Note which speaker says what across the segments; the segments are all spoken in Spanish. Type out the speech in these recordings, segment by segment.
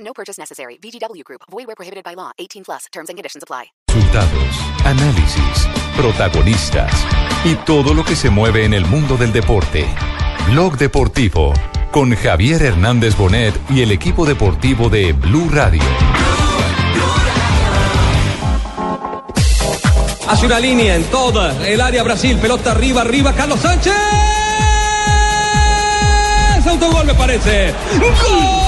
Speaker 1: No purchase necessary. VGW Group. Void where prohibited by law. 18 plus. Terms and conditions apply.
Speaker 2: Resultados, análisis, protagonistas y todo lo que se mueve en el mundo del deporte. Blog Deportivo con Javier Hernández Bonet y el equipo deportivo de Blue Radio.
Speaker 3: Hace una línea en toda el área Brasil. Pelota arriba, arriba. Carlos Sánchez. Autogol me parece. ¡Gol!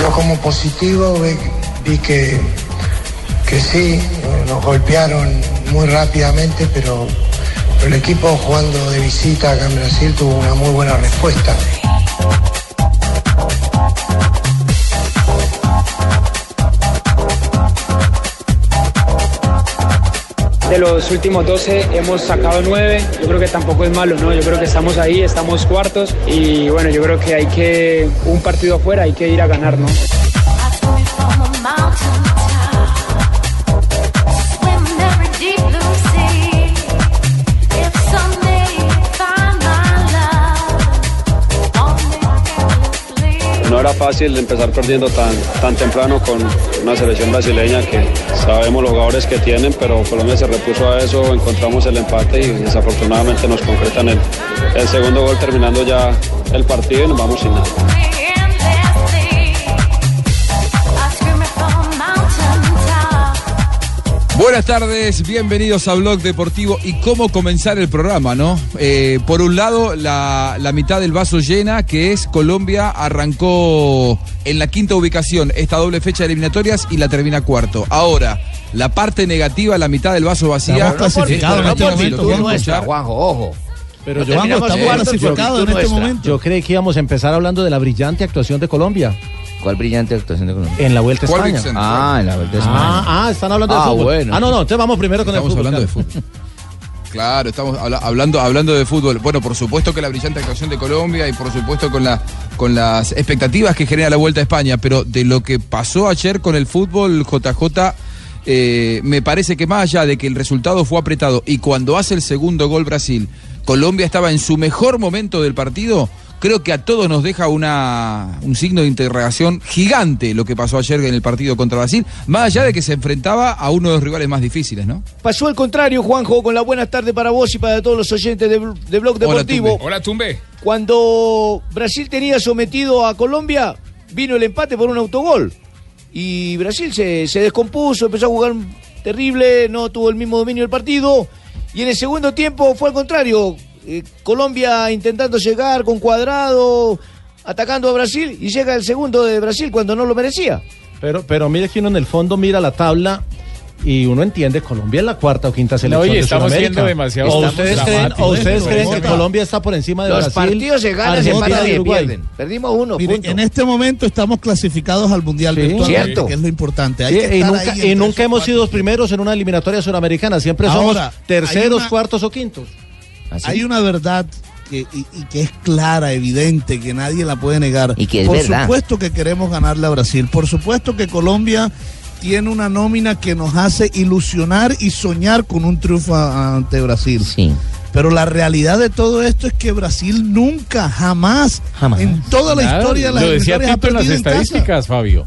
Speaker 4: Yo como positivo vi, vi que, que sí, nos golpearon muy rápidamente, pero el equipo jugando de visita acá en Brasil tuvo una muy buena respuesta.
Speaker 5: De los últimos 12 hemos sacado 9, yo creo que tampoco es malo, ¿no? Yo creo que estamos ahí, estamos cuartos y bueno, yo creo que hay que, un partido afuera, hay que ir a ganar, ¿no?
Speaker 6: No era fácil empezar perdiendo tan, tan temprano con una selección brasileña que sabemos los jugadores que tienen, pero Colombia se repuso a eso, encontramos el empate y desafortunadamente nos concretan el, el segundo gol terminando ya el partido y nos vamos sin nada.
Speaker 3: Buenas tardes, bienvenidos a Blog Deportivo y cómo comenzar el programa, ¿no? Eh, por un lado, la, la mitad del vaso llena, que es Colombia arrancó en la quinta ubicación esta doble fecha de eliminatorias y la termina cuarto. Ahora, la parte negativa, la mitad del vaso vacía.
Speaker 7: Estamos clasificados en este
Speaker 3: Sí, lo
Speaker 7: momento,
Speaker 3: quiero
Speaker 7: Juanjo.
Speaker 3: escuchar.
Speaker 7: Pero
Speaker 8: Joan,
Speaker 7: Joango,
Speaker 8: estamos
Speaker 7: estamos
Speaker 8: clasificados
Speaker 7: clasificados en este momento.
Speaker 8: Yo creí que íbamos a empezar hablando de la brillante actuación de Colombia
Speaker 9: ¿Cuál brillante actuación de Colombia?
Speaker 8: en la Vuelta a
Speaker 3: ¿Cuál,
Speaker 8: España.
Speaker 3: Vixen?
Speaker 9: Ah, en la vuelta de España.
Speaker 8: Ah, ah, están hablando de
Speaker 9: Ah,
Speaker 8: fútbol.
Speaker 9: bueno.
Speaker 8: Ah, no, no, entonces vamos primero con
Speaker 3: Estamos
Speaker 8: el fútbol.
Speaker 3: hablando de fútbol. Claro, estamos habla- hablando, hablando de fútbol. Bueno, por supuesto que la brillante actuación de Colombia y por supuesto con, la, con las expectativas que genera la Vuelta a España, pero de lo que pasó ayer con el fútbol, JJ, eh, me parece que más allá de que el resultado fue apretado y cuando hace el segundo gol Brasil, Colombia estaba en su mejor momento del partido, creo que a todos nos deja una, un signo de interrogación gigante lo que pasó ayer en el partido contra Brasil, más allá de que se enfrentaba a uno de los rivales más difíciles, ¿no?
Speaker 7: Pasó al contrario, Juanjo, con la buena tarde para vos y para todos los oyentes de, Bl- de Blog
Speaker 3: Hola,
Speaker 7: Deportivo.
Speaker 3: Tumbe.
Speaker 7: Cuando Brasil tenía sometido a Colombia, vino el empate por un autogol. Y Brasil se, se descompuso, empezó a jugar terrible, no tuvo el mismo dominio del partido. Y en el segundo tiempo fue al contrario. Eh, Colombia intentando llegar con cuadrado, atacando a Brasil, y llega el segundo de Brasil cuando no lo merecía.
Speaker 8: Pero, pero mire que uno en el fondo mira la tabla y uno entiende, Colombia es la cuarta o quinta selección de
Speaker 10: estamos
Speaker 8: Sudamérica.
Speaker 10: siendo demasiado
Speaker 8: ¿O ustedes creen,
Speaker 10: dramáticos.
Speaker 8: o ustedes
Speaker 10: Eso,
Speaker 8: creen que
Speaker 10: Bogotá.
Speaker 8: Colombia está por encima de
Speaker 7: Los
Speaker 8: Brasil?
Speaker 7: partidos se ganan, se
Speaker 8: Argentina
Speaker 7: empatan
Speaker 8: y
Speaker 7: y
Speaker 8: Uruguay?
Speaker 7: pierden. Perdimos uno,
Speaker 10: Mire,
Speaker 7: punto.
Speaker 10: en este momento estamos clasificados al Mundial
Speaker 8: Sí.
Speaker 10: virtualmente,
Speaker 7: Cierto.
Speaker 10: que es lo importante. Hay
Speaker 8: Sí,
Speaker 10: que
Speaker 8: y
Speaker 10: estar
Speaker 8: nunca,
Speaker 10: ahí
Speaker 8: y
Speaker 10: entre
Speaker 8: nunca
Speaker 10: esos
Speaker 8: hemos sido los
Speaker 10: cuatro.
Speaker 8: primeros en una eliminatoria suramericana. Siempre
Speaker 10: Ahora,
Speaker 8: somos
Speaker 10: hay
Speaker 8: terceros,
Speaker 10: una-
Speaker 8: cuartos o quintos.
Speaker 9: Así.
Speaker 10: Hay una verdad que, y, y que es clara, evidente, que nadie la puede negar.
Speaker 9: Y que es
Speaker 10: por
Speaker 9: verdad.
Speaker 10: supuesto que queremos ganarle a Brasil. Por supuesto que Colombia tiene una nómina que nos hace ilusionar y soñar con un triunfo a- ante Brasil.
Speaker 9: Sí.
Speaker 10: Pero la realidad de todo esto es que Brasil nunca, jamás,
Speaker 9: Jamás.
Speaker 10: en toda la
Speaker 11: Claro,
Speaker 10: historia de las
Speaker 11: lo decía
Speaker 10: eliminatorias, ha
Speaker 11: Tito en las
Speaker 10: perdido en casa.
Speaker 11: estadísticas, Fabio.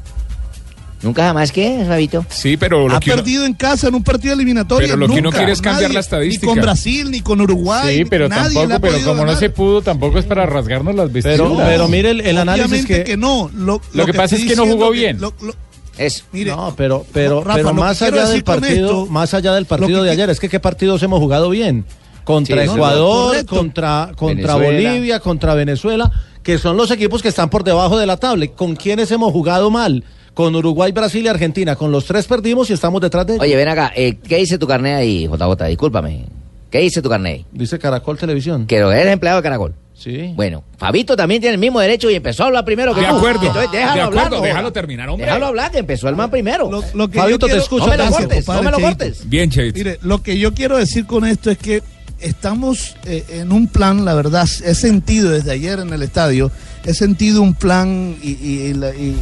Speaker 9: ¿Nunca jamás qué, Fabito?
Speaker 11: Sí, pero lo
Speaker 10: ha
Speaker 11: que uno-
Speaker 10: perdido en casa en un partido eliminatorio.
Speaker 11: Pero lo que uno
Speaker 10: nunca,
Speaker 11: quiere es cambiar
Speaker 10: nadie,
Speaker 11: la estadística.
Speaker 10: Ni con Brasil, ni con Uruguay.
Speaker 11: Sí, pero
Speaker 10: nadie la ha
Speaker 11: tampoco, pero
Speaker 10: podido
Speaker 11: como no
Speaker 10: ganar.
Speaker 11: se pudo, tampoco es para rasgarnos las vestiduras.
Speaker 8: Pero, pero mire el, el análisis
Speaker 10: Obviamente
Speaker 8: que,
Speaker 10: que, no. Lo,
Speaker 11: Lo que pasa
Speaker 10: estoy
Speaker 11: es que no
Speaker 10: diciendo
Speaker 11: jugó
Speaker 10: que-
Speaker 11: bien.
Speaker 10: lo- lo-
Speaker 9: Eso.
Speaker 10: mire,
Speaker 8: no, pero, pero,
Speaker 10: Rafa,
Speaker 8: pero
Speaker 10: lo que
Speaker 8: más
Speaker 10: quiero
Speaker 8: allá del
Speaker 10: decir con
Speaker 8: partido,
Speaker 10: esto-
Speaker 8: más allá del partido de
Speaker 10: que qui-
Speaker 8: ayer, es que qué partidos hemos jugado bien. contra
Speaker 12: Sí, no,
Speaker 8: Ecuador,
Speaker 12: correcto.
Speaker 8: contra, contra
Speaker 12: Venezuela.
Speaker 8: Bolivia, contra Venezuela, que son los equipos que están por debajo de la tabla. ¿Y ¿Con quiénes hemos jugado mal? Con Uruguay, Brasil y Argentina. Con los tres perdimos y estamos detrás de
Speaker 12: Oye, ven acá, eh, ¿qué dice tu carnet ahí, JJ? Discúlpame. ¿Qué dice tu carnet?
Speaker 8: Dice Caracol Televisión.
Speaker 12: Que eres empleado de Caracol.
Speaker 8: Sí.
Speaker 12: Bueno, Fabito también tiene el mismo derecho y empezó a hablar primero que
Speaker 11: De
Speaker 8: uh,
Speaker 12: tú.
Speaker 11: acuerdo.
Speaker 12: Entonces déjalo
Speaker 11: de
Speaker 12: hablar.
Speaker 11: acuerdo,
Speaker 12: no,
Speaker 11: déjalo terminar, hombre.
Speaker 12: Déjalo hablar, que empezó el man primero.
Speaker 10: Lo que
Speaker 12: Fabito,
Speaker 10: yo quiero-
Speaker 12: te escucho. No me lo
Speaker 10: Gracias,
Speaker 12: cortes,
Speaker 10: compadre
Speaker 12: no me lo
Speaker 10: Cheito.
Speaker 12: cortes.
Speaker 11: Bien, Chavito.
Speaker 10: Mire, lo que yo quiero decir con esto es que estamos eh, en un plan, la verdad, he sentido desde ayer en el estadio, he sentido un plan y, y- y la- y-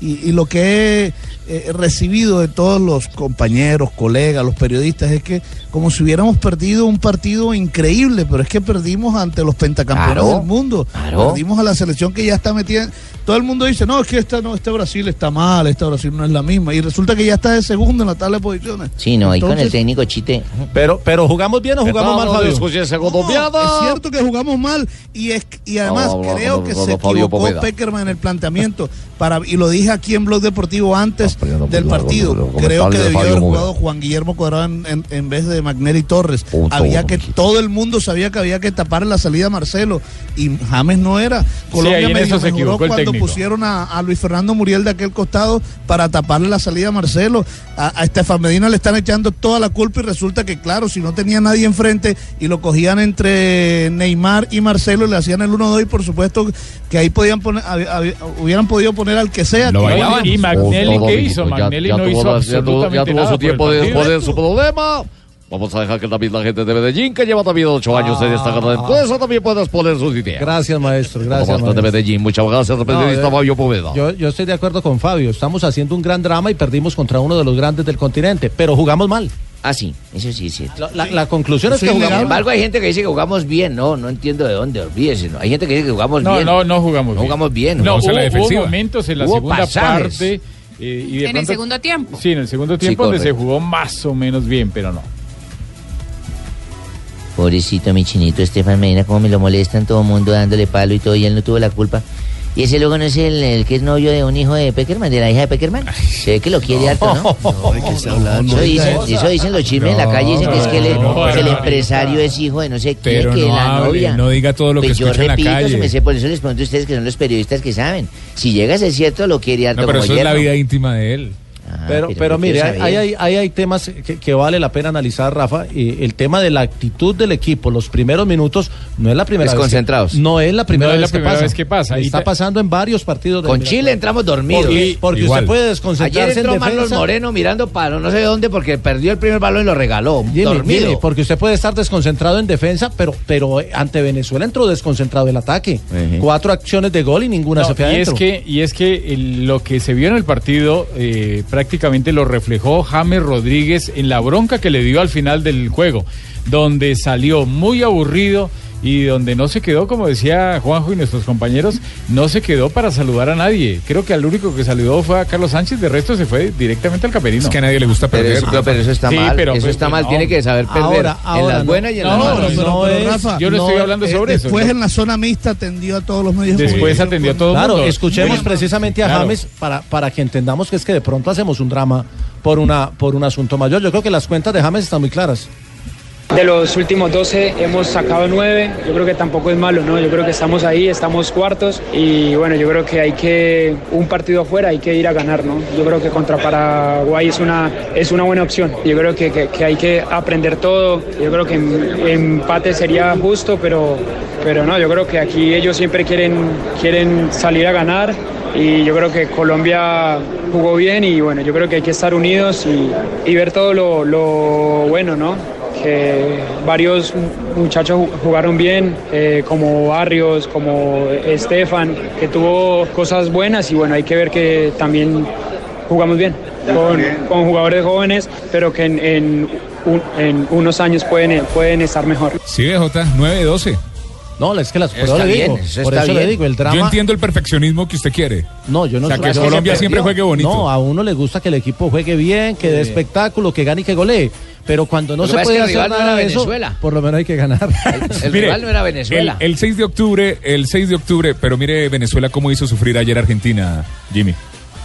Speaker 10: y- y lo que he eh, recibido de todos los compañeros, colegas, los periodistas, es que como si hubiéramos perdido un partido increíble, pero es que perdimos ante los pentacampeones
Speaker 12: Claro,
Speaker 10: del mundo,
Speaker 12: claro.
Speaker 10: perdimos a la selección que ya está metida. en- Todo el mundo dice, no, es que esta, no, este Brasil está mal, esta Brasil no es la misma, y resulta que ya está de segundo en la tabla de posiciones.
Speaker 12: Sí, no, ahí con el
Speaker 10: Entonces-
Speaker 12: técnico chiste.
Speaker 8: Pero, pero jugamos bien o jugamos mal, Fabio.
Speaker 10: es cierto que jugamos mal y es y además
Speaker 8: Vamos, vamos,
Speaker 10: creo
Speaker 8: vamos,
Speaker 10: que
Speaker 8: vamos,
Speaker 10: se
Speaker 8: Fabio
Speaker 10: equivocó
Speaker 8: Poveda.
Speaker 10: Peckerman en el planteamiento para y lo dije aquí en Blog Deportivo antes del
Speaker 8: largo,
Speaker 10: partido.
Speaker 8: los
Speaker 10: creo
Speaker 8: comentarios
Speaker 10: que
Speaker 8: de Fabio
Speaker 10: debió
Speaker 8: Poveda.
Speaker 10: haber jugado Juan Guillermo Cuadrado en, en- en vez de Magnelli Torres.
Speaker 8: Punto
Speaker 10: había
Speaker 8: uno,
Speaker 10: que todo el mundo sabía que había que tapar la salida a Marcelo y James no era.
Speaker 11: ahí
Speaker 10: Colombia
Speaker 11: en
Speaker 10: medio
Speaker 11: eso se
Speaker 10: mejoró
Speaker 11: equivocó el
Speaker 10: cuando
Speaker 11: técnico.
Speaker 10: pusieron a, a Luis Fernando Muriel de aquel costado para taparle la salida a Marcelo. A, a Estefan Medina le están echando toda la culpa y resulta que, claro, si no tenía nadie enfrente y lo cogían entre Neymar y Marcelo y le hacían el 1-2 y por supuesto que ahí podían poner, hab- hab- hubieran podido poner al que sea.
Speaker 11: Lo
Speaker 10: que-
Speaker 11: bailaban. Y Magnelli,
Speaker 13: Todo,
Speaker 11: ¿qué
Speaker 13: Vicky,
Speaker 11: hizo?
Speaker 13: pues ya-
Speaker 11: Magnelli
Speaker 13: ya
Speaker 11: no
Speaker 13: tuvo
Speaker 11: hizo
Speaker 13: la- ya
Speaker 11: absolutamente
Speaker 13: tuvo- Ya tuvo
Speaker 11: nada
Speaker 13: su
Speaker 11: por el
Speaker 13: tiempo de
Speaker 11: partido.
Speaker 13: exponer su problema. Vamos a dejar que también la gente de Medellín, que lleva también ocho años en
Speaker 14: Ah,
Speaker 13: esta carrera de empresa, también pueda exponer sus ideas.
Speaker 8: Gracias, maestro. Gracias,
Speaker 13: Como parte de
Speaker 8: maestro.
Speaker 13: Medellín, muchas gracias,
Speaker 8: No,
Speaker 13: periodista
Speaker 8: yo-
Speaker 13: Fabio Poveda.
Speaker 8: Yo, yo estoy de acuerdo con Fabio. Estamos haciendo un gran drama y perdimos contra uno de los grandes del continente, pero jugamos mal.
Speaker 12: Ah, sí, eso sí es cierto.
Speaker 8: La, la conclusión es que
Speaker 12: Sin
Speaker 8: jugamos
Speaker 12: embargo, hay gente que dice que jugamos bien. No, no entiendo de dónde, olvídese. ¿no? Hay gente que dice que jugamos
Speaker 11: No,
Speaker 12: bien.
Speaker 11: no, no jugamos
Speaker 12: No
Speaker 11: bien.
Speaker 12: jugamos bien.
Speaker 11: No,
Speaker 12: Jugamos
Speaker 11: hubo,
Speaker 12: a la
Speaker 11: hubo
Speaker 12: defensiva.
Speaker 11: momentos en la
Speaker 12: Hubo
Speaker 11: segunda
Speaker 12: pasajes.
Speaker 11: parte. eh, y de
Speaker 9: En el
Speaker 11: pronto-
Speaker 9: segundo tiempo.
Speaker 11: Sí, en el segundo
Speaker 12: Sí,
Speaker 11: tiempo donde se
Speaker 12: correcto.
Speaker 11: jugó más o menos bien, pero no.
Speaker 12: Pobrecito mi chinito Estefan Medina, cómo me lo molestan todo el mundo dándole palo y todo, y él no tuvo la culpa. Y ese luego no es el, el que es novio de un hijo de Peckerman, de la hija de Peckerman. Se ve que lo quiere harto, ¿no?
Speaker 10: no,
Speaker 12: eso,
Speaker 10: no,
Speaker 12: dicen,
Speaker 10: no.
Speaker 12: eso dicen los chismes en la calle, dicen que es que el,
Speaker 10: No,
Speaker 12: que el
Speaker 10: no,
Speaker 12: empresario es hijo de no sé quién,
Speaker 10: Pero
Speaker 12: que
Speaker 10: no
Speaker 12: la
Speaker 10: hable,
Speaker 12: novia.
Speaker 10: no diga todo lo que
Speaker 12: Pues yo
Speaker 10: escucha en la
Speaker 12: repito,
Speaker 10: calle.
Speaker 12: se me sé, por eso les pregunto a ustedes que son los periodistas que saben. Si llega a ser cierto, lo quiere harto
Speaker 8: No, pero
Speaker 12: como
Speaker 8: eso es la
Speaker 12: yerno.
Speaker 8: vida
Speaker 11: íntima de él.
Speaker 8: Pero,
Speaker 12: pero
Speaker 8: pero
Speaker 12: yo quiero
Speaker 8: Ah, mire, hay,
Speaker 12: saber.
Speaker 8: hay- hay- hay temas que, que vale la pena analizar, Rafa. Eh, el tema de la actitud del equipo, los primeros minutos, no es la primera
Speaker 12: Desconcentrados.
Speaker 8: vez. que- No es la primera,
Speaker 12: No es
Speaker 8: vez,
Speaker 12: la primera
Speaker 8: que pasa.
Speaker 12: vez que pasa.
Speaker 8: Le
Speaker 12: Y
Speaker 8: Está
Speaker 12: ta-
Speaker 8: pasando en varios partidos. de
Speaker 12: Con
Speaker 8: eliminatoria.
Speaker 12: Chile entramos dormidos.
Speaker 8: Porque, porque usted puede desconcentrarse
Speaker 12: Ayer entró
Speaker 8: en defensa.
Speaker 12: Marlon Moreno mirando para no sé dónde porque perdió el primer balón y lo regaló.
Speaker 8: Jimmy,
Speaker 12: dormido.
Speaker 8: Jimmy, porque usted puede estar desconcentrado en defensa, pero, pero eh, ante Venezuela entró desconcentrado el ataque. Cuatro acciones de gol y ninguna
Speaker 11: No,
Speaker 8: se fue
Speaker 11: y, es
Speaker 8: adentro.
Speaker 11: que, y es que el- lo que se vio en el partido eh, prácticamente lo reflejó James Rodríguez en la bronca que le dio al final del juego, donde salió muy aburrido y donde no se quedó, como decía Juanjo y nuestros compañeros, no se quedó para saludar a nadie. Creo que al único que saludó fue a Carlos Sánchez, de resto se fue directamente al camerino. pues
Speaker 12: Es que a nadie le gusta Pero perder. eso- pero eso está mal, eso está mal, tiene que saber perder Ahora, en ahora, las no. buenas y en las
Speaker 11: No,
Speaker 12: malas.
Speaker 11: no,
Speaker 10: Pero,
Speaker 11: no
Speaker 10: pero,
Speaker 11: es-
Speaker 10: Rafa,
Speaker 11: yo no, estoy
Speaker 10: eh,
Speaker 11: hablando
Speaker 10: eh,
Speaker 11: sobre eso.
Speaker 10: Después
Speaker 11: yo-
Speaker 10: en la zona mixta atendió a todos los medios.
Speaker 11: Después
Speaker 10: públicos.
Speaker 11: atendió a todo el
Speaker 8: claro,
Speaker 11: mundo.
Speaker 8: escuchemos
Speaker 11: Bueno,
Speaker 8: precisamente a
Speaker 11: claro.
Speaker 8: James para, para que entendamos que es que de pronto hacemos un drama por, una, por un asunto mayor. Yo creo que las cuentas de James están muy claras.
Speaker 5: De los últimos 12 hemos sacado 9, yo creo que tampoco es malo, ¿no? Yo creo que estamos ahí, estamos cuartos y bueno, yo creo que hay que, un partido afuera hay que ir a ganar, ¿no? Yo creo que contra Paraguay es una, es una buena opción, yo creo que, que- que hay que aprender todo, yo creo que em- empate sería justo, pero, pero no, yo creo que aquí ellos siempre quieren, quieren salir a ganar y yo creo que Colombia jugó bien y bueno, yo creo que hay que estar unidos y, y ver todo lo, lo bueno, ¿no? que varios mu- muchachos ju- jugaron bien, eh, como Barrios, como eh, Estefan, que tuvo cosas buenas y bueno, hay que ver que también jugamos bien con, con jugadores jóvenes, pero que en, en un- en unos años pueden, pueden estar mejor.
Speaker 2: Sí, BJ, 9-12.
Speaker 8: No, es que las
Speaker 2: Está
Speaker 8: por eso le
Speaker 2: bien,
Speaker 8: digo,
Speaker 2: eso
Speaker 8: por
Speaker 2: está
Speaker 8: eso le
Speaker 2: bien.
Speaker 8: digo, el drama.
Speaker 2: Yo entiendo el perfeccionismo que usted quiere.
Speaker 8: No, yo no
Speaker 2: O sea,
Speaker 8: sé-
Speaker 2: que
Speaker 8: es
Speaker 2: Colombia
Speaker 8: se
Speaker 2: siempre
Speaker 8: perdió.
Speaker 2: juegue bonito.
Speaker 8: No, a uno le gusta que el equipo juegue bien, que dé
Speaker 2: Sí.
Speaker 8: espectáculo, que gane y que golee. Pero cuando no
Speaker 2: Lo que
Speaker 8: se
Speaker 2: pasa es
Speaker 8: puede
Speaker 2: que el
Speaker 8: hacer
Speaker 2: rival no
Speaker 8: nada
Speaker 2: era
Speaker 8: de eso,
Speaker 2: Venezuela.
Speaker 8: por lo menos hay que ganar.
Speaker 2: Mire,
Speaker 12: Venezuela.
Speaker 2: El, el 6 de octubre, el 6 de octubre, pero mire Venezuela cómo hizo sufrir ayer a Argentina, Jimmy.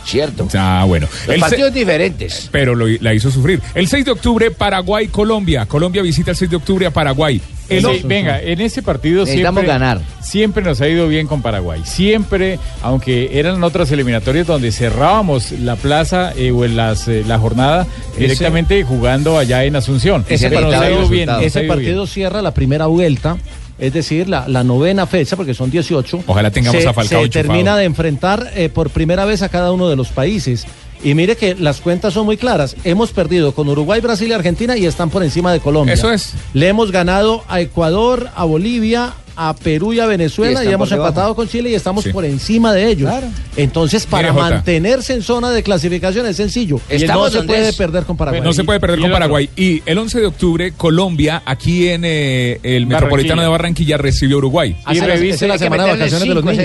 Speaker 7: Cierto.
Speaker 2: Ah, bueno.
Speaker 7: Los
Speaker 2: El se-
Speaker 7: partidos diferentes.
Speaker 2: pero lo- la hizo sufrir. El 6 de octubre, Paraguay, Colombia. Colombia visita el 6 de octubre a Paraguay.
Speaker 11: El-
Speaker 2: El-
Speaker 11: sí, venga, en ese partido
Speaker 2: Necesitamos
Speaker 11: siempre,
Speaker 2: ganar.
Speaker 11: siempre nos ha ido bien con Paraguay. Siempre, aunque eran otras eliminatorias donde cerrábamos la plaza eh, o en las, eh, la jornada directamente jugando allá en Asunción.
Speaker 8: Ese
Speaker 11: Pero nos ha
Speaker 8: partido,
Speaker 11: ido bien, nos ha
Speaker 8: ese
Speaker 11: ido bien.
Speaker 8: partido cierra la primera vuelta, es decir, la, la novena fecha, porque son 18.
Speaker 2: Ojalá tengamos
Speaker 8: se,
Speaker 2: a Falcao
Speaker 8: Se
Speaker 2: enchufado.
Speaker 8: termina de enfrentar eh, por primera vez a cada uno de los países. Y mire que las cuentas son muy claras. Hemos perdido con Uruguay, Brasil y Argentina y están por encima de Colombia.
Speaker 2: Eso es.
Speaker 8: Le hemos ganado a Ecuador, a Bolivia, a Perú y a
Speaker 7: Y
Speaker 8: Venezuela y,
Speaker 7: están
Speaker 8: hemos
Speaker 7: por debajo.
Speaker 8: empatado con Chile y estamos
Speaker 7: Sí.
Speaker 8: por encima de ellos. Entonces, para
Speaker 2: Jota.
Speaker 8: mantenerse en zona de clasificación es sencillo.
Speaker 2: Estamos
Speaker 8: no se
Speaker 2: donde
Speaker 8: puede
Speaker 2: es.
Speaker 8: perder con Paraguay.
Speaker 2: Pues, No se puede perder con Paraguay. Y el 11 de octubre, Colombia, aquí en eh, el Metropolitano de Barranquilla, recibió a Uruguay.
Speaker 11: Y revise,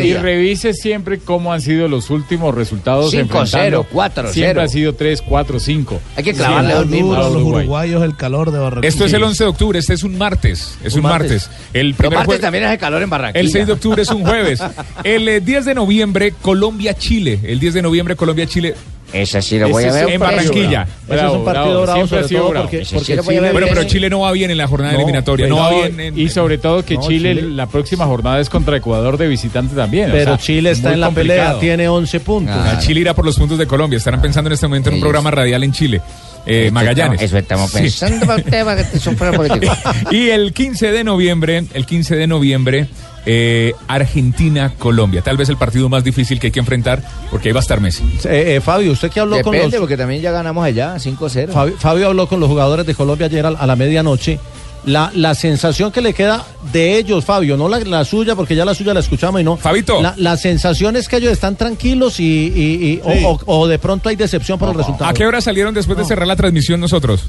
Speaker 11: Y revise siempre cómo han sido los últimos resultados.
Speaker 10: 5-0,
Speaker 11: enfrentando.
Speaker 10: 4-0.
Speaker 11: Siempre ha sido 3, 4, 5.
Speaker 10: Hay que clavarle
Speaker 11: Siempre
Speaker 10: los
Speaker 11: a
Speaker 10: los
Speaker 11: Uruguay.
Speaker 10: uruguayos, el calor de Barranquilla.
Speaker 2: Esto es el 11 de octubre, este es un martes. Es un,
Speaker 10: Un
Speaker 2: martes.
Speaker 10: martes.
Speaker 2: El
Speaker 10: Los
Speaker 2: primer
Speaker 10: martes
Speaker 2: jue-
Speaker 10: también hace calor en Barranquilla.
Speaker 2: El 6 de octubre es un jueves. El eh, 10 de noviembre, Colombia-Chile. El 10 de noviembre, Colombia-Chile.
Speaker 9: Ese sí
Speaker 7: lo voy a ver,
Speaker 2: En
Speaker 7: pero-
Speaker 2: Barranquilla.
Speaker 7: Ese es un Bravo, partido bravo, bravo, siempre sobre ha sido todo bravo. porque- Ese sí porque lo voy a Chile- ver.
Speaker 2: Bueno, pero Chile no va bien en la jornada eliminatoria.
Speaker 11: pues
Speaker 2: No va bien.
Speaker 11: y sobre todo que
Speaker 2: No,
Speaker 11: Chile,
Speaker 2: Chile.
Speaker 11: la próxima jornada es contra Ecuador de visitante también. o
Speaker 8: Pero
Speaker 11: sea,
Speaker 8: Chile está
Speaker 11: muy
Speaker 8: en la
Speaker 11: complicado.
Speaker 8: pelea, tiene 11 puntos.
Speaker 2: A Ah. Chile irá por los puntos de Colombia. Estarán pensando en este momento en un programa radial en Chile. Eh, Magallanes. Eso estamos
Speaker 9: Ah, Pensando para usted, para que son fuera político.
Speaker 2: y el 15 de noviembre, el 15 de noviembre, eh, Argentina-Colombia. Tal vez el partido más difícil que hay que enfrentar, porque ahí va a estar Messi.
Speaker 8: Eh, eh, Fabio, usted que habló con
Speaker 2: Depende,
Speaker 8: los...
Speaker 2: porque
Speaker 8: también ya ganamos allá, 5-0. Fabio, Fabio habló con los jugadores de Colombia ayer a, la- a la medianoche. La, la sensación que le queda de ellos, Fabio, no la, la suya, porque ya la suya la escuchamos y no. Fabito. La, la sensación es que ellos están tranquilos y, y- y- o, o- o de pronto hay decepción por el resultado.
Speaker 2: ¿A qué hora salieron después de cerrar la transmisión nosotros?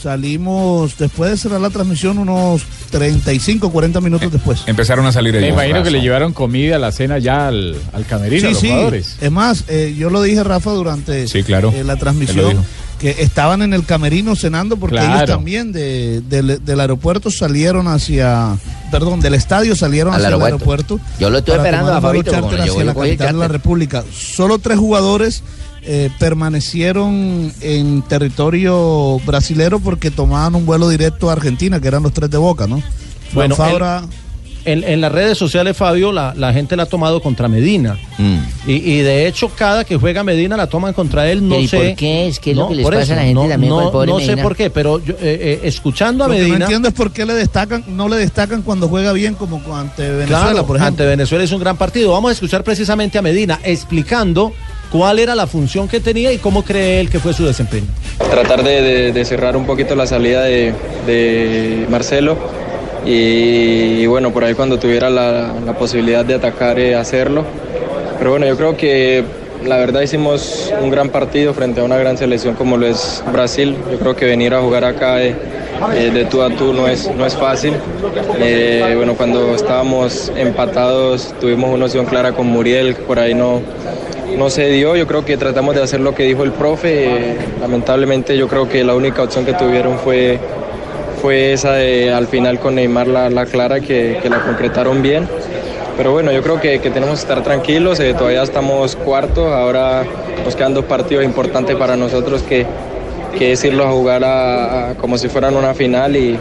Speaker 10: Salimos después de cerrar la transmisión unos 35, 40 minutos después.
Speaker 2: Empezaron a salir
Speaker 11: Me
Speaker 2: ellos.
Speaker 11: imagino que le llevaron comida, la cena ya al, al camerino a los jugadores.
Speaker 10: Es más, eh, yo lo dije, Rafa, durante
Speaker 11: Sí, claro.
Speaker 10: eh, la
Speaker 11: Él lo dijo.
Speaker 10: transmisión, que estaban en el camerino cenando porque
Speaker 11: Claro.
Speaker 10: ellos también de- del- del aeropuerto salieron hacia, perdón, del estadio salieron
Speaker 9: Al
Speaker 10: hacia
Speaker 9: aeropuerto.
Speaker 10: el aeropuerto.
Speaker 9: Yo lo estuve
Speaker 10: para
Speaker 9: esperando
Speaker 10: tomar
Speaker 9: a
Speaker 10: un vuelo
Speaker 9: Fabito,
Speaker 10: charter
Speaker 9: como
Speaker 10: hacia
Speaker 9: yo voy
Speaker 10: la
Speaker 9: con el
Speaker 10: capital de la
Speaker 9: charter.
Speaker 10: República. Solo tres jugadores eh, permanecieron en territorio brasilero porque tomaban un vuelo directo a Argentina, que eran los tres de Boca, ¿no?
Speaker 8: Bueno,
Speaker 10: Juan
Speaker 8: el-
Speaker 10: Fabra-
Speaker 8: En, en las redes sociales, Fabio, la, la gente la ha tomado contra Medina. Y, y de hecho, cada que juega Medina la toman contra él, no
Speaker 12: Pero, ¿y
Speaker 8: sé.
Speaker 12: por qué? Es que es lo que les
Speaker 8: por
Speaker 12: pasa a la gente
Speaker 8: no,
Speaker 12: también con
Speaker 8: no-
Speaker 12: el pobre
Speaker 8: no sé
Speaker 12: Medina.
Speaker 8: por qué, pero yo, eh, eh, escuchando a
Speaker 10: Lo que no
Speaker 8: Medina.
Speaker 10: entiendo es por qué le destacan, no le destacan cuando juega bien como cu- ante Venezuela,
Speaker 8: Claro,
Speaker 10: por ejemplo.
Speaker 8: ante Venezuela es un gran partido. Vamos a escuchar precisamente a Medina explicando cuál era la función que tenía y cómo cree él que fue su desempeño.
Speaker 15: tratar de, de- de cerrar un poquito la salida de, de Marcelo y, bueno, por ahí cuando tuviera la, la posibilidad de atacar, eh, hacerlo. Pero bueno, yo creo que la verdad hicimos un gran partido frente a una gran selección como lo es Brasil. Yo creo que venir a jugar acá eh, eh, de tú a tú no es, no es fácil. Eh, bueno, cuando estábamos empatados tuvimos una opción clara con Muriel, que por ahí no, no se dio, yo creo que tratamos de hacer lo que dijo el profe. eh, Lamentablemente yo creo que la única opción que tuvieron fue, fue esa de al final con Neymar la, la clara que, que la concretaron bien. Pero bueno, yo creo que, que tenemos que estar tranquilos, eh, todavía estamos cuartos, ahora nos quedan dos partidos importantes para nosotros que, que es irlos a jugar a- a- como si fueran una final y, y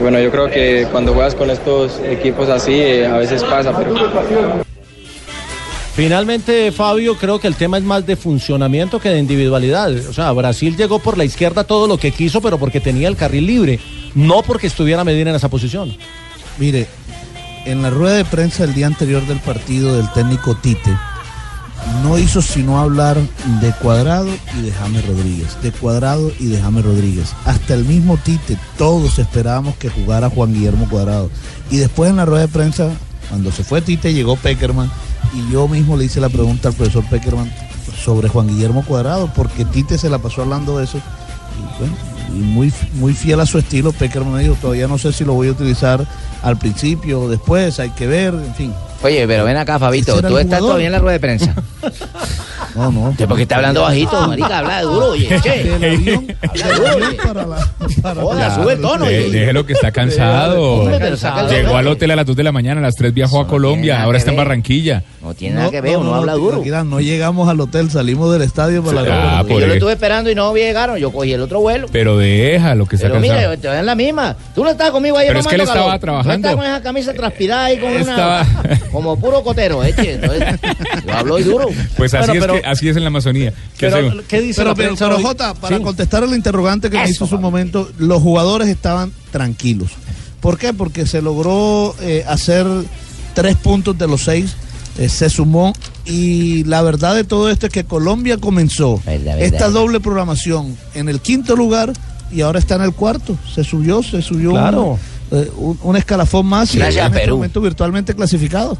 Speaker 15: bueno, yo creo que cuando juegas con estos equipos así eh, a veces pasa, pero
Speaker 8: Finalmente, Fabio, creo que el tema es más de funcionamiento que de individualidad. O sea, Brasil llegó por la izquierda todo lo que quiso, pero porque tenía el carril libre, no porque estuviera Medina en esa posición.
Speaker 10: Mire, en la rueda de prensa el día anterior del partido del técnico Tite, no hizo sino hablar de Cuadrado y de James Rodríguez, de Cuadrado y de James Rodríguez. Hasta el mismo Tite, todos esperábamos que jugara Juan Guillermo Cuadrado. Y después en la rueda de prensa, cuando se fue Tite, llegó Peckerman y yo mismo le hice la pregunta al profesor Peckerman sobre Juan Guillermo Cuadrado, porque Tite se la pasó hablando de eso. Y bueno, y muy, muy fiel a su estilo, Peckerman me dijo, todavía no sé si lo voy a utilizar al principio o después, hay que ver, en fin.
Speaker 9: Oye, pero ven acá, Fabito,
Speaker 10: Ese era
Speaker 9: tú
Speaker 10: el
Speaker 9: estás
Speaker 10: jugador.
Speaker 9: todavía en la rueda de prensa.
Speaker 10: No, no.
Speaker 9: ¿Por qué está hablando bajito, marica? Habla duro,
Speaker 2: ah,
Speaker 9: oye, che. pues,
Speaker 2: Claro, de- Déjelo que está cansado.
Speaker 9: Hombre, pero sácalo,
Speaker 2: Llegó al
Speaker 9: hombre.
Speaker 2: hotel a las 2 de la mañana, a las 3 viajó a Colombia, ahora está en Barranquilla.
Speaker 9: No no tiene nada que ver, uno habla
Speaker 10: tío,
Speaker 9: duro.
Speaker 10: Akira, no llegamos al hotel, salimos del estadio para la
Speaker 2: Ah,
Speaker 10: carrera.
Speaker 2: por
Speaker 9: Yo lo
Speaker 2: eso.
Speaker 9: estuve esperando y no llegaron. Yo cogí el otro vuelo.
Speaker 2: Pero deja lo que se ha
Speaker 9: Pero mira,
Speaker 2: cansado.
Speaker 9: yo te en la misma. Tú no estabas conmigo ahí
Speaker 2: Pero es que él
Speaker 9: mamando
Speaker 2: estaba
Speaker 9: calor.
Speaker 2: trabajando.
Speaker 9: Tú estabas con esa camisa transpirada ahí con
Speaker 2: Estaba-
Speaker 9: una. Como puro cotero, ¿eh? che? Entonces, yo hablo y duro.
Speaker 2: Pues así,
Speaker 10: Bueno,
Speaker 2: es
Speaker 10: pero-
Speaker 2: que, así es en la Amazonía. ¿Qué hacemos?
Speaker 10: pero, pero, pero, Jota, para contestar el interrogante que me hizo hace un momento, los jugadores estaban tranquilos. ¿Por qué? Porque se logró eh, hacer tres puntos de los seis, eh, se sumó y la verdad de todo esto es que Colombia comenzó esta doble programación en el quinto lugar y ahora está en el cuarto. Se subió, se subió
Speaker 8: Claro.
Speaker 10: un, eh, un- un escalafón más y
Speaker 8: Gracias,
Speaker 10: en este
Speaker 8: Perú.
Speaker 10: momento virtualmente clasificado.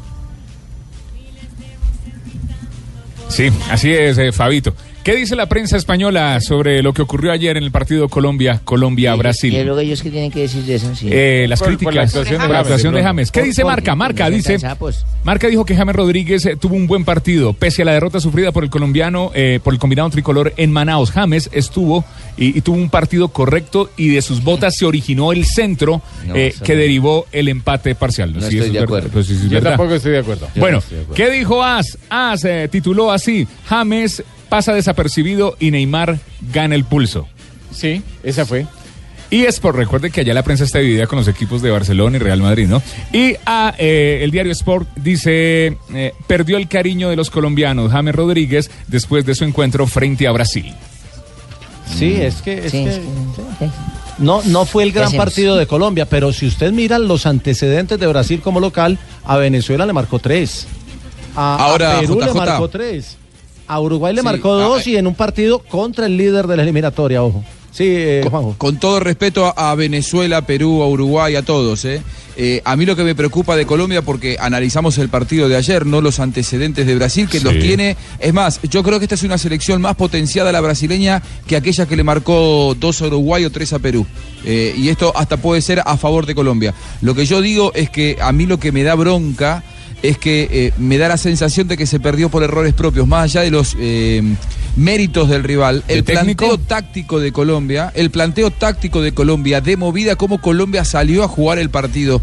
Speaker 2: Sí, así es, eh, Fabito. ¿Qué dice la prensa española sobre lo que ocurrió ayer en el partido Colombia, Colombia-Brasil?
Speaker 9: Y luego ellos que tienen que decir de eso, sí.
Speaker 2: Eh, las
Speaker 9: Por- por
Speaker 2: críticas
Speaker 9: la actuación de
Speaker 2: por la
Speaker 9: James,
Speaker 2: actuación
Speaker 9: de
Speaker 2: de
Speaker 9: pronto.
Speaker 2: James. ¿Qué
Speaker 9: Por-
Speaker 2: dice
Speaker 9: por- pues.
Speaker 2: Marca? Marca
Speaker 9: no sean
Speaker 2: dice,
Speaker 9: sapos.
Speaker 2: Marca dijo que James Rodríguez eh, tuvo un buen partido pese a la derrota sufrida por el colombiano eh, por el combinado tricolor en Manaus. James estuvo y, y tuvo un partido correcto y de sus botas se originó el centro
Speaker 11: No,
Speaker 2: eh,
Speaker 11: eso
Speaker 2: que
Speaker 11: no.
Speaker 2: derivó el empate parcial.
Speaker 11: No
Speaker 2: Sí,
Speaker 11: estoy
Speaker 2: eso es
Speaker 11: de
Speaker 2: verdad.
Speaker 11: acuerdo.
Speaker 2: Pues sí, sí, es
Speaker 11: Yo
Speaker 2: verdad.
Speaker 11: tampoco estoy de acuerdo. Yo no
Speaker 2: Bueno,
Speaker 11: estoy de acuerdo.
Speaker 2: ¿qué dijo As? As eh, tituló así: James pasa desapercibido y Neymar gana el pulso.
Speaker 11: Sí, esa fue.
Speaker 2: Y Sport, recuerden que allá la prensa está dividida con los equipos de Barcelona y Real Madrid, ¿no? Y ah, eh, el diario Sport dice, eh, perdió el cariño de los colombianos James Rodríguez después de su encuentro frente a Brasil. Mm.
Speaker 8: Sí, es que, es
Speaker 2: Sí,
Speaker 8: que-
Speaker 2: es
Speaker 8: No, no fue el gran
Speaker 2: hacemos?
Speaker 8: partido de Colombia, pero si usted mira los antecedentes de Brasil como local, a Venezuela le marcó tres. A, a
Speaker 2: Ah,
Speaker 3: Ahora,
Speaker 8: Perú le
Speaker 3: JJ.
Speaker 8: marcó tres. A Uruguay le
Speaker 3: Sí,
Speaker 8: marcó
Speaker 3: ah,
Speaker 8: dos y en un partido contra el líder de la eliminatoria, ojo. Sí, eh, Juanjo.
Speaker 3: Con todo respeto a, a Venezuela, Perú, a Uruguay, a todos, ¿eh? Eh, a mí lo que me preocupa de Colombia, porque analizamos el partido de ayer, no los antecedentes de Brasil, que
Speaker 2: Sí.
Speaker 3: los tiene. Es más, yo creo que esta es una selección más potenciada la brasileña que aquella que le marcó dos a Uruguay o tres a Perú. Eh, y esto hasta puede ser a favor de Colombia. Lo que yo digo es que a mí lo que me da bronca es que eh, me da la sensación de que se perdió por errores propios, más allá de los eh, méritos del rival. El planteo táctico de Colombia, el planteo táctico de Colombia, de movida, cómo Colombia salió a jugar el partido.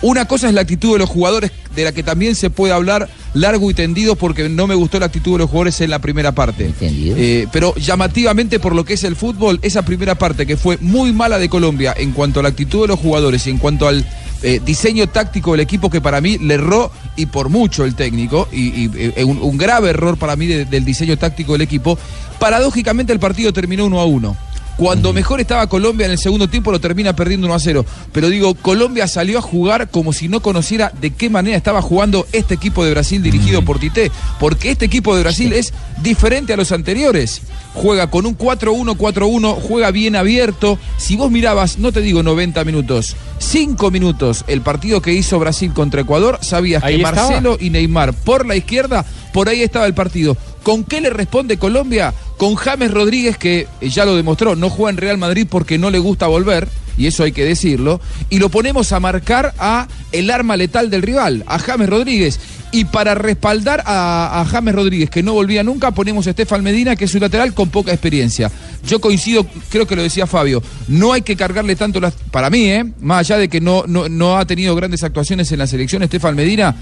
Speaker 3: Una cosa es la actitud de los jugadores, de la que también se puede hablar largo y tendido, porque no me gustó la actitud de los jugadores en la primera parte. Eh, pero llamativamente por lo que es el fútbol, esa primera parte que fue muy mala de Colombia en cuanto a la actitud de los jugadores y en cuanto al eh, diseño táctico del equipo que para mí le erró y por mucho el técnico, y, y, eh, un, un grave error para mí de- del diseño táctico del equipo, paradójicamente el partido terminó 1 a 1. Cuando mejor estaba Colombia en el segundo tiempo lo termina perdiendo 1 a 0. Pero digo, Colombia salió a jugar como si no conociera de qué manera estaba jugando este equipo de Brasil dirigido por Tite. Porque este equipo de Brasil es diferente a los anteriores. Juega con un 4-1-4-1, juega bien abierto. Si vos mirabas, no te digo 90 minutos, 5 minutos el partido que hizo Brasil contra Ecuador, sabías
Speaker 11: Ahí
Speaker 3: que
Speaker 11: estaba.
Speaker 3: Marcelo Marcelo y Neymar por la izquierda, por ahí estaba el partido. ¿Con qué le responde Colombia? Con James Rodríguez, que eh, ya lo demostró, no juega en Real Madrid porque no le gusta volver, y eso hay que decirlo, y lo ponemos a marcar a el arma letal del rival, a James Rodríguez. Y para respaldar a, a James Rodríguez, que no volvía nunca, ponemos a Estefan Medina, que es un lateral con poca experiencia. Yo coincido, creo que lo decía Fabio, no hay que cargarle tanto las. Para mí, ¿eh? más allá de que no, no, no ha tenido grandes actuaciones en la selección, Estefan Medina,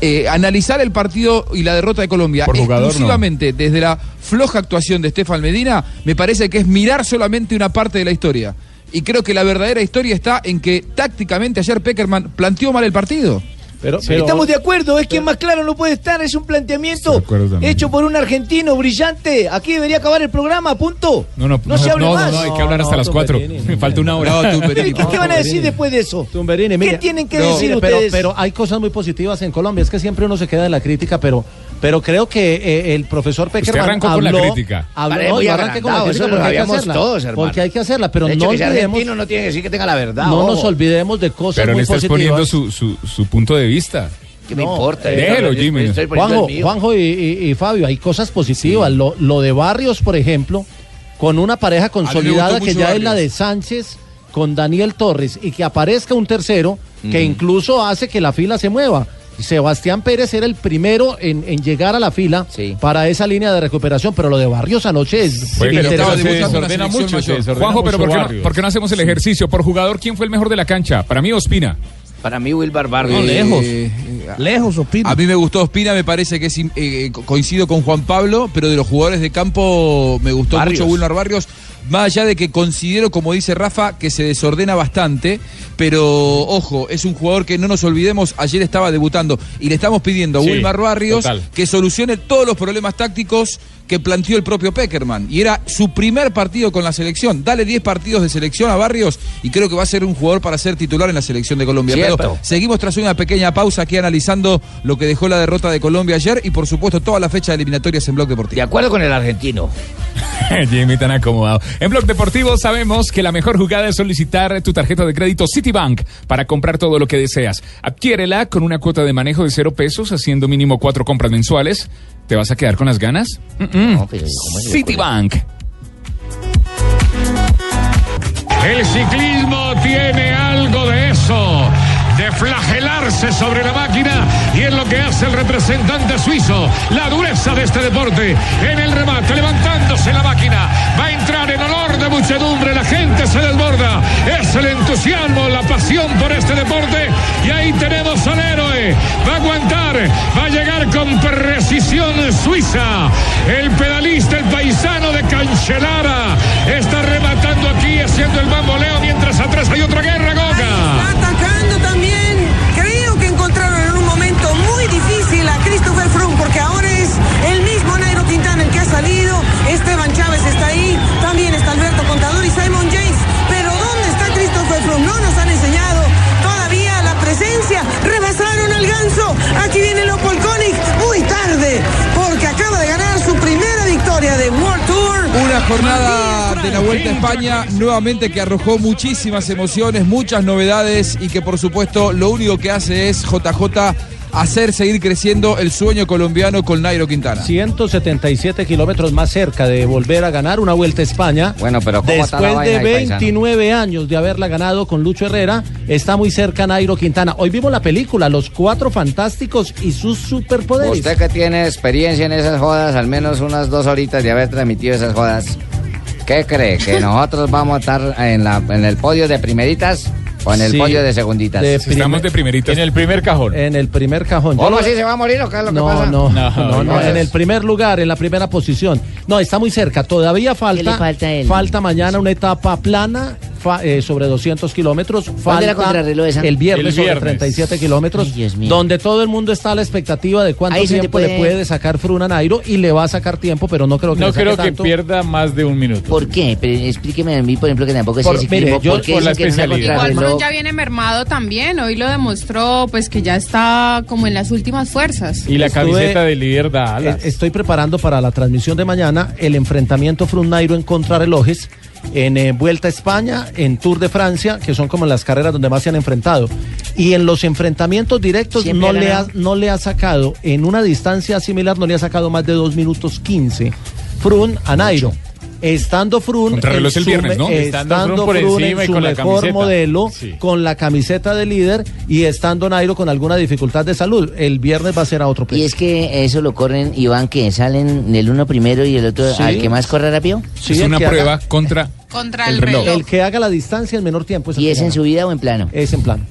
Speaker 3: eh, analizar el partido y la derrota de Colombia
Speaker 2: Por jugador, no.
Speaker 3: exclusivamente desde la floja actuación de Estefan Medina, me parece que es mirar solamente una parte de la historia. Y creo que la verdadera historia está en que tácticamente ayer Peckerman planteó mal el partido.
Speaker 8: Pero,
Speaker 7: Estamos de acuerdo, es que más claro no puede estar, es un planteamiento
Speaker 3: acuerdo también.
Speaker 7: hecho por un argentino brillante. Aquí debería acabar el programa, punto.
Speaker 2: No, no,
Speaker 7: No se hable más.
Speaker 2: no, hay que hablar hasta las 4. Falta una hora.
Speaker 7: Pero, ¿y ¿Qué, qué van a decir después de eso? ¿Qué tienen que
Speaker 8: No,
Speaker 7: decir
Speaker 8: pero,
Speaker 7: ustedes?
Speaker 8: pero hay cosas muy positivas en Colombia. Es que siempre uno se queda en la crítica, pero, pero creo que eh, el profesor Peckerman
Speaker 2: arrancó con la
Speaker 8: habló,
Speaker 2: crítica.
Speaker 8: habló-
Speaker 9: Vale,
Speaker 8: no,
Speaker 9: muy
Speaker 8: yo arranqué con la
Speaker 9: agrandado,
Speaker 8: crítica
Speaker 9: eso lo
Speaker 8: porque hay que
Speaker 9: habíamos
Speaker 8: hacerla.
Speaker 9: todos, hermano.
Speaker 8: porque hay que hacerla, pero
Speaker 9: De hecho,
Speaker 8: no
Speaker 9: que sea
Speaker 8: olvidemos,
Speaker 9: argentino no tiene que decir que tenga la verdad.
Speaker 8: no
Speaker 9: ojo.
Speaker 8: nos olvidemos de cosas
Speaker 2: Pero le
Speaker 8: muy
Speaker 2: está
Speaker 11: ¿eh?
Speaker 2: exponiendo
Speaker 8: positivas.
Speaker 2: su, su, su punto de vista.
Speaker 9: ¿Qué me importa?
Speaker 2: Déjelo,
Speaker 9: Yo-
Speaker 2: Jimmy.
Speaker 9: yo estoy poniendo
Speaker 8: Juanjo,
Speaker 9: el mío.
Speaker 8: Juanjo y, y- y Fabio, hay cosas positivas. Lo, lo de Barrios, por ejemplo, con una pareja consolidada
Speaker 9: gustó
Speaker 8: que
Speaker 9: mucho
Speaker 8: ya es la
Speaker 9: Barrios.
Speaker 8: de Sánchez con Daniel Torres y que aparezca un tercero que
Speaker 9: Mm.
Speaker 8: incluso hace que la fila se mueva. Sebastián Pérez era el primero en, en llegar a la fila para esa línea de recuperación, pero lo de Barrios anoche es
Speaker 2: Fue que
Speaker 8: interesante.
Speaker 2: se desordena mucho, se desordena
Speaker 11: Juanjo, pero
Speaker 2: mucho
Speaker 11: ¿por qué, no,
Speaker 2: Barrios.
Speaker 11: por qué no hacemos el
Speaker 2: Sí.
Speaker 11: ejercicio? Por jugador, ¿quién fue el mejor de la cancha? Para mí, Ospina.
Speaker 16: Para mí, Wilbar Barrio.
Speaker 3: No, lejos. Lejos,
Speaker 10: Ospina.
Speaker 3: Ah. A mí me gustó Ospina, me parece que es. in- eh, co- coincido con Juan Pablo, pero de los jugadores de campo me gustó
Speaker 16: Barrios.
Speaker 3: mucho Wilmar Barrios. Más allá de que considero, como dice Rafa, que se desordena bastante, pero ojo, es un jugador que no nos olvidemos, ayer estaba debutando y le estamos pidiendo a
Speaker 16: Sí,
Speaker 3: Wilmar Barrios
Speaker 16: total.
Speaker 3: que solucione todos los problemas tácticos que planteó el propio Peckerman. Y era su primer partido con la selección. Dale 10 partidos de selección a Barrios y creo que va a ser un jugador para ser titular en la selección de Colombia.
Speaker 16: Cierto.
Speaker 3: Pero seguimos tras una pequeña pausa aquí analizando lo que dejó la derrota de Colombia ayer y por supuesto toda la fecha de eliminatorias en Blog Deportivo. De
Speaker 16: acuerdo con el argentino.
Speaker 2: Jimmy tan acomodado. En Blog Deportivo sabemos que la mejor jugada es solicitar tu tarjeta de crédito Citibank para comprar todo lo que deseas. Adquiérela con una cuota de manejo de cero pesos, haciendo mínimo cuatro compras mensuales. ¿Te vas a quedar con las ganas? Mm-mm. Citibank.
Speaker 17: El ciclismo tiene algo de eso, de flagelarse sobre la máquina y es lo que hace el representante suizo, la dureza de este deporte en el remate, levantándose la máquina, va a entrar en olor de muchedumbre, la gente se desborda, es el entusiasmo, la pasión por este deporte y ahí tenemos al héroe, va a aguantar, va a llegar con precisión suiza, el pedalista, el paisano de Cancelara, está rematando aquí haciendo el bamboleo mientras atrás hay otra guerra, Goga.
Speaker 18: atacando también. Creo que encontraron en un momento muy difícil a Christopher Froome porque ahora es el mismo Nairo Quintana el que ha salido. Esteban Chávez está ahí, también está Alberto Contador y Simon James. Pero ¿dónde está Christopher Froome? No nos han enseñado todavía la presencia. Rebasaron al ganso. Aquí viene Leopold Koenig muy tarde porque acaba de ganar su primera victoria de World Tour.
Speaker 3: Una jornada de la Vuelta a España nuevamente que arrojó muchísimas emociones, muchas novedades y que por supuesto lo único que hace es JJ hacer seguir creciendo el sueño colombiano con Nairo Quintana.
Speaker 8: 177 kilómetros más cerca de volver a ganar una vuelta a España. Bueno, pero
Speaker 3: ¿cómo está la
Speaker 8: después
Speaker 3: vaina
Speaker 8: de
Speaker 3: ahí, paisano?
Speaker 8: 29 años de haberla ganado con Lucho Herrera, está muy cerca Nairo Quintana. Hoy vimos la película Los Cuatro Fantásticos y sus superpoderes.
Speaker 9: Usted que tiene experiencia en esas jodas, al menos unas dos horitas de haber transmitido esas jodas, ¿qué cree? ¿Que nosotros vamos a estar en, la- en el podio de primeritas o en el
Speaker 8: Sí,
Speaker 9: podio de segunditas?
Speaker 8: de Si estamos primer- de
Speaker 2: primeritas.
Speaker 8: En el
Speaker 2: primer cajón.
Speaker 8: En el primer cajón. Yo
Speaker 9: ¿Cómo
Speaker 8: lo-
Speaker 9: así se va a morir o qué es lo que
Speaker 8: no,
Speaker 9: pasa?
Speaker 8: no, no, no,
Speaker 9: entonces-
Speaker 8: en el primer lugar, en la primera posición. No, está muy cerca. Todavía falta.
Speaker 12: le falta a él?
Speaker 8: falta mañana una etapa plana fa- eh, sobre 200 kilómetros.
Speaker 12: ¿Cuándo
Speaker 8: Falta
Speaker 12: era contrarreloj esa?
Speaker 8: El viernes,
Speaker 12: El
Speaker 8: sobre
Speaker 12: viernes.
Speaker 8: 37 kilómetros,
Speaker 12: Ay, Dios mío.
Speaker 8: donde todo el mundo está a la expectativa de cuánto
Speaker 12: Ahí se te
Speaker 8: tiempo le
Speaker 12: puede-
Speaker 8: puede sacar Fruna a Nairo y le va a sacar tiempo, pero no creo que
Speaker 11: No
Speaker 8: le saque
Speaker 11: creo que
Speaker 8: tanto.
Speaker 11: pierda más de un minuto.
Speaker 12: ¿Por qué? Pero explíqueme a mí, por ejemplo, que tampoco sé
Speaker 11: Por-
Speaker 12: ciclismo.
Speaker 11: mire, yo-
Speaker 12: ¿Por qué
Speaker 11: por la
Speaker 12: dicen que en una
Speaker 11: especialidad.
Speaker 19: Igual
Speaker 12: contrarreloj-
Speaker 19: Frun ya viene mermado también, hoy lo demostró pues que ya está como en las últimas fuerzas.
Speaker 11: Y la
Speaker 8: Estuve-
Speaker 11: camiseta de líder da
Speaker 8: Eh,
Speaker 11: alas.
Speaker 8: Estoy preparando para la transmisión de mañana el enfrentamiento Frun-Nairo en contrarrelojes en eh, Vuelta a España, en Tour de Francia, que son como las carreras donde más se han enfrentado. Y en los enfrentamientos directos
Speaker 12: Siempre
Speaker 8: no
Speaker 12: ha
Speaker 8: le, ha,
Speaker 12: ganado.
Speaker 8: no le ha sacado, en una distancia similar, no le ha sacado más de 2 minutos 15 Frun a Nairo. Estando Frun,
Speaker 2: Contrarreloj el
Speaker 8: su me-
Speaker 2: viernes, ¿no?
Speaker 8: estando,
Speaker 2: Estando
Speaker 8: Frun
Speaker 2: Frun por
Speaker 8: en
Speaker 2: encima y
Speaker 8: su
Speaker 2: con la
Speaker 8: mejor
Speaker 2: camiseta.
Speaker 8: modelo,
Speaker 2: Sí.
Speaker 8: con la camiseta de líder y estando Nairo con alguna dificultad de salud. El viernes va a ser a otro
Speaker 12: Y es que eh, eso lo corren y van que salen el uno primero y el otro
Speaker 8: Sí.
Speaker 12: al que más corra rápido.
Speaker 8: Sí, Es el una que prueba haga-
Speaker 2: contra
Speaker 19: Contra
Speaker 12: el reloj.
Speaker 8: El que haga la distancia en menor tiempo.
Speaker 12: ¿Y es en subida o en plano?
Speaker 8: Es en plano.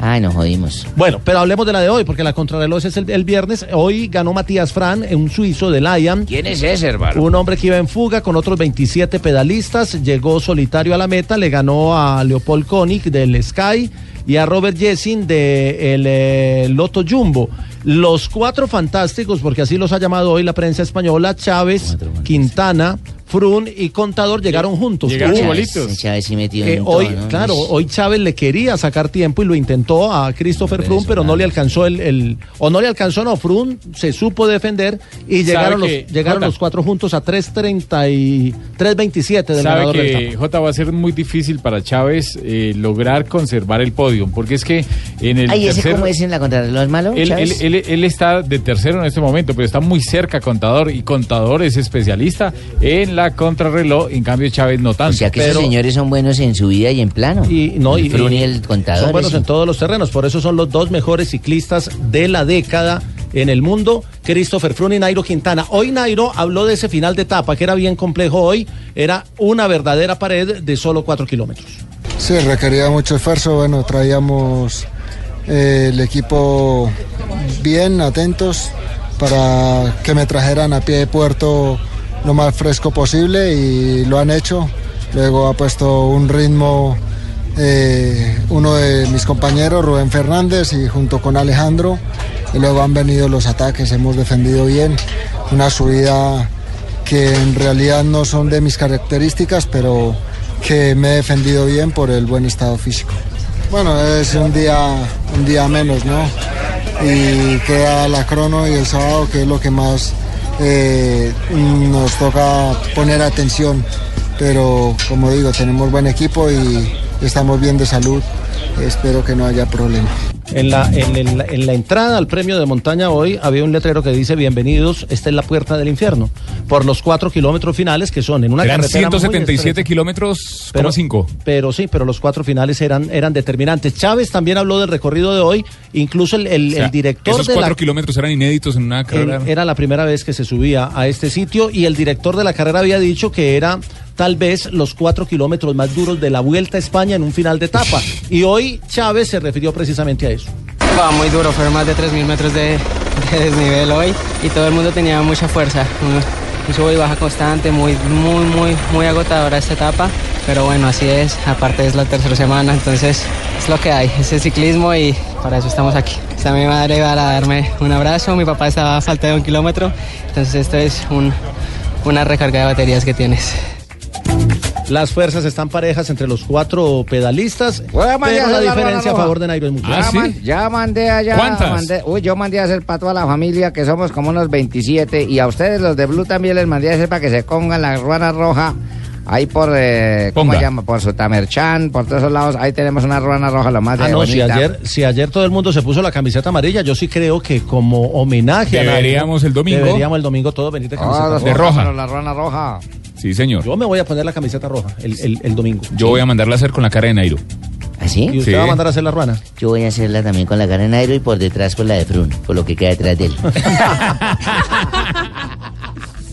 Speaker 12: Ay, nos jodimos.
Speaker 8: Bueno, pero hablemos de la de hoy, porque la contrarreloj es el, el viernes. Hoy ganó Matías Fran, eh, un suizo del IAM.
Speaker 16: ¿Quién es ese, hermano?
Speaker 8: Un hombre que iba en fuga con otros 27 pedalistas, llegó solitario a la meta, le ganó a Leopold Koenig del Sky y a Robert Jessin del Loto eh, Jumbo. Los cuatro fantásticos, porque así los ha llamado hoy la prensa española, Chávez, Quintana, Frun y Contador llegaron juntos.
Speaker 12: Llegaron
Speaker 8: Hubo-
Speaker 12: igualitos. Chávez sí metió
Speaker 8: que
Speaker 12: en
Speaker 8: Eh, hoy,
Speaker 12: todo, ¿no? Pues,
Speaker 8: claro, hoy Chávez le quería sacar tiempo y lo intentó a Christopher Froome, pero no le alcanzó el, el- o no le alcanzó, no, Froome se supo defender y
Speaker 11: ¿Sabe
Speaker 8: llegaron los,
Speaker 11: que,
Speaker 8: llegaron
Speaker 11: Jota?
Speaker 8: los cuatro juntos a 3.30 y 3.27 del
Speaker 11: Sabe
Speaker 8: ganador del
Speaker 11: que J va a ser muy difícil para Chávez eh, lograr conservar el podio, porque es que en el
Speaker 12: Ay, ¿ese
Speaker 11: tercer-
Speaker 12: cómo es en la contrarreloj? ¿Es malo,
Speaker 11: Él,
Speaker 12: Chávez?
Speaker 11: él- él- él está de tercero en este momento, pero está muy cerca a Contador y Contador es especialista en la contrarreloj, en cambio Chávez no tanto.
Speaker 12: O sea que esos señores son buenos en subida y en plano.
Speaker 8: Y no,
Speaker 12: el
Speaker 8: y-
Speaker 12: Frun y,
Speaker 8: y
Speaker 12: el contador.
Speaker 8: Son buenos
Speaker 12: ese.
Speaker 8: en todos los terrenos, por eso son los dos mejores ciclistas de la década en el mundo, Christopher Froome y Nairo Quintana. Hoy Nairo habló de ese final de etapa que era bien complejo hoy, era una verdadera pared de solo cuatro kilómetros.
Speaker 20: Sí, requería mucho esfuerzo. Bueno, traíamos eh, el equipo bien, atentos, para que me trajeran a pie de puerto lo más fresco posible y lo han hecho. Luego ha puesto un ritmo eh, uno de mis compañeros, Rubén Fernández, y junto con Alejandro. Y luego han venido los ataques, hemos defendido bien. Una subida que en realidad no son de mis características, pero que me he defendido bien por el buen estado físico. Bueno, es un día, un día menos, ¿no? Y queda la crono y el sábado, que es lo que más eh, nos toca poner atención. Pero como digo, tenemos buen equipo y estamos bien de salud. Espero que no haya problema.
Speaker 8: En la, en, el- en la entrada al premio de montaña hoy había un letrero que dice bienvenidos, esta es la puerta del infierno, por los cuatro kilómetros finales que son en una
Speaker 2: Eran
Speaker 8: carretera muy
Speaker 2: 177
Speaker 8: estrecha.
Speaker 2: kilómetros,
Speaker 8: Pero-
Speaker 2: coma cinco.
Speaker 8: Pero sí, pero los cuatro finales eran, eran determinantes. Chávez también habló del recorrido de hoy, incluso el, el-
Speaker 2: O sea,
Speaker 8: el director
Speaker 2: Esos
Speaker 8: de
Speaker 2: cuatro
Speaker 8: la
Speaker 2: kilómetros eran inéditos en una carrera.
Speaker 8: el- era la primera vez que se subía a este sitio y el director de la carrera había dicho que era tal vez los cuatro kilómetros más duros de la Vuelta a España en un final de etapa. Y hoy Chávez se refirió precisamente a eso.
Speaker 21: Estaba muy duro, fueron más de 3.000 metros de, de desnivel hoy y todo el mundo tenía mucha fuerza. Un- Un subo y baja constante, muy, muy, muy, muy agotadora esta etapa, pero bueno, así es. Aparte es la tercera semana, entonces es lo que hay, es el ciclismo y para eso estamos aquí. Está mi madre para darme un abrazo, mi papá estaba a falta de un kilómetro, entonces esto es un- una recarga de baterías que tienes.
Speaker 8: Las fuerzas están parejas entre los cuatro pedalistas, pero la
Speaker 9: mañana la
Speaker 8: diferencia a
Speaker 9: Roja.
Speaker 8: favor de Nairo es muy
Speaker 2: Ah,
Speaker 9: ya,
Speaker 8: grande.
Speaker 9: Ah, man- ya mandé allá.
Speaker 8: ¿Cuántas?
Speaker 9: mandé- uy, yo mandé a hacer para toda la familia, que somos como unos 27. Y a ustedes, los de Blue, también les mandé a hacer para que se pongan la ruana roja. Ahí por, eh, ¿cómo
Speaker 8: Ponga.
Speaker 9: se llama? Por Sutamerchán, por todos esos lados. Ahí tenemos una ruana roja, lo más de
Speaker 8: Ah, no, si
Speaker 9: bonita.
Speaker 8: ayer, si ayer todo el mundo se puso la camiseta amarilla, yo sí creo que como homenaje a Nairo,
Speaker 2: Deberíamos el domingo.
Speaker 8: Deberíamos el domingo todos venir de camiseta
Speaker 2: de roja.
Speaker 9: Pero Ah, la ruana roja.
Speaker 2: Sí, señor.
Speaker 8: Yo me voy a poner la camiseta roja el, el- el domingo. ¿Ah,
Speaker 2: Yo voy a mandarla a hacer con la cara de Nairo.
Speaker 12: ¿Así?
Speaker 8: ¿Y usted va a mandar a hacer la ruana?
Speaker 12: Yo voy a hacerla también con la cara de Nairo y por detrás con la de Frun, por lo que queda detrás de él.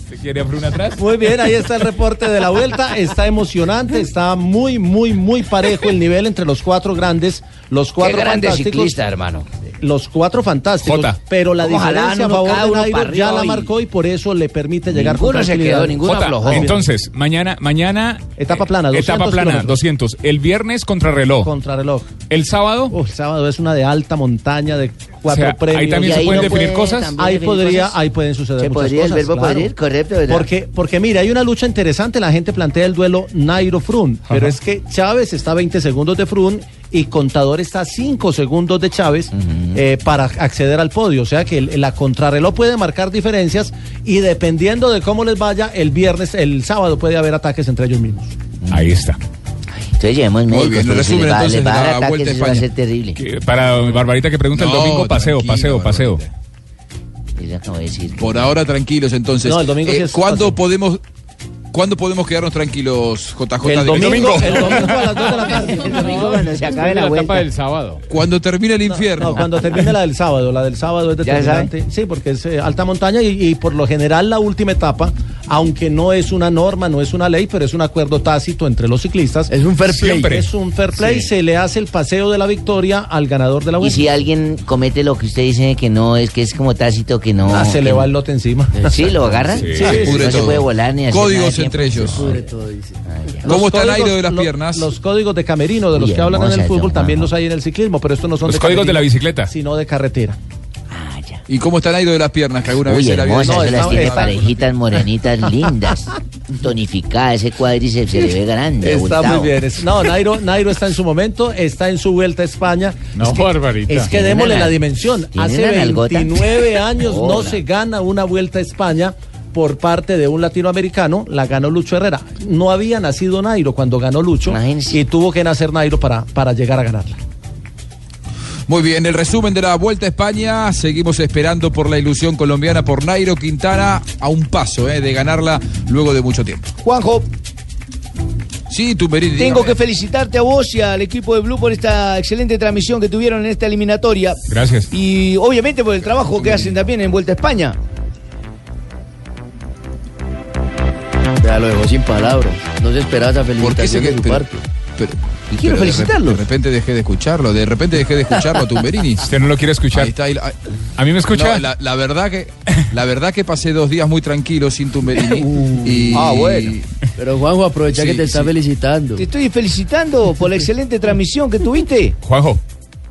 Speaker 2: ¿Te quiere abrir una atrás?
Speaker 8: Muy bien, ahí está el reporte de la vuelta. Está emocionante, está muy, muy, muy parejo el nivel entre los cuatro grandes, los cuatro
Speaker 16: Qué grande
Speaker 8: fantásticos.
Speaker 16: ciclista, hermano.
Speaker 8: los cuatro fantásticos,
Speaker 16: Jota.
Speaker 8: pero la
Speaker 16: Ojalá
Speaker 8: diferencia a
Speaker 16: no, no,
Speaker 8: favor
Speaker 16: cada
Speaker 8: de
Speaker 16: uno
Speaker 8: Nairo
Speaker 16: para
Speaker 8: ya
Speaker 16: arriba
Speaker 8: la
Speaker 16: hoy.
Speaker 8: marcó y por eso le permite llegar con tranquilidad.
Speaker 2: Jota, Entonces, mañana, mañana.
Speaker 8: Etapa plana, 200
Speaker 2: etapa plana,
Speaker 8: kilómetros.
Speaker 2: 200. El viernes contrarreloj.
Speaker 8: Contrarreloj.
Speaker 2: ¿El sábado?
Speaker 8: el sábado es una de alta montaña, de cuatro
Speaker 2: O sea,
Speaker 8: premios.
Speaker 2: ahí también Y se ahí pueden no definir puede cosas. también
Speaker 8: Ahí
Speaker 2: definir
Speaker 8: podría,
Speaker 2: cosas.
Speaker 8: ahí pueden suceder
Speaker 12: Se
Speaker 8: muchas
Speaker 12: podría el
Speaker 8: cosas,
Speaker 12: verbo
Speaker 8: claro.
Speaker 12: podrir, correcto, ¿verdad?
Speaker 8: Porque, porque mira, hay una lucha interesante, la gente plantea el duelo Nairo Frun, pero es que Chávez está a 20 segundos de Frun y Contador está a 5 segundos de Chávez eh, para acceder al podio, o sea que el- la contrarreloj puede marcar diferencias y dependiendo de cómo les vaya, el viernes, el sábado puede haber ataques entre ellos mismos.
Speaker 2: Ahí está.
Speaker 12: Entonces llevemos
Speaker 2: Muy
Speaker 12: médicos,
Speaker 2: bien,
Speaker 12: porque si
Speaker 2: resumen,
Speaker 12: les va,
Speaker 2: entonces,
Speaker 12: les va a
Speaker 2: de
Speaker 12: dar
Speaker 2: la
Speaker 12: ataques,
Speaker 2: Vuelta a
Speaker 12: eso va a
Speaker 2: España.
Speaker 12: ser terrible.
Speaker 2: Que Para Barbarita que pregunta el
Speaker 3: No,
Speaker 2: domingo, paseo, paseo, paseo.
Speaker 3: Por ahora tranquilos, entonces. Eh,
Speaker 2: No, el domingo sí es
Speaker 3: ¿Cuándo podemos, ¿Cuándo podemos quedarnos tranquilos, JJ?
Speaker 2: El
Speaker 3: de-
Speaker 2: domingo, el domingo
Speaker 8: a las dos de la tarde.
Speaker 12: El domingo cuando se acabe la
Speaker 11: la
Speaker 12: vuelta.
Speaker 11: etapa del sábado.
Speaker 3: Cuando termine el infierno.
Speaker 8: No, cuando termine la del sábado, la del sábado es
Speaker 3: ¿Ya la sabe?
Speaker 8: determinante. Sí, porque es eh, alta montaña y, y por lo general la última etapa, aunque no es una norma, no es una ley, pero es un acuerdo tácito entre los ciclistas. Es un
Speaker 12: fair play. Siempre.
Speaker 8: Es un fair play,
Speaker 12: Sí.
Speaker 8: se le hace el paseo de la victoria al ganador de la
Speaker 12: Y
Speaker 8: vuelta.
Speaker 12: si alguien comete lo que usted dice que no, es que es como tácito que no.
Speaker 8: Ah, se
Speaker 12: que
Speaker 8: le
Speaker 12: no.
Speaker 8: va el lote encima.
Speaker 12: Sí, lo agarran.
Speaker 8: Sí,
Speaker 12: Ah,
Speaker 8: sí,
Speaker 12: no
Speaker 8: sí.
Speaker 12: se puede volar ni hacer nada de
Speaker 8: Códigos
Speaker 12: tiempo.
Speaker 8: entre ellos.
Speaker 12: Se pudre todo,
Speaker 8: dice.
Speaker 12: ¿Cómo
Speaker 8: Los
Speaker 12: está el
Speaker 8: códigos-
Speaker 12: aire de las
Speaker 8: lo-
Speaker 12: piernas?
Speaker 8: Los códigos de camerino, de los
Speaker 12: Uy,
Speaker 8: que hablan en el
Speaker 12: hermosa,
Speaker 8: fútbol,
Speaker 12: yo,
Speaker 8: también los hay en el ciclismo, pero estos no son
Speaker 3: Los códigos de la
Speaker 2: bicicleta.
Speaker 8: Sino de carretera.
Speaker 3: ¿Y cómo está el aire de las piernas? Que alguna
Speaker 12: Uy,
Speaker 3: vez se la vio?
Speaker 12: hermosas,
Speaker 3: No,
Speaker 12: se las
Speaker 3: está-
Speaker 12: tiene
Speaker 3: está-
Speaker 12: parejitas, morenitas, lindas, tonificadas, ese cuádriceps se le ve grande,
Speaker 8: Está
Speaker 12: abultado.
Speaker 8: muy bien. es- No, Nairo, Nairo está en su momento, está en su vuelta a España.
Speaker 12: No,
Speaker 8: es que,
Speaker 12: barbarita.
Speaker 8: Es que
Speaker 12: Tiene
Speaker 8: démosle
Speaker 12: una-
Speaker 8: la dimensión.
Speaker 12: tiene
Speaker 8: Hace
Speaker 12: una nalgota.
Speaker 8: 29 años no
Speaker 12: Hola.
Speaker 8: se gana una vuelta a España por parte de un latinoamericano, la ganó Lucho Herrera. No había nacido Nairo cuando ganó Lucho y tuvo que nacer Nairo para, para llegar a ganarla.
Speaker 3: Muy bien, el resumen de la Vuelta a España. Seguimos esperando por la ilusión colombiana, por Nairo Quintana, a un paso eh, de ganarla luego de mucho tiempo.
Speaker 7: Juanjo.
Speaker 3: Sí, Tumberini.
Speaker 7: Tengo
Speaker 3: dígame.
Speaker 7: que felicitarte a vos y al equipo de Blue por esta excelente transmisión que tuvieron en esta eliminatoria.
Speaker 2: Gracias.
Speaker 7: Y obviamente por el trabajo que hacen también en Vuelta a España.
Speaker 22: Ya lo dejó sin palabras. No se esperaba esa
Speaker 3: ¿Por qué se
Speaker 22: felicitación
Speaker 3: que-
Speaker 22: de su
Speaker 3: pero-
Speaker 22: parte.
Speaker 3: pero- Y
Speaker 7: quiero
Speaker 3: pero de re-
Speaker 7: felicitarlo.
Speaker 3: De, repente dejé de escucharlo, de repente dejé de escucharlo a Tumberini.
Speaker 2: Usted no lo quiere escuchar.
Speaker 3: Ahí está, ahí la- ahí-
Speaker 2: ¿A mí me escucha?
Speaker 3: No, la, la verdad que, la verdad que pasé dos días muy tranquilo sin Tumberini.
Speaker 7: Uh.
Speaker 3: y,
Speaker 23: Ah, bueno. Pero Juanjo, aprovecha
Speaker 3: Sí,
Speaker 23: que te está
Speaker 3: sí.
Speaker 23: felicitando.
Speaker 7: Te estoy felicitando por la excelente transmisión que tuviste.
Speaker 2: Juanjo.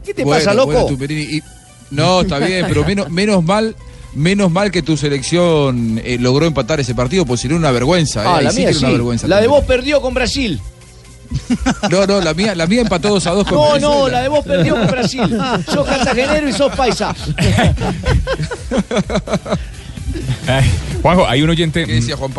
Speaker 7: ¿Qué te
Speaker 3: Bueno,
Speaker 7: pasa, loco?
Speaker 3: bueno, Tumberini, y- no, está bien, pero menos, menos mal. Menos mal que tu selección eh, logró empatar ese partido, pues sería una vergüenza. eh.
Speaker 7: ah,
Speaker 3: Ahí
Speaker 7: la
Speaker 3: sí
Speaker 7: mía
Speaker 3: que era
Speaker 7: sí.
Speaker 3: una vergüenza.
Speaker 7: La de vos perdió con Brasil.
Speaker 3: No, no, la mía, la mía empató 2 a 2 con
Speaker 7: No,
Speaker 3: Venezuela.
Speaker 7: no, la de vos perdió con Brasil. Sos cartagenero y sos paisa.
Speaker 2: Ay, Juanjo, hay un oyente.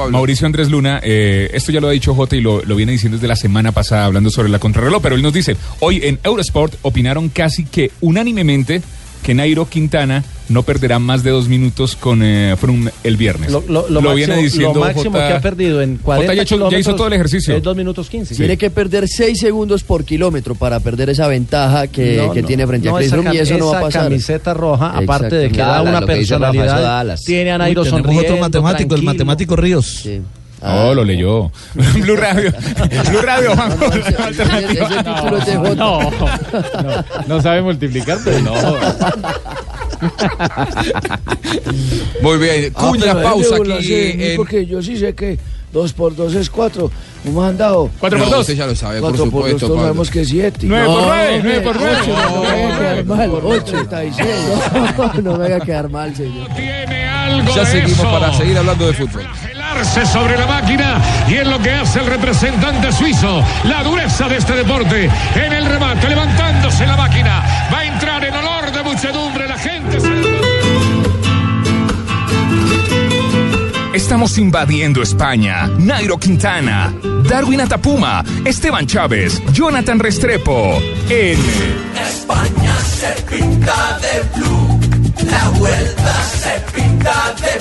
Speaker 2: Mauricio Andrés Luna, eh, esto ya lo ha dicho J y lo, lo viene diciendo desde la semana pasada hablando sobre la contrarreloj, pero él nos dice, hoy en Eurosport opinaron casi que unánimemente que Nairo Quintana no perderá más de dos minutos con eh, Froome el viernes.
Speaker 8: Lo, lo- lo máximo,
Speaker 2: viene diciendo
Speaker 8: lo máximo
Speaker 2: J.
Speaker 8: que ha perdido en 40
Speaker 2: J ya, hizo- ya hizo
Speaker 8: kilómetros
Speaker 2: todo el ejercicio.
Speaker 8: Es 2 minutos 15.
Speaker 23: Tiene que perder 6 segundos por kilómetro para perder esa ventaja que,
Speaker 8: No,
Speaker 23: que
Speaker 8: no,
Speaker 23: tiene frente
Speaker 8: no,
Speaker 23: a Chris
Speaker 8: esa
Speaker 23: Froome y
Speaker 8: cam-
Speaker 23: eso no va a
Speaker 8: esa
Speaker 23: pasar.
Speaker 8: camiseta roja, aparte de que da
Speaker 23: Dallas,
Speaker 8: una
Speaker 23: lo que dice Rafa, eso
Speaker 8: personalidad,
Speaker 23: Dallas.
Speaker 8: tiene a Nairo
Speaker 23: Uy, tenemos
Speaker 8: sonriendo.
Speaker 23: otro matemático, el
Speaker 8: matemático
Speaker 14: Ríos.
Speaker 2: Oh, lo leyó. Blue Radio. Blue Radio, Juanjo.
Speaker 23: Ese título es de J.
Speaker 11: No sabe multiplicar, pero no.
Speaker 3: Muy bien,
Speaker 23: Ah,
Speaker 3: cuña
Speaker 23: pero él
Speaker 3: pausa
Speaker 23: reguló,
Speaker 3: aquí.
Speaker 23: sí,
Speaker 3: en-
Speaker 23: Porque yo sí sé que 2 por 2 es 4. Hemos andado.
Speaker 3: Cuatro por No, dos. usted ya lo sabe, por
Speaker 23: Cuatro
Speaker 3: supuesto,
Speaker 23: dos,
Speaker 3: Pablo.
Speaker 23: sabemos que 7.
Speaker 3: Nueve por nueve, nueve por nueve.
Speaker 23: No me haga quedar mal, señor.
Speaker 3: Ya seguimos
Speaker 17: eso.
Speaker 3: para seguir hablando de fútbol.
Speaker 17: Arce sobre la máquina y es lo que hace el representante suizo. La dureza de este deporte en el remate, levantándose la máquina. Va a entrar en olor de muchedumbre, la gente se...
Speaker 24: Estamos invadiendo España. Nairo Quintana, Darwin Atapuma, Esteban Chávez, Jonathan Restrepo. En
Speaker 22: España se pinta de blue, la vuelta se pinta de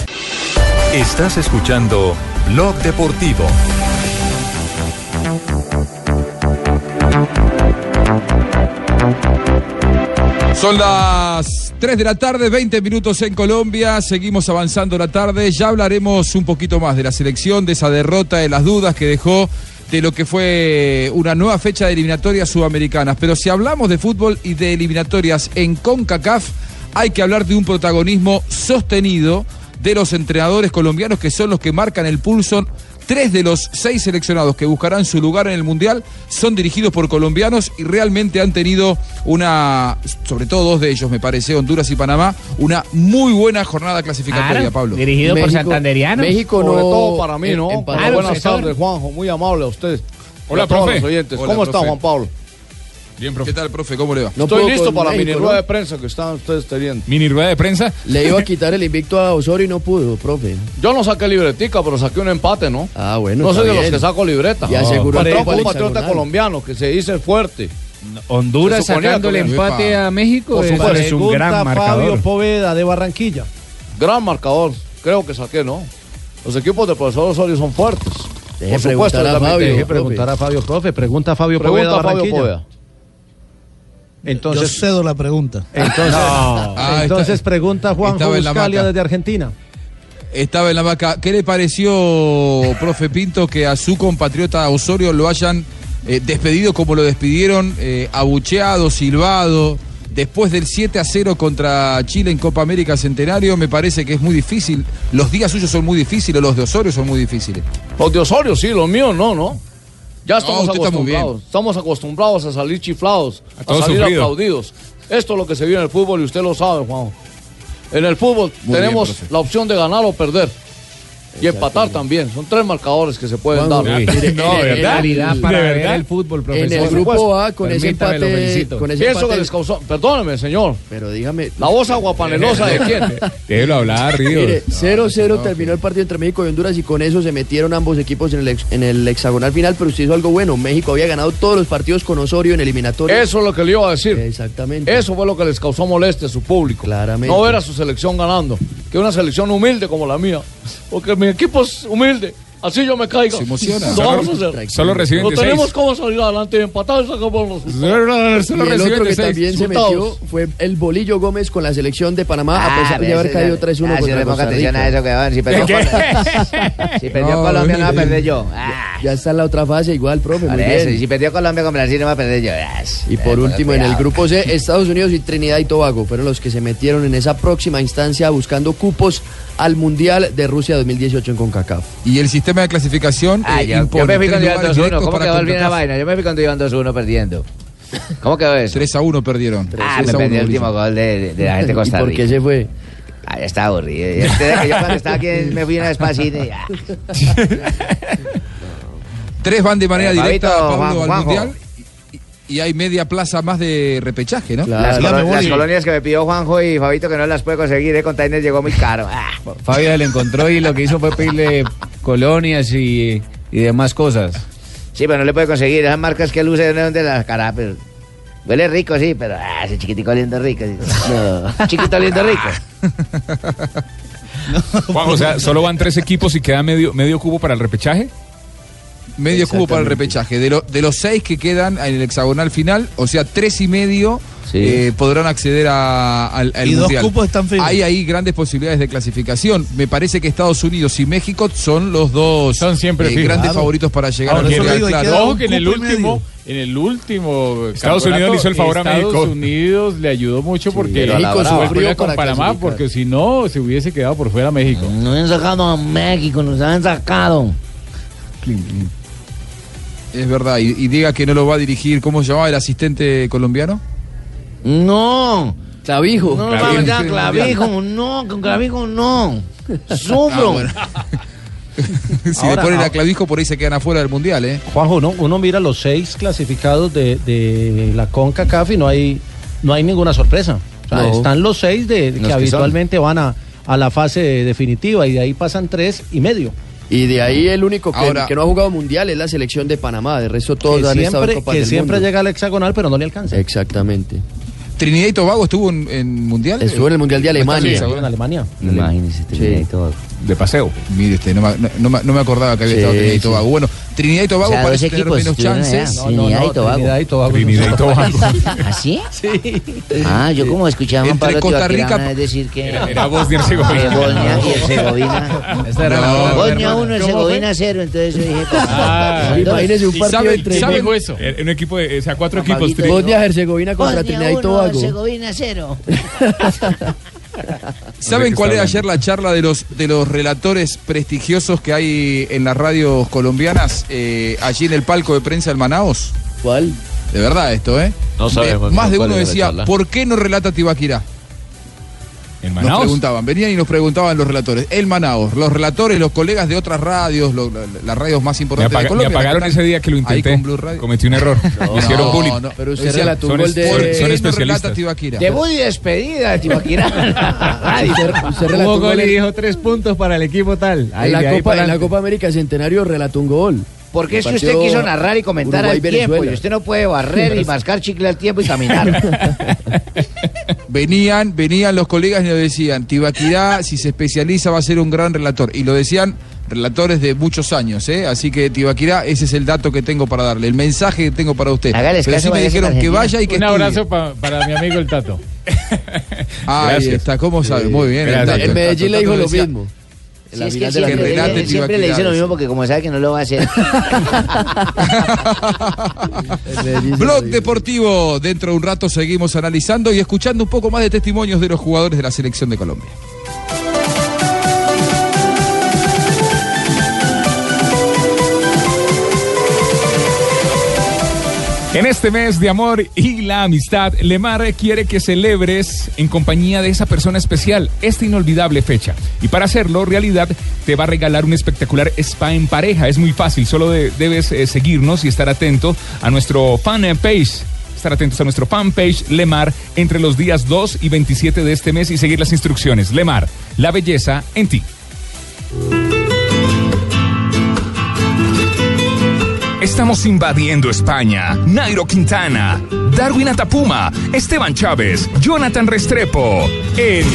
Speaker 25: Estás escuchando Blog Deportivo.
Speaker 3: Son las 3 de la tarde, 20 minutos en Colombia. Seguimos avanzando la tarde. Ya hablaremos un poquito más de la selección, de esa derrota, de las dudas que dejó, de lo que fue una nueva fecha de eliminatorias sudamericanas. Pero si hablamos de fútbol y de eliminatorias en CONCACAF, hay que hablar de un protagonismo sostenido de los entrenadores colombianos que son los que marcan el pulso. Tres de los seis seleccionados que buscarán su lugar en el Mundial son dirigidos por colombianos y realmente han tenido una, sobre todo dos de ellos, me parece, Honduras y Panamá, una muy buena jornada clasificatoria,
Speaker 16: Claro,
Speaker 3: Pablo.
Speaker 16: dirigido por santanderianos. México
Speaker 14: Sobre todo para mí, ¿no?
Speaker 3: Claro,
Speaker 14: Buenas
Speaker 3: profesor.
Speaker 14: tardes, Juanjo. Muy amable a usted.
Speaker 3: Hola,
Speaker 14: Y a todos
Speaker 3: profe.
Speaker 14: los oyentes.
Speaker 3: Hola,
Speaker 14: ¿Cómo está,
Speaker 3: profe.
Speaker 14: Juan Pablo?
Speaker 2: Bien, profe.
Speaker 3: ¿Qué tal, profe? ¿Cómo le va?
Speaker 14: Estoy listo para la
Speaker 23: México,
Speaker 14: mini
Speaker 23: ¿no?
Speaker 14: rueda de prensa que están ustedes teniendo.
Speaker 2: ¿Mini rueda de prensa?
Speaker 23: Le iba a quitar el invicto a Osorio y no pudo, profe.
Speaker 14: Yo no saqué libretica, pero saqué un empate, ¿no?
Speaker 23: Ah, bueno.
Speaker 14: no
Speaker 23: está
Speaker 14: soy de los
Speaker 23: bien.
Speaker 14: que saco libreta.
Speaker 23: Y aseguró el
Speaker 14: Contra
Speaker 23: triunfo
Speaker 14: un
Speaker 23: al
Speaker 14: patriota
Speaker 23: hexagonal.
Speaker 14: colombiano que se dice fuerte.
Speaker 16: Honduras
Speaker 14: Se suponía
Speaker 16: sacando el
Speaker 14: que-
Speaker 16: empate
Speaker 14: Epa.
Speaker 16: a México
Speaker 14: Por
Speaker 16: es,
Speaker 14: supuesto.
Speaker 16: es un gran marcador.
Speaker 8: Fabio Poveda de Barranquilla.
Speaker 14: Gran marcador. Creo que saqué, ¿no? Los equipos del profesor Osorio son fuertes. Por supuesto,
Speaker 8: preguntar a
Speaker 14: también
Speaker 8: Fabio,
Speaker 14: te-
Speaker 8: deje preguntar a Fabio, profe. Pregunta a Fabio
Speaker 14: Pregunta
Speaker 8: Poveda
Speaker 14: a Fabio
Speaker 8: Barranquilla.
Speaker 14: Poveda.
Speaker 8: Entonces,
Speaker 14: Yo cedo la pregunta.
Speaker 8: entonces, Ah, entonces pregunta Juan
Speaker 3: estaba en la
Speaker 8: Buscalia
Speaker 3: maca.
Speaker 8: desde Argentina.
Speaker 3: Estaba en la vaca. ¿Qué le pareció, profe Pinto, que a su compatriota Osorio lo hayan eh, despedido como lo despidieron, eh, abucheado, silbado, después del 7 a 0 contra Chile en Copa América Centenario? Me parece que es muy difícil. Los días suyos son muy difíciles, los de Osorio son muy difíciles.
Speaker 14: Los de Osorio, sí, los míos no, ¿no? Ya estamos
Speaker 3: usted está muy bien.
Speaker 14: acostumbrados. Estamos acostumbrados a salir chiflados, a,
Speaker 3: todo
Speaker 14: salir
Speaker 3: sufrido.
Speaker 14: aplaudidos. Esto es lo que se vive en el fútbol y usted lo sabe, Juan. En el fútbol
Speaker 3: Muy
Speaker 14: tenemos
Speaker 3: bien, profe.
Speaker 14: la opción de ganar o perder. Y empatar también. Son tres marcadores que se pueden
Speaker 23: Juanjo,
Speaker 14: dar.
Speaker 23: Ah, mire, No, en ¿verdad? realidad, para
Speaker 14: ¿De
Speaker 23: ver
Speaker 14: verdad?
Speaker 23: el fútbol, profesor. En el grupo A, con ese
Speaker 14: Permítame,
Speaker 23: empate-
Speaker 14: lo felicito.
Speaker 23: con ese
Speaker 14: Pienso
Speaker 23: empate-
Speaker 14: que les causó- Perdóneme, señor.
Speaker 23: Pero dígame.
Speaker 14: La voz aguapanelosa de quién.
Speaker 2: Déjelo hablar, Ríos.
Speaker 23: Mire, 0-0 terminó el partido entre México y Honduras y con eso se metieron ambos equipos en el, ex- en el hexagonal final, pero usted hizo algo bueno. México había ganado todos los partidos con Osorio en eliminatoria.
Speaker 14: Eso es lo que le iba a decir. Exactamente. Eso fue lo que les causó molestia a su público. Claramente. No ver a su selección ganando. Que una selección humilde como la mía. Porque mi equipo es humilde. Así yo me caiga.
Speaker 3: Se emociona.
Speaker 14: Lo
Speaker 3: Solo-
Speaker 14: vamos a hacer.
Speaker 2: solo reciben
Speaker 14: No
Speaker 2: 16.
Speaker 14: tenemos cómo salir adelante. Empatados sacamos los
Speaker 23: Y el otro que también se metió
Speaker 14: Resultados.
Speaker 23: fue el Bolillo Gómez con la selección de Panamá, a
Speaker 12: Ah,
Speaker 23: pesar de
Speaker 12: pero
Speaker 23: haber
Speaker 12: eso
Speaker 23: caído
Speaker 12: ya-
Speaker 23: 3-1
Speaker 12: ah, sí,
Speaker 23: contra
Speaker 12: le pongo
Speaker 23: Costa
Speaker 12: atención
Speaker 23: Rica.
Speaker 12: a eso, huevón, si perdió ¿Qué? Si perdió Colombia, no va a perder yo. Ah,
Speaker 23: Ya está en la otra fase igual, profe.
Speaker 12: Por
Speaker 23: muy
Speaker 12: eso,
Speaker 23: bien.
Speaker 12: y si perdió Colombia con Brasil, no va a perder yo. Ah,
Speaker 23: Y por último, en el grupo C, Estados Unidos y Trinidad y Tobago fueron los que se metieron en esa próxima instancia buscando cupos al Mundial de Rusia 2018 en CONCACAF.
Speaker 3: Y el sistema de clasificación
Speaker 23: Ah,
Speaker 3: eh,
Speaker 23: yo- yo
Speaker 3: impone
Speaker 23: me fui
Speaker 3: tres
Speaker 23: cuando iban
Speaker 3: lugares
Speaker 23: 2-1,
Speaker 3: directos
Speaker 23: ¿cómo
Speaker 3: para
Speaker 23: quedó al final la
Speaker 3: CONCACAF.
Speaker 12: Bueno, yo me fui cuando iban 2-1 perdiendo. ¿Cómo quedó eso?
Speaker 3: 3 a 1 perdieron.
Speaker 12: Ah,
Speaker 3: 3
Speaker 12: me
Speaker 3: a
Speaker 12: perdí
Speaker 3: 1,
Speaker 12: el último gol de, de- de la gente de Costa
Speaker 3: ¿Y
Speaker 12: Rica.
Speaker 3: por qué
Speaker 23: se fue?
Speaker 12: Ah, ya estaba aburrido. Ya usted ve que yo cuando estaba aquí me fui una vez para cine. ya.
Speaker 3: Tres van de manera
Speaker 12: Eh,
Speaker 3: directa
Speaker 12: Fabito,
Speaker 3: Pablo,
Speaker 12: Juan-
Speaker 3: al
Speaker 12: Juanjo.
Speaker 3: Mundial y, y hay media plaza más de repechaje, ¿no?
Speaker 12: Las, colo- las colonias que me pidió Juanjo y Fabito que no las puede conseguir, eh, con Tainer llegó muy caro. Ah,
Speaker 16: Fabio lo encontró y lo que hizo fue pedirle colonias y, y demás cosas.
Speaker 12: sí, pero no le puede conseguir. Esas marcas que luce no son de las caras, pero... Huele rico, sí, pero ah, ese chiquitico oliendo rico. sí. No, chiquito oliendo rico.
Speaker 2: Juan, o sea, solo van tres equipos y queda medio, medio cubo para el repechaje.
Speaker 3: Medio cubo para el repechaje. De, lo- de los seis que quedan en el hexagonal final, o sea, tres y medio eh, podrán acceder a- al, al
Speaker 10: Y dos
Speaker 3: Mundial.
Speaker 10: cupos están firmes.
Speaker 3: Hay ahí grandes posibilidades de clasificación. Me parece que Estados Unidos y México son los dos son
Speaker 11: siempre firmes.
Speaker 3: Eh, grandes
Speaker 11: Claro.
Speaker 3: favoritos para llegar al
Speaker 11: Ahora,
Speaker 3: Mundial.
Speaker 11: eso le digo,
Speaker 3: claro.
Speaker 11: Ojo que en el último, en el último
Speaker 2: Estados Unidos
Speaker 11: campeonato,
Speaker 2: le hizo el favor a México.
Speaker 11: Estados Unidos le ayudó mucho porque
Speaker 2: pero a la
Speaker 11: México
Speaker 2: brava.
Speaker 11: sufrió
Speaker 2: Sufrió
Speaker 11: con
Speaker 2: para
Speaker 11: Panamá
Speaker 2: clasificar.
Speaker 11: porque si no se hubiese quedado por fuera México.
Speaker 12: No han Mm, sacado a México, nos han sacado.
Speaker 3: Es verdad. Y, y diga que no lo va a dirigir, ¿cómo se llamaba el asistente colombiano?
Speaker 12: No.
Speaker 23: Clavijo.
Speaker 12: No, vamos ya, clavijo, no, con clavijo no.
Speaker 3: Ah,
Speaker 12: Sufro.
Speaker 3: bueno. Ah, si
Speaker 8: Ahora,
Speaker 3: le ponen a
Speaker 8: ah.
Speaker 3: clavijo, por ahí se quedan afuera del mundial, ¿eh?
Speaker 8: Juanjo, ¿no? uno mira los seis clasificados de, de la CONCACAF y no hay, no hay ninguna sorpresa. O sea,
Speaker 23: No.
Speaker 8: Están los seis de, que,
Speaker 23: que son.
Speaker 8: habitualmente van a, a la fase definitiva y de ahí pasan tres y medio.
Speaker 23: Y de ahí el único que,
Speaker 8: Ahora-
Speaker 23: que no ha jugado mundial es la selección de Panamá. De resto, todos
Speaker 8: Que
Speaker 23: han estado en
Speaker 8: siempre,
Speaker 23: Copa
Speaker 8: que
Speaker 23: del
Speaker 8: siempre
Speaker 23: Mundo.
Speaker 8: llega al hexagonal, pero no le alcanza.
Speaker 23: Exactamente.
Speaker 3: Trinidad y Tobago estuvo en, en mundial.
Speaker 23: Estuvo en el Mundial de Alemania.
Speaker 3: Está en el
Speaker 8: en Alemania.
Speaker 12: Imagínese, Trinidad y Tobago.
Speaker 2: De paseo.
Speaker 3: Mire este, no me, no- no me- no me acordaba que había
Speaker 2: Sí,
Speaker 3: estado Trinidad y
Speaker 2: sí.
Speaker 3: Tobago. Bueno, Trinidad y Tobago
Speaker 12: O sea, dos
Speaker 3: parece tener
Speaker 12: equipos
Speaker 3: menos
Speaker 12: estuvieron allá.
Speaker 3: chances.
Speaker 12: Trinidad y Tobago.
Speaker 8: Trinidad y Tobago.
Speaker 2: Trinidad y Tobago.
Speaker 12: ¿Así? Sí. Ah,
Speaker 9: Este,
Speaker 12: yo como escuchaba a Juan
Speaker 2: Entre
Speaker 12: Pablo
Speaker 2: Costa
Speaker 12: Tibaquirá
Speaker 2: Rica-
Speaker 12: una vez decir que
Speaker 2: Era- era Bosnia y Herzegovina.
Speaker 12: Que Bosnia y Herzegovina.
Speaker 2: era la otra,
Speaker 12: Bosnia
Speaker 2: hermano.
Speaker 12: 1,
Speaker 2: ¿Cómo
Speaker 12: Herzegovina 0, entonces yo dije,
Speaker 2: Ah,
Speaker 12: son dos.
Speaker 2: eso? Un equipo de, o sea, cuatro equipos.
Speaker 23: Bosnia Herzegovina contra
Speaker 12: Bosnia
Speaker 23: Trinidad y
Speaker 12: uno,
Speaker 23: Tobago.
Speaker 12: Herzegovina 0.
Speaker 3: ¿Saben
Speaker 23: qué
Speaker 3: cuál
Speaker 23: está
Speaker 3: era ayer la charla de los, de los relatores prestigiosos que hay en las radios colombianas eh, allí en el palco de prensa en Manaos?
Speaker 23: ¿Cuál?
Speaker 3: De verdad esto, ¿eh?
Speaker 4: No sabemos,
Speaker 3: De- más de
Speaker 4: ¿cuál
Speaker 3: uno
Speaker 4: era la
Speaker 3: decía,
Speaker 4: charla?
Speaker 3: ¿por qué no relata Tibaquirá?
Speaker 2: ¿En
Speaker 3: Nos
Speaker 4: Manaos?
Speaker 3: preguntaban, venían y nos preguntaban los relatores. El Manaos, los relatores, los colegas de otras radios, lo- la- las radios más
Speaker 2: Me,
Speaker 3: importantes
Speaker 2: apaga-
Speaker 3: de
Speaker 2: me
Speaker 3: Colombia.
Speaker 2: apagaron
Speaker 3: las
Speaker 2: ese día que lo
Speaker 3: ahí
Speaker 2: intenté. Cometí un error. Me hicieron
Speaker 3: no,
Speaker 2: bullying.
Speaker 3: no,
Speaker 23: pero usted
Speaker 2: Decían,
Speaker 23: relató un
Speaker 2: son
Speaker 23: gol
Speaker 2: es-
Speaker 23: de-
Speaker 2: son-
Speaker 23: ¿Por qué
Speaker 2: Son
Speaker 23: no
Speaker 2: especialistas.
Speaker 9: Debut y despedida de Tibaquirá.
Speaker 23: relató
Speaker 9: Hubo gol
Speaker 23: goles.
Speaker 9: y dijo tres puntos para el equipo tal. Ahí,
Speaker 23: en,
Speaker 9: de
Speaker 23: la Copa,
Speaker 9: ahí para
Speaker 23: en la
Speaker 9: adelante.
Speaker 23: Copa América Centenario relató un gol.
Speaker 9: Porque
Speaker 23: El
Speaker 9: es que usted
Speaker 23: partido
Speaker 9: quiso narrar y comentar al
Speaker 23: Uruguay-Venezuela.
Speaker 9: tiempo. Y usted no puede barrer y mascar chicle al tiempo y caminar.
Speaker 3: Venían, venían los colegas y nos decían, Tibaquirá, si se especializa, va a ser un gran relator. Y lo decían relatores de muchos años, ¿eh? Así que, Tibaquirá, ese es el dato que tengo para darle, el mensaje que tengo para usted. Pero sí me dijeron que vaya y que
Speaker 11: Un
Speaker 3: estudie.
Speaker 11: abrazo pa- para mi amigo el Tato.
Speaker 3: Ahí
Speaker 11: Gracias.
Speaker 3: está, ¿cómo sabe? Muy bien.
Speaker 11: Gracias.
Speaker 3: el dato,
Speaker 11: En
Speaker 3: el
Speaker 11: Medellín
Speaker 3: dato.
Speaker 11: le dijo lo
Speaker 3: Entonces decía,
Speaker 11: mismo.
Speaker 12: Sí, es
Speaker 3: que
Speaker 12: que siempre,
Speaker 3: relate
Speaker 12: siempre
Speaker 3: Tibaquirá,
Speaker 12: le dice lo
Speaker 3: decía.
Speaker 12: mismo porque como sabe que no lo va a hacer.
Speaker 3: Blog Deportivo, dentro de un rato seguimos analizando y escuchando un poco más de testimonios de los jugadores de la selección de Colombia.
Speaker 2: En este mes de amor y la amistad, Lemar quiere que celebres en compañía de esa persona especial esta inolvidable fecha. Y para hacerlo realidad, te va a regalar un espectacular spa en pareja. Es muy fácil, solo de- debes eh, seguirnos y estar atento a nuestro fanpage. Estar atentos a nuestro fanpage Lemar entre los días 2 y 27 de este mes y seguir las instrucciones. Lemar, la belleza en ti. Estamos invadiendo España. Nairo Quintana, Darwin Atapuma, Esteban Chávez, Jonathan Restrepo. En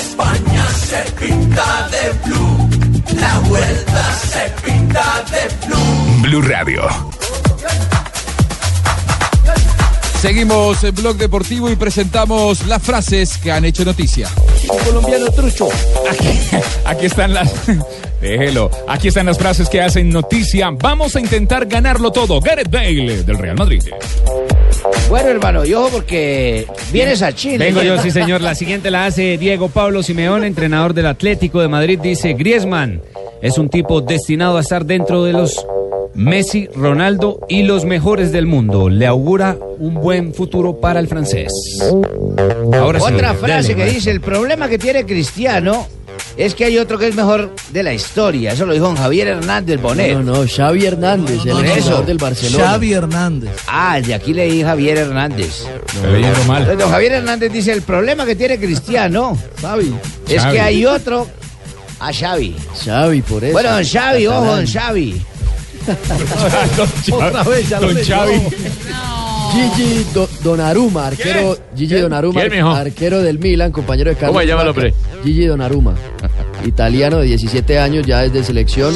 Speaker 22: España se pinta de blue, La vuelta se pinta de blue.
Speaker 26: Blue Radio.
Speaker 3: Seguimos en Blog Deportivo y presentamos las frases que han hecho noticia.
Speaker 7: Colombiano trucho.
Speaker 2: Aquí están las. Déjelo. Aquí están las frases que hacen noticia. Vamos a intentar ganarlo todo. Gareth Bale del Real Madrid.
Speaker 7: Bueno, hermano, yo porque vienes a Chile.
Speaker 16: Vengo yo, sí, señor. La siguiente la hace Diego Pablo Simeón, entrenador del Atlético de Madrid. Dice: Griezmann es un tipo destinado a estar dentro de los Messi, Ronaldo y los mejores del mundo. Le augura un buen futuro para el francés. Ahora sí,
Speaker 7: Otra
Speaker 16: dele,
Speaker 7: frase que
Speaker 16: maestro.
Speaker 7: dice, el problema que tiene Cristiano es que hay otro que es mejor de la historia. Eso lo dijo don Javier Hernández Bonet.
Speaker 23: No, no, no, Xavi Hernández, el
Speaker 7: Por
Speaker 23: entrenador del Barcelona.
Speaker 7: Xavi Hernández. Ah, de aquí leí Javier Hernández.
Speaker 23: Se veía lo mal.
Speaker 7: Entonces, Don Javier Hernández dice, el problema que tiene Cristiano Xavi, es
Speaker 23: Xavi.
Speaker 7: que hay otro a Xavi.
Speaker 23: Xavi, por eso.
Speaker 7: Bueno, don Xavi, ojo, don Xavi.
Speaker 23: Otra vez, ya lo
Speaker 7: Don
Speaker 23: leyó.
Speaker 7: Xavi.
Speaker 23: Gigi Do- Donnarumma, arquero. Gigi Donnarumma,
Speaker 4: ¿Quién, mijo?
Speaker 23: arquero del Milan, compañero de Carlos.
Speaker 4: ¿Cómo se llama el
Speaker 23: Vaca.
Speaker 4: hombre?
Speaker 23: Gigi Donnarumma, italiano de 17 años, ya desde selección.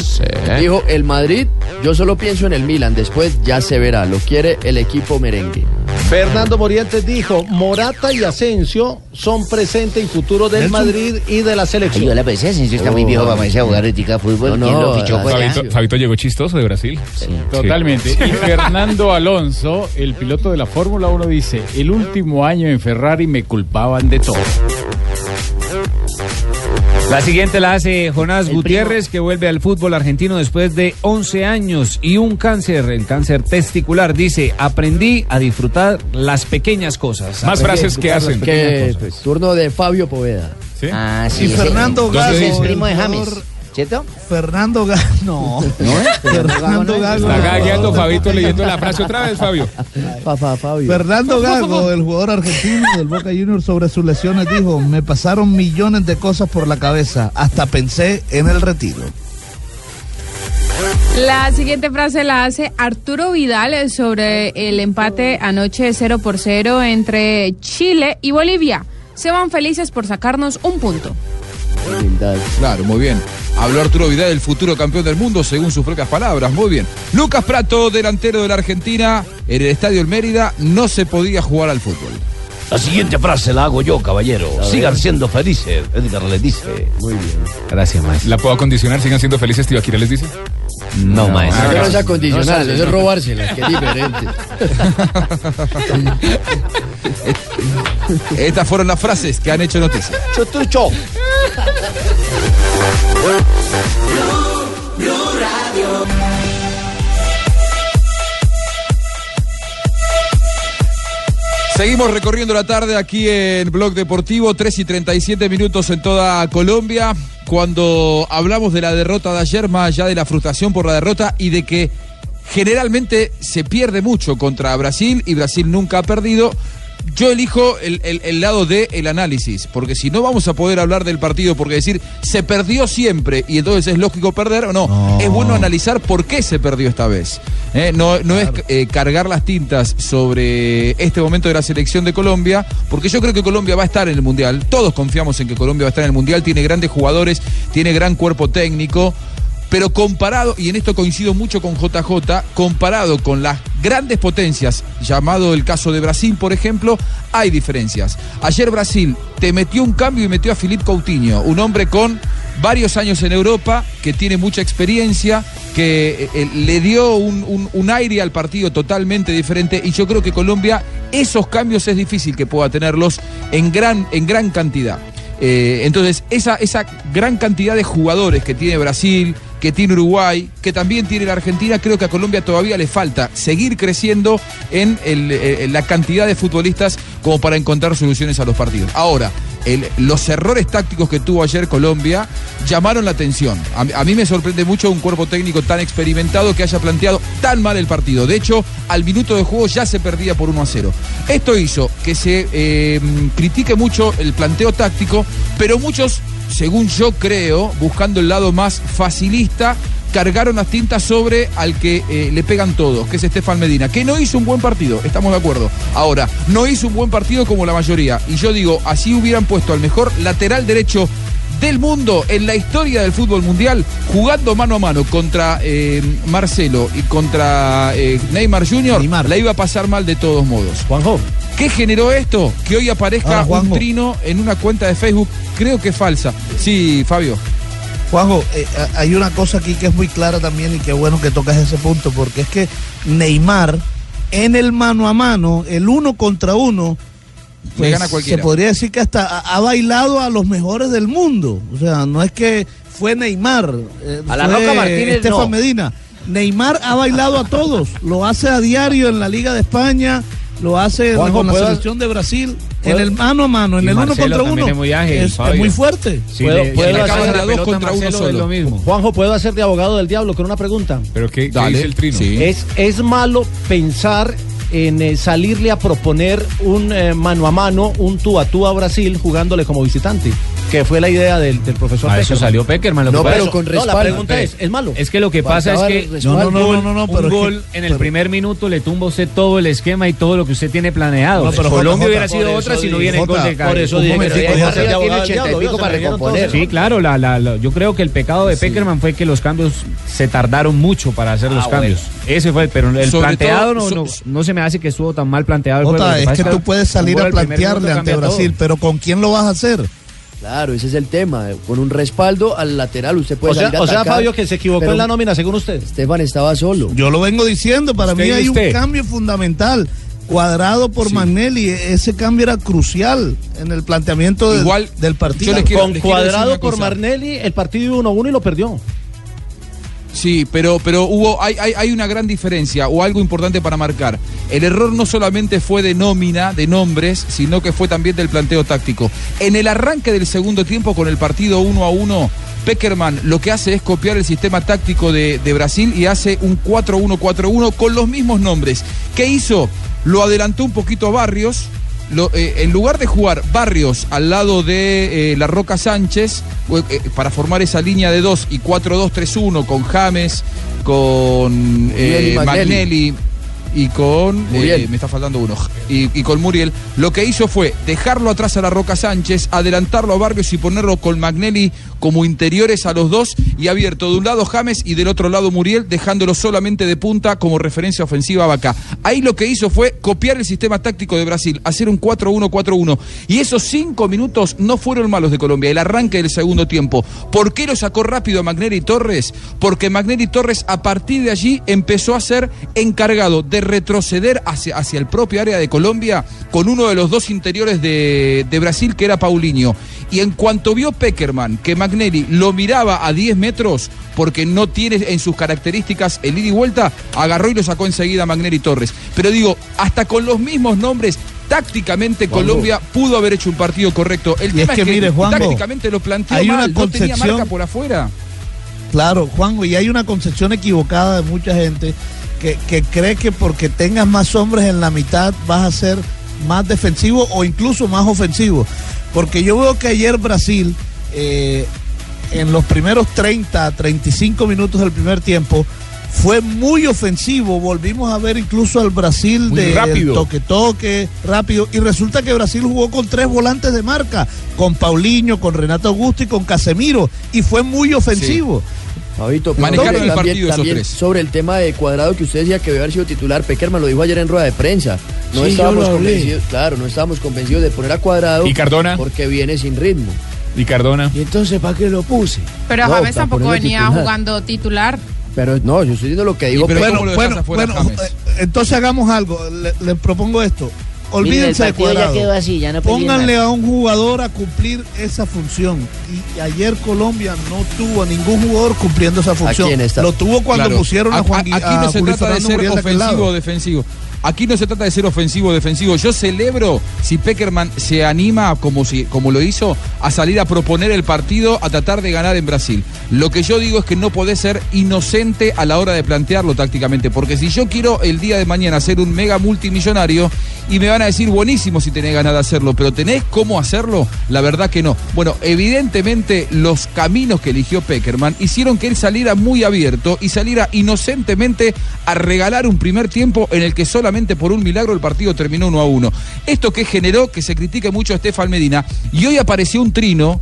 Speaker 23: Dijo, el Madrid, yo solo pienso en el Milan, después ya se verá, lo quiere el equipo merengue.
Speaker 8: Fernando Morientes dijo, Morata y Asensio son presente y futuro del Madrid y de la selección.
Speaker 9: Ay, yo la pensé, Asensio está muy viejo para ponerse a jugar ahorita fútbol. ¿Quién lo fichó? fue allá?
Speaker 2: Fabito, Fabito llegó chistoso de Brasil.
Speaker 11: Totalmente. Y Fernando Alonso, el piloto de la Fórmula 1, dice, el último año en Ferrari me culpaban de todo.
Speaker 16: La siguiente la hace Jonás Gutiérrez, que vuelve al fútbol argentino después de 11 años y un cáncer, el cáncer testicular. Dice, aprendí a disfrutar las pequeñas cosas. Aprendí a disfrutar las pequeñas
Speaker 23: Que,
Speaker 16: cosas.
Speaker 23: pues, turno de Fabio Poveda.
Speaker 9: Ah,
Speaker 10: y Fernando Gago, el
Speaker 9: primo de James.
Speaker 10: jugador- Fernando Gago, no. Fernando Gago.
Speaker 2: Está
Speaker 10: el
Speaker 2: gagueando
Speaker 10: jugador del
Speaker 2: Fabito
Speaker 10: Boca
Speaker 2: leyendo la
Speaker 10: Juniors.
Speaker 2: frase otra vez, Fabio.
Speaker 10: Fernando Gago, el jugador argentino del Boca Juniors, sobre sus lesiones dijo, me pasaron millones de cosas por la cabeza, hasta pensé en el retiro.
Speaker 19: La siguiente frase la hace Arturo Vidal eh, sobre el empate anoche 0 por 0 entre Chile y Bolivia. Se van felices por sacarnos un punto.
Speaker 3: Claro, muy bien. Habló Arturo Vidal, el futuro campeón del mundo, según sus propias palabras. Muy bien. Lucas Prato, delantero de la Argentina, en el Estadio El Mérida, no se podía jugar al fútbol.
Speaker 5: La siguiente frase la hago yo, caballero. Sigan siendo felices, Edgar le dice. Muy bien.
Speaker 16: Gracias, maestro.
Speaker 2: ¿La puedo acondicionar? ¿Sigan siendo felices, tío Akira les dice?
Speaker 16: No, maestro.
Speaker 23: Eso no es
Speaker 2: No,
Speaker 23: acondicionar,
Speaker 2: no,
Speaker 23: eso es
Speaker 2: no.
Speaker 23: robársela, que es diferente.
Speaker 3: Estas fueron las frases que han hecho noticia.
Speaker 7: Chutucho.
Speaker 3: Seguimos recorriendo la tarde aquí en Blog Deportivo, 3 y 37 minutos en toda Colombia. Cuando hablamos de la derrota de ayer, más allá de la frustración por la derrota y de que generalmente se pierde mucho contra Brasil y Brasil nunca ha perdido, yo elijo el, el- el lado del el análisis, porque si no vamos a poder hablar del partido, porque decir se perdió siempre y entonces es lógico perder o no, es bueno analizar por qué se perdió esta vez. Eh, no no es eh, cargar las tintas sobre este momento de la selección de Colombia, porque yo creo que Colombia va a estar en el Mundial, todos confiamos en que Colombia va a estar en el Mundial, tiene grandes jugadores, tiene gran cuerpo técnico. Pero comparado, y en esto coincido mucho con JJ, comparado con las grandes potencias, llamado el caso de Brasil, por ejemplo, hay diferencias. Ayer Brasil te metió un cambio y metió a Filip Coutinho, un hombre con varios años en Europa, que tiene mucha experiencia, que eh, eh, le dio un, un- un aire al partido totalmente diferente, y yo creo que Colombia, esos cambios es difícil que pueda tenerlos en gran, en gran cantidad. Eh, entonces, esa, esa gran cantidad de jugadores que tiene Brasil, que tiene Uruguay, que también tiene la Argentina, creo que a Colombia todavía le falta seguir creciendo en, el, eh, en la cantidad de futbolistas como para encontrar soluciones a los partidos. Ahora, el- los errores tácticos que tuvo ayer Colombia llamaron la atención. A, a mí me sorprende mucho un cuerpo técnico tan experimentado que haya planteado tan mal el partido. De hecho, al minuto de juego ya se perdía por 1 a 0. Esto hizo que se eh, critique mucho el planteo táctico, pero muchos, según yo creo, buscando el lado más facilista, cargaron las tintas sobre al que eh, le pegan todos, que es Estefan Medina, que no hizo un buen partido, estamos de acuerdo. Ahora, no hizo un buen partido como la mayoría. Y yo digo, así hubieran puesto al mejor lateral derecho del mundo en la historia del fútbol mundial, jugando mano a mano contra eh, Marcelo y contra eh, Neymar Jr., la iba a pasar mal de todos modos.
Speaker 8: Juanjo.
Speaker 3: ¿Qué generó esto? Que hoy aparezca
Speaker 10: Ahora,
Speaker 3: un
Speaker 10: Juanjo.
Speaker 3: trino en una cuenta de Facebook, creo que es falsa. Sí, Fabio.
Speaker 10: Juanjo, eh, a- hay una cosa aquí que es muy clara también y qué bueno que tocas ese punto, porque es que Neymar, en el mano a mano, el uno contra uno, pues,
Speaker 3: Le gana cualquiera.
Speaker 10: se podría decir que hasta ha, ha bailado a los mejores del mundo. O sea, no es que fue Neymar, eh,
Speaker 7: A la
Speaker 10: fue
Speaker 7: Roca Martínez,
Speaker 10: Estefan
Speaker 7: no.
Speaker 10: Medina. Neymar ha bailado a todos, lo hace a diario en la Liga de España, lo hace
Speaker 8: Juanjo,
Speaker 10: con la
Speaker 8: ¿puedo-
Speaker 10: selección de Brasil, en
Speaker 8: ¿puedo-
Speaker 10: el mano a mano, en
Speaker 8: Y
Speaker 10: el uno
Speaker 8: Marcelo
Speaker 10: contra
Speaker 8: también
Speaker 10: uno.
Speaker 8: es muy ágil,
Speaker 10: es- es
Speaker 8: Fabio.
Speaker 10: muy fuerte.
Speaker 8: Sí, ¿Puedo- le- puedo le acaban hacer- de a dos contra uno solo. Juanjo, ¿puedo hacer de abogado del diablo con una pregunta?
Speaker 2: Pero ¿qué, qué
Speaker 8: Dale,
Speaker 2: dice el trino?
Speaker 8: ¿Es, ¿Es malo pensar en eh, salirle a proponer un eh, mano a mano, un tú a tú a Brasil jugándole como visitante? Que fue la idea del, del profesor
Speaker 16: A Ah, eso
Speaker 8: Peckerman.
Speaker 16: salió Peckerman. Lo que Eh,
Speaker 8: No,
Speaker 16: pasa-
Speaker 8: pero con respaldo. Ah, No, la pregunta es, ¿es malo?
Speaker 16: Es que lo que pasa es
Speaker 8: Faltaba
Speaker 16: que
Speaker 8: el respaldo.
Speaker 16: un
Speaker 8: No, no,
Speaker 16: gol,
Speaker 8: no, no, no,
Speaker 16: un
Speaker 8: pero es que-
Speaker 16: gol en el
Speaker 8: pero-
Speaker 16: primer minuto le tumba a usted todo el esquema y todo lo que usted tiene planeado.
Speaker 8: No, pero Jota,
Speaker 16: Colombia
Speaker 8: Jota,
Speaker 16: hubiera
Speaker 8: por
Speaker 16: sido
Speaker 8: eso
Speaker 16: otra si no
Speaker 8: digo,
Speaker 16: hubiera el gol
Speaker 8: Jota,
Speaker 16: de Cali.
Speaker 8: por eso Un digo, momentico, pero ahí ya Barrera se tiene abogado del 80 y diablo, pico yo, para se me dieron recomponer. todos.
Speaker 16: Sí, claro, la- la- la- yo creo que el pecado de Peckerman fue que los cambios se tardaron mucho para hacer los
Speaker 10: Ah,
Speaker 16: cambios. Ese fue, pero el
Speaker 10: Sobre
Speaker 16: planteado
Speaker 10: todo,
Speaker 16: no, no, no se me hace que estuvo tan mal planteado el juego. Lo
Speaker 10: Jota, es
Speaker 16: pasa
Speaker 10: que tú
Speaker 16: un
Speaker 10: puedes salir
Speaker 16: gol
Speaker 10: a
Speaker 16: al primer
Speaker 10: plantearle
Speaker 16: minuto
Speaker 10: ante
Speaker 16: cambia todo.
Speaker 10: Brasil, pero ¿con quién lo vas a hacer?
Speaker 23: Claro, ese es el tema. Con un respaldo al lateral usted puede
Speaker 7: Pues
Speaker 8: O sea,
Speaker 23: salir a
Speaker 8: pues o sea,
Speaker 23: atacar,
Speaker 8: Fabio, que se equivocó
Speaker 23: pero
Speaker 8: en la nómina, según usted.
Speaker 23: Esteban estaba solo.
Speaker 10: Yo lo vengo diciendo, para
Speaker 23: Usted
Speaker 10: mí
Speaker 23: y
Speaker 10: hay
Speaker 23: usted.
Speaker 10: un cambio fundamental. Cuadrado por Magnelli, ese cambio era crucial en el planteamiento del-
Speaker 3: Igual,
Speaker 10: del partido.
Speaker 8: con cuadrado por Marnelli, el partido 1-1 y lo perdió.
Speaker 3: Sí, pero, pero hubo, hay, hay, hay una gran diferencia o algo importante para marcar. El error no solamente fue de nómina, de nombres, sino que fue también del planteo táctico. En el arranque del segundo tiempo con el partido 1 a 1, Peckerman lo que hace es copiar el sistema táctico de, de Brasil y hace un 4-1-4-1 con los mismos nombres. ¿Qué hizo? Lo adelantó un poquito a Barrios. Lo- eh, en lugar de jugar Barrios al lado de eh, la Roca Sánchez, eh, eh, para formar esa línea de 2 y 4-2-3-1 con James, con
Speaker 23: Muriel y
Speaker 3: eh,
Speaker 23: Magnelli.
Speaker 3: Magnelli y con.
Speaker 23: Muriel.
Speaker 3: eh, me está faltando uno. Y, y con Muriel, lo que hizo fue dejarlo atrás a la Roca Sánchez, adelantarlo a Barrios y ponerlo con Magnelli como interiores a los dos y abierto de un lado James y del otro lado Muriel, dejándolo solamente de punta como referencia ofensiva a Vaca. Ahí lo que hizo fue copiar el sistema táctico de Brasil, hacer un 4-1-4-1. Y esos cinco minutos no fueron malos de Colombia, el arranque del segundo tiempo. ¿Por qué lo sacó rápido a Magnelli Torres? Porque Magnelli Torres a partir de allí empezó a ser encargado de retroceder hacia, hacia el propio área de Colombia con uno de los dos interiores de, de Brasil, que era Paulinho. Y en cuanto vio Peckerman que Magnelli lo miraba a 10 metros, porque no tiene en sus características el ida y vuelta, agarró y lo sacó enseguida a Magnelli Torres. Pero digo, hasta con los mismos nombres, tácticamente
Speaker 10: Juanjo.
Speaker 3: Colombia pudo haber hecho un partido correcto. El
Speaker 10: Y
Speaker 3: tema
Speaker 10: es que, mire, Juanjo,
Speaker 3: tácticamente lo planteó
Speaker 10: hay una
Speaker 3: mal, no tenía
Speaker 10: concepción-
Speaker 3: marca por afuera.
Speaker 10: Claro, Juanjo, y hay una concepción equivocada de mucha gente que, que cree que porque tengas más hombres en la mitad vas a ser más defensivo o incluso más ofensivo. Porque yo veo que ayer Brasil, eh, en los primeros 30, 35 minutos del primer tiempo, fue muy ofensivo. Volvimos a ver incluso al Brasil
Speaker 4: Muy
Speaker 10: de
Speaker 4: rápido.
Speaker 10: toque, toque, rápido. Y resulta que Brasil jugó con tres volantes de marca, con Paulinho, con Renato Augusto y con Casemiro. Y fue muy ofensivo.
Speaker 23: Fabito, pero
Speaker 10: Manejaron
Speaker 23: hombre,
Speaker 10: el partido esos tres.
Speaker 23: Sobre el tema de cuadrado que usted decía que debe haber sido titular, Peckerman lo dijo ayer en rueda de prensa. No
Speaker 10: Sí,
Speaker 23: estábamos
Speaker 10: yo lo hablé.
Speaker 23: convencidos, claro, no estábamos convencidos de poner a cuadrado.
Speaker 2: ¿Y Cardona?
Speaker 23: Porque viene sin ritmo.
Speaker 2: Y Cardona.
Speaker 23: ¿Y entonces para qué lo puse?
Speaker 19: Pero James tampoco venía jugando
Speaker 12: Eh.
Speaker 19: titular.
Speaker 23: Pero no, yo estoy diciendo lo que digo. pues,
Speaker 10: bueno, bueno, bueno, eh, entonces hagamos algo. Le, le propongo esto. Olvídense
Speaker 12: Miren,
Speaker 10: de
Speaker 12: el partido ya
Speaker 10: cuadrado.
Speaker 12: quedó así, ya no peleen
Speaker 10: Pónganle
Speaker 12: más.
Speaker 10: a un jugador a cumplir esa función. Y ayer Colombia no tuvo a ningún jugador cumpliendo esa función. Lo tuvo cuando
Speaker 3: Claro.
Speaker 10: pusieron a
Speaker 3: Ac-
Speaker 10: Juan
Speaker 3: ac- Aquí no se trata de ser ofensivo o defensivo. Aquí no se trata de ser ofensivo o defensivo. Yo celebro si Peckerman se anima, como, si, como lo hizo, a salir a proponer el partido, a tratar de ganar en Brasil. Lo que yo digo es que no podés ser inocente a la hora de plantearlo tácticamente. Porque si yo quiero el día de mañana ser un mega multimillonario y me van a decir, buenísimo si tenés ganas de hacerlo, pero ¿tenés cómo hacerlo? La verdad que no. Bueno, evidentemente los caminos que eligió Peckerman hicieron que él saliera muy abierto y saliera inocentemente a regalar un primer tiempo en el que solamente por un milagro el partido terminó 1 a 1. Esto que generó que se critique mucho a Estefan Medina y hoy apareció un trino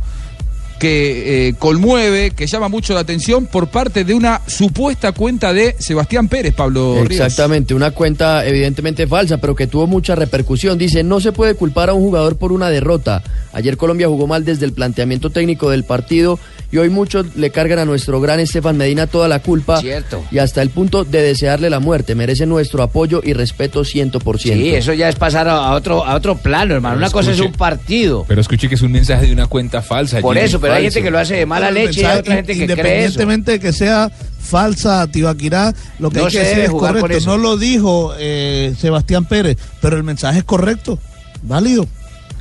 Speaker 3: que eh, conmueve, que llama mucho la atención por parte de una supuesta cuenta de Sebastián Pérez, Pablo Ríos.
Speaker 23: Exactamente, una cuenta evidentemente falsa, pero que tuvo mucha repercusión. Dice, no se puede culpar a un jugador por una derrota. Ayer Colombia jugó mal desde el planteamiento técnico del partido y hoy muchos le cargan a nuestro gran Estefan Medina toda la culpa
Speaker 9: Cierto.
Speaker 23: y hasta el punto de desearle la muerte. Merece nuestro apoyo y respeto 100%.
Speaker 9: Sí, eso ya es pasar a a otro, a otro plano, hermano. Una cosa es un
Speaker 2: Escuche.
Speaker 9: partido.
Speaker 2: Pero escuché que es un mensaje de una cuenta falsa.
Speaker 9: Por
Speaker 2: Jimmy,
Speaker 9: eso, pero hay
Speaker 2: falso.
Speaker 9: gente que lo hace de mala
Speaker 10: Pero el
Speaker 9: leche y hay
Speaker 10: mensaje,
Speaker 2: eh,
Speaker 9: otra gente que cree eso.
Speaker 10: Independientemente de que sea falsa Tibaquirá, lo que
Speaker 9: No
Speaker 10: hay que
Speaker 9: se
Speaker 10: hacer
Speaker 9: debe
Speaker 10: es
Speaker 9: jugar con
Speaker 10: correcto.
Speaker 9: eso.
Speaker 10: No lo dijo eh, Sebastián Pérez, pero el mensaje es correcto, válido.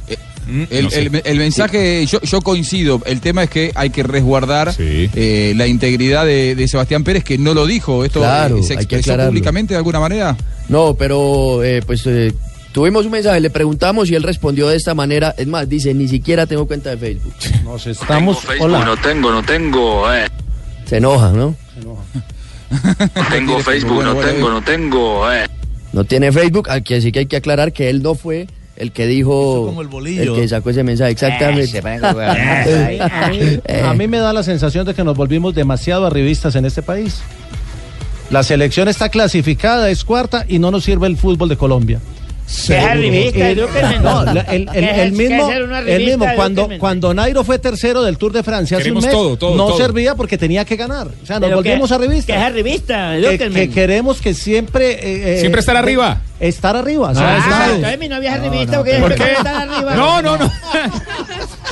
Speaker 3: El,
Speaker 10: Mm, no sé.
Speaker 3: el- el mensaje, yo, yo coincido, el tema es que hay que resguardar eh, la integridad de, de Sebastián Pérez, que no lo dijo, esto
Speaker 23: Claro,
Speaker 3: eh, se
Speaker 23: hay que
Speaker 3: expresó
Speaker 23: aclararlo.
Speaker 3: públicamente de alguna manera.
Speaker 23: No, pero eh, pues eh, tuvimos un mensaje, le preguntamos y él respondió de esta manera. Es más, dice, ni siquiera tengo cuenta de Facebook.
Speaker 8: Nos estamos...
Speaker 4: Facebook no tengo, no tengo, eh.
Speaker 23: Se enoja, ¿no?
Speaker 4: No
Speaker 10: Pues
Speaker 4: tengo Facebook, no tengo, no tengo, eh.
Speaker 23: No tiene Facebook, aquí así que hay que aclarar que él no fue el que dijo...
Speaker 8: como el bolillo.
Speaker 23: que sacó ese mensaje,
Speaker 8: Eh,
Speaker 23: exactamente.
Speaker 8: se ponen con huevones ahí. A mí- A mí me da la sensación de que nos volvimos demasiado arribistas en este país. La selección está clasificada, es cuarta y no nos sirve el fútbol de Colombia.
Speaker 15: es arribista,
Speaker 8: Eh,
Speaker 15: edúquenme.
Speaker 8: no, la- el, el-
Speaker 15: ¿Qué es-
Speaker 8: el
Speaker 15: qué es
Speaker 8: mismo,
Speaker 15: ser un
Speaker 8: el mismo
Speaker 15: arribista?
Speaker 8: cuando,
Speaker 15: Edúquenme.
Speaker 8: cuando Nairo fue tercero del Tour de Francia hace un
Speaker 15: Queremos
Speaker 8: mes,
Speaker 15: todo, todo,
Speaker 8: no
Speaker 15: todo.
Speaker 8: servía porque tenía que ganar. O sea, nos
Speaker 15: Pero que-
Speaker 8: volvimos arribistas.
Speaker 15: que es arribista,
Speaker 8: que,
Speaker 15: edúquenme.
Speaker 8: que queremos que siempre... eh, eh,
Speaker 15: Siempre estar arriba.
Speaker 8: Estar arriba. o sea,
Speaker 15: Ah,
Speaker 8: estar-
Speaker 15: entonces mi novia es arribista porque
Speaker 8: ¿Por
Speaker 15: siempre
Speaker 8: qué?
Speaker 15: está arriba.
Speaker 2: No, no, no.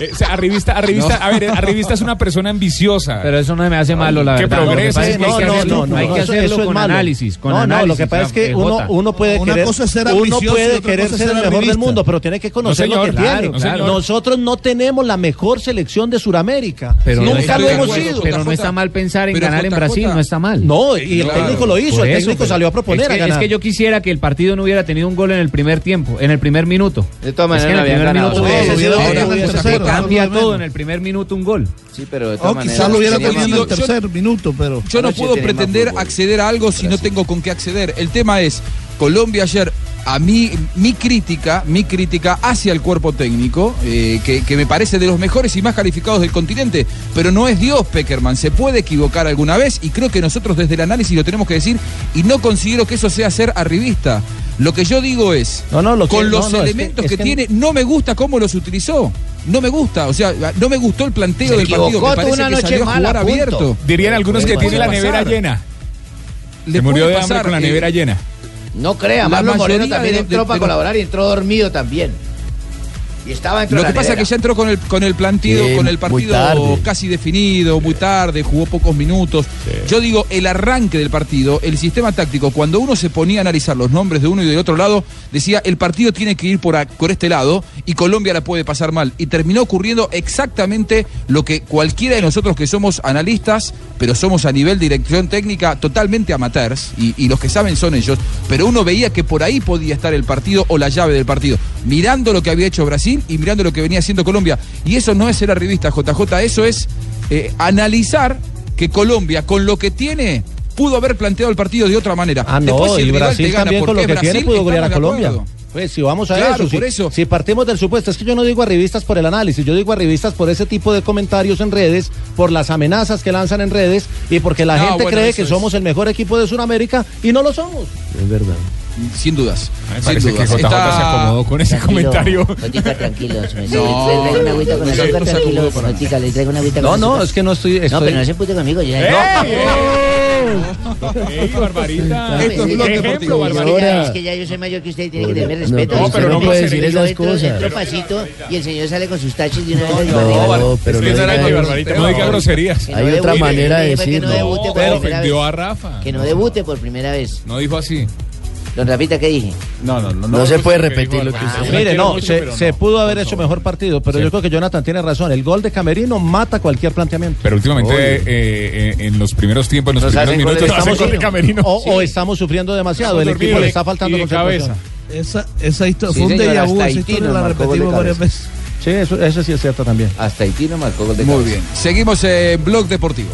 Speaker 2: Eh, o sea, arribista, arribista, a ver, arribista es una persona ambiciosa. Pero
Speaker 16: eso no me hace malo, la
Speaker 2: que
Speaker 16: verdad.
Speaker 2: Progrese,
Speaker 16: Lo que pasa es que
Speaker 2: que
Speaker 16: hay que
Speaker 2: progrese.
Speaker 16: hacerlo con- hay que
Speaker 8: eso-
Speaker 16: hacerlo
Speaker 8: eso es
Speaker 16: con
Speaker 8: malo.
Speaker 16: análisis, con
Speaker 8: no,
Speaker 16: análisis, eh,
Speaker 8: no, lo que pasa es que
Speaker 16: la
Speaker 8: uno,
Speaker 16: PJ.
Speaker 8: uno puede
Speaker 16: Una
Speaker 8: querer,
Speaker 16: cosa es ser
Speaker 8: uno
Speaker 16: ambicioso y
Speaker 8: puede
Speaker 16: otra
Speaker 8: querer
Speaker 16: cosa
Speaker 8: ser
Speaker 16: es ser
Speaker 8: el mejor del
Speaker 16: arribista.
Speaker 8: mundo, pero tiene que conocer
Speaker 16: No,
Speaker 8: lo
Speaker 16: señor,
Speaker 8: que
Speaker 16: claro,
Speaker 8: tiene.
Speaker 16: claro.
Speaker 8: Nosotros no tenemos la mejor selección de Sudamérica.
Speaker 16: Pero no
Speaker 8: Nunca
Speaker 16: estoy
Speaker 8: lo
Speaker 16: de
Speaker 8: hemos
Speaker 16: acuerdo,
Speaker 8: sido.
Speaker 16: pero no está mal pensar en
Speaker 8: Pero
Speaker 16: ganar en
Speaker 8: JJ.
Speaker 16: Brasil, no está mal.
Speaker 8: No, y el técnico lo hizo,
Speaker 16: Por
Speaker 8: el técnico
Speaker 16: pero
Speaker 8: salió a proponer
Speaker 16: es que,
Speaker 8: a ganar.
Speaker 16: Es que yo quisiera que el partido no hubiera tenido un gol en el primer tiempo, en el primer minuto. De todas
Speaker 9: maneras,
Speaker 16: en el
Speaker 9: habían
Speaker 16: primer
Speaker 9: ganado.
Speaker 16: minuto
Speaker 9: Sí,
Speaker 16: hubiese
Speaker 9: sí,
Speaker 16: sido-
Speaker 9: ahora
Speaker 16: eh,
Speaker 9: en el
Speaker 16: eh,
Speaker 9: tercero,
Speaker 16: cambia
Speaker 9: claro,
Speaker 16: todo en el primer minuto un gol.
Speaker 9: Sí, pero de
Speaker 10: O quizás lo hubiera
Speaker 3: sería
Speaker 10: tenido en el
Speaker 3: más- yo-
Speaker 10: tercer minuto, pero.
Speaker 3: Yo no
Speaker 10: Anoche
Speaker 3: puedo
Speaker 10: tiene más
Speaker 3: pretender
Speaker 10: fútbol.
Speaker 3: acceder a algo si no tengo con qué acceder. El tema es, Colombia ayer, a mí, mi crítica, mi crítica hacia el cuerpo técnico, eh, que, que me parece de los mejores y más calificados del continente, pero no es Dios, Peckerman, se puede equivocar alguna vez y creo que nosotros desde el análisis lo tenemos que decir y no considero que eso sea ser arribista. Lo que yo digo es,
Speaker 8: lo que-
Speaker 3: con
Speaker 8: no,
Speaker 3: los
Speaker 8: no, es que-
Speaker 3: elementos
Speaker 8: es
Speaker 3: que,
Speaker 8: que-
Speaker 3: tiene, no me gusta cómo los utilizó. No me gusta, o sea, no me gustó el planteo
Speaker 2: Se
Speaker 3: del partido.
Speaker 2: equivocó,
Speaker 3: Me
Speaker 2: tuvo
Speaker 3: parece
Speaker 2: una
Speaker 3: que
Speaker 2: noche
Speaker 3: salió a
Speaker 2: mala,
Speaker 3: jugar
Speaker 2: punto.
Speaker 3: abierto.
Speaker 2: Dirían algunos que
Speaker 3: Puede
Speaker 2: tiene la
Speaker 3: pasar.
Speaker 2: nevera llena.
Speaker 3: Le
Speaker 2: Se murió
Speaker 3: puede
Speaker 2: de hambre
Speaker 3: pasar,
Speaker 2: con la
Speaker 3: eh,
Speaker 2: nevera llena.
Speaker 7: No crea,
Speaker 3: La
Speaker 7: Marlon Moreno
Speaker 3: mayoría
Speaker 7: también
Speaker 3: de-
Speaker 7: entró
Speaker 3: de-
Speaker 7: para
Speaker 3: de-
Speaker 7: colaborar y entró dormido también. Y estaba dentro
Speaker 3: Lo
Speaker 7: de
Speaker 3: que
Speaker 7: la
Speaker 3: pasa es que
Speaker 7: nevera.
Speaker 3: ya entró con el con el plantido,
Speaker 7: Sí,
Speaker 3: con el
Speaker 7: muy
Speaker 3: partido
Speaker 7: tarde.
Speaker 3: casi definido, muy tarde, jugó pocos minutos. Yo digo, el arranque del partido, el sistema táctico, cuando uno se ponía a analizar los nombres de uno y del otro lado, decía, el partido tiene que ir por, a- por este lado y Colombia la puede pasar mal. Y terminó ocurriendo exactamente lo que cualquiera de nosotros que somos analistas, pero somos a nivel de dirección técnica totalmente amateurs, y, y los que saben son ellos, pero uno veía que por ahí podía estar el partido o la llave del partido, mirando lo que había hecho Brasil y mirando lo que venía haciendo Colombia. Y eso no es ser arribista, JJ, eso es eh, analizar que Colombia, con lo que tiene, pudo haber planteado el partido de otra manera.
Speaker 8: Ah, no,
Speaker 3: Después, si el
Speaker 8: y
Speaker 3: rival te
Speaker 8: Brasil
Speaker 3: gana
Speaker 8: también con
Speaker 3: porque
Speaker 8: lo que
Speaker 3: es
Speaker 8: tiene
Speaker 3: Brasil,
Speaker 8: pudo golear a
Speaker 3: estamos de
Speaker 8: Colombia.
Speaker 3: acuerdo.
Speaker 8: Pues si vamos a
Speaker 3: Claro,
Speaker 8: eso, si,
Speaker 3: por eso.
Speaker 8: si partimos del supuesto, es que yo no digo arribistas por el análisis, yo digo arribistas por ese tipo de comentarios en redes, por las amenazas que lanzan en redes y porque la
Speaker 3: No,
Speaker 8: gente
Speaker 3: bueno,
Speaker 8: cree
Speaker 3: eso
Speaker 8: que
Speaker 3: es.
Speaker 8: somos el mejor equipo de Sudamérica y no lo somos.
Speaker 23: Es verdad.
Speaker 3: Mm, Sin dudas.
Speaker 2: Me
Speaker 3: sin
Speaker 2: parece
Speaker 3: dudas.
Speaker 2: que JJ
Speaker 3: Está-
Speaker 2: se acomodó con ese
Speaker 3: Tranquilo,
Speaker 2: comentario.
Speaker 12: Notica, tranquilo. señor. le
Speaker 2: No,
Speaker 12: traigo una agüita con
Speaker 2: no,
Speaker 12: azúcar,
Speaker 2: no se
Speaker 12: tranquilo.
Speaker 2: acomodó para nada.
Speaker 12: Notica, le traigo una agüita
Speaker 8: No,
Speaker 12: con
Speaker 8: no,
Speaker 12: azúcar.
Speaker 8: es que no estoy.
Speaker 12: No,
Speaker 8: estoy-
Speaker 12: pero no se pute conmigo. Yo,
Speaker 2: ¡Ey, Barbarita!
Speaker 12: No,
Speaker 2: Esto es
Speaker 12: pues,
Speaker 2: Blog
Speaker 12: ¿qué
Speaker 2: Deportivo,
Speaker 12: ejemplo,
Speaker 2: Barbarita.
Speaker 12: Barbarita? Es que ya yo soy mayor que usted y tiene que tener respeto.
Speaker 23: no,
Speaker 12: Usted
Speaker 23: pero no
Speaker 12: me-
Speaker 23: puede decir
Speaker 12: yo
Speaker 23: esas
Speaker 12: entro-
Speaker 23: cosas.
Speaker 12: entro pasito y el señor sale con sus tachos de una vez.
Speaker 23: No, no, pero no diga-
Speaker 2: no diga groserías.
Speaker 23: Hay otra manera de
Speaker 12: Que no
Speaker 23: decirlo.
Speaker 12: debute por
Speaker 2: pero
Speaker 12: primera
Speaker 2: ofendió
Speaker 12: vez.
Speaker 2: a Rafa.
Speaker 12: Que no debute por primera vez.
Speaker 2: No dijo así.
Speaker 12: Don Rafita, ¿qué dije?
Speaker 2: No, no,
Speaker 8: No no, se puede repetir
Speaker 23: lo que
Speaker 8: Ah, mire, no, se, se pudo haber hecho mejor partido, pero
Speaker 2: Sí.
Speaker 8: yo creo que Jonathan tiene razón. El gol de Camerino mata cualquier planteamiento.
Speaker 2: Pero últimamente eh, eh, en los primeros tiempos, en los primeros minutos, nos hacen gol de Camerino.
Speaker 8: O, o estamos sufriendo demasiado.
Speaker 2: Estamos
Speaker 8: el equipo
Speaker 2: dormidos.
Speaker 8: le está faltando
Speaker 2: Y de
Speaker 8: concentración.
Speaker 10: Esa, esa historia
Speaker 8: Sí,
Speaker 10: fue un
Speaker 8: señor,
Speaker 10: déjà vu,
Speaker 8: hasta
Speaker 10: esa
Speaker 8: Haití
Speaker 10: historia
Speaker 8: nos
Speaker 10: la
Speaker 8: marcó gol de
Speaker 10: repetimos varias
Speaker 8: cabeza. Ah,
Speaker 10: veces.
Speaker 8: Sí, eso, eso sí es cierto también.
Speaker 9: Hasta Haití no marcó gol de
Speaker 3: Muy
Speaker 9: cabeza.
Speaker 3: bien. Seguimos en Blog Deportivo.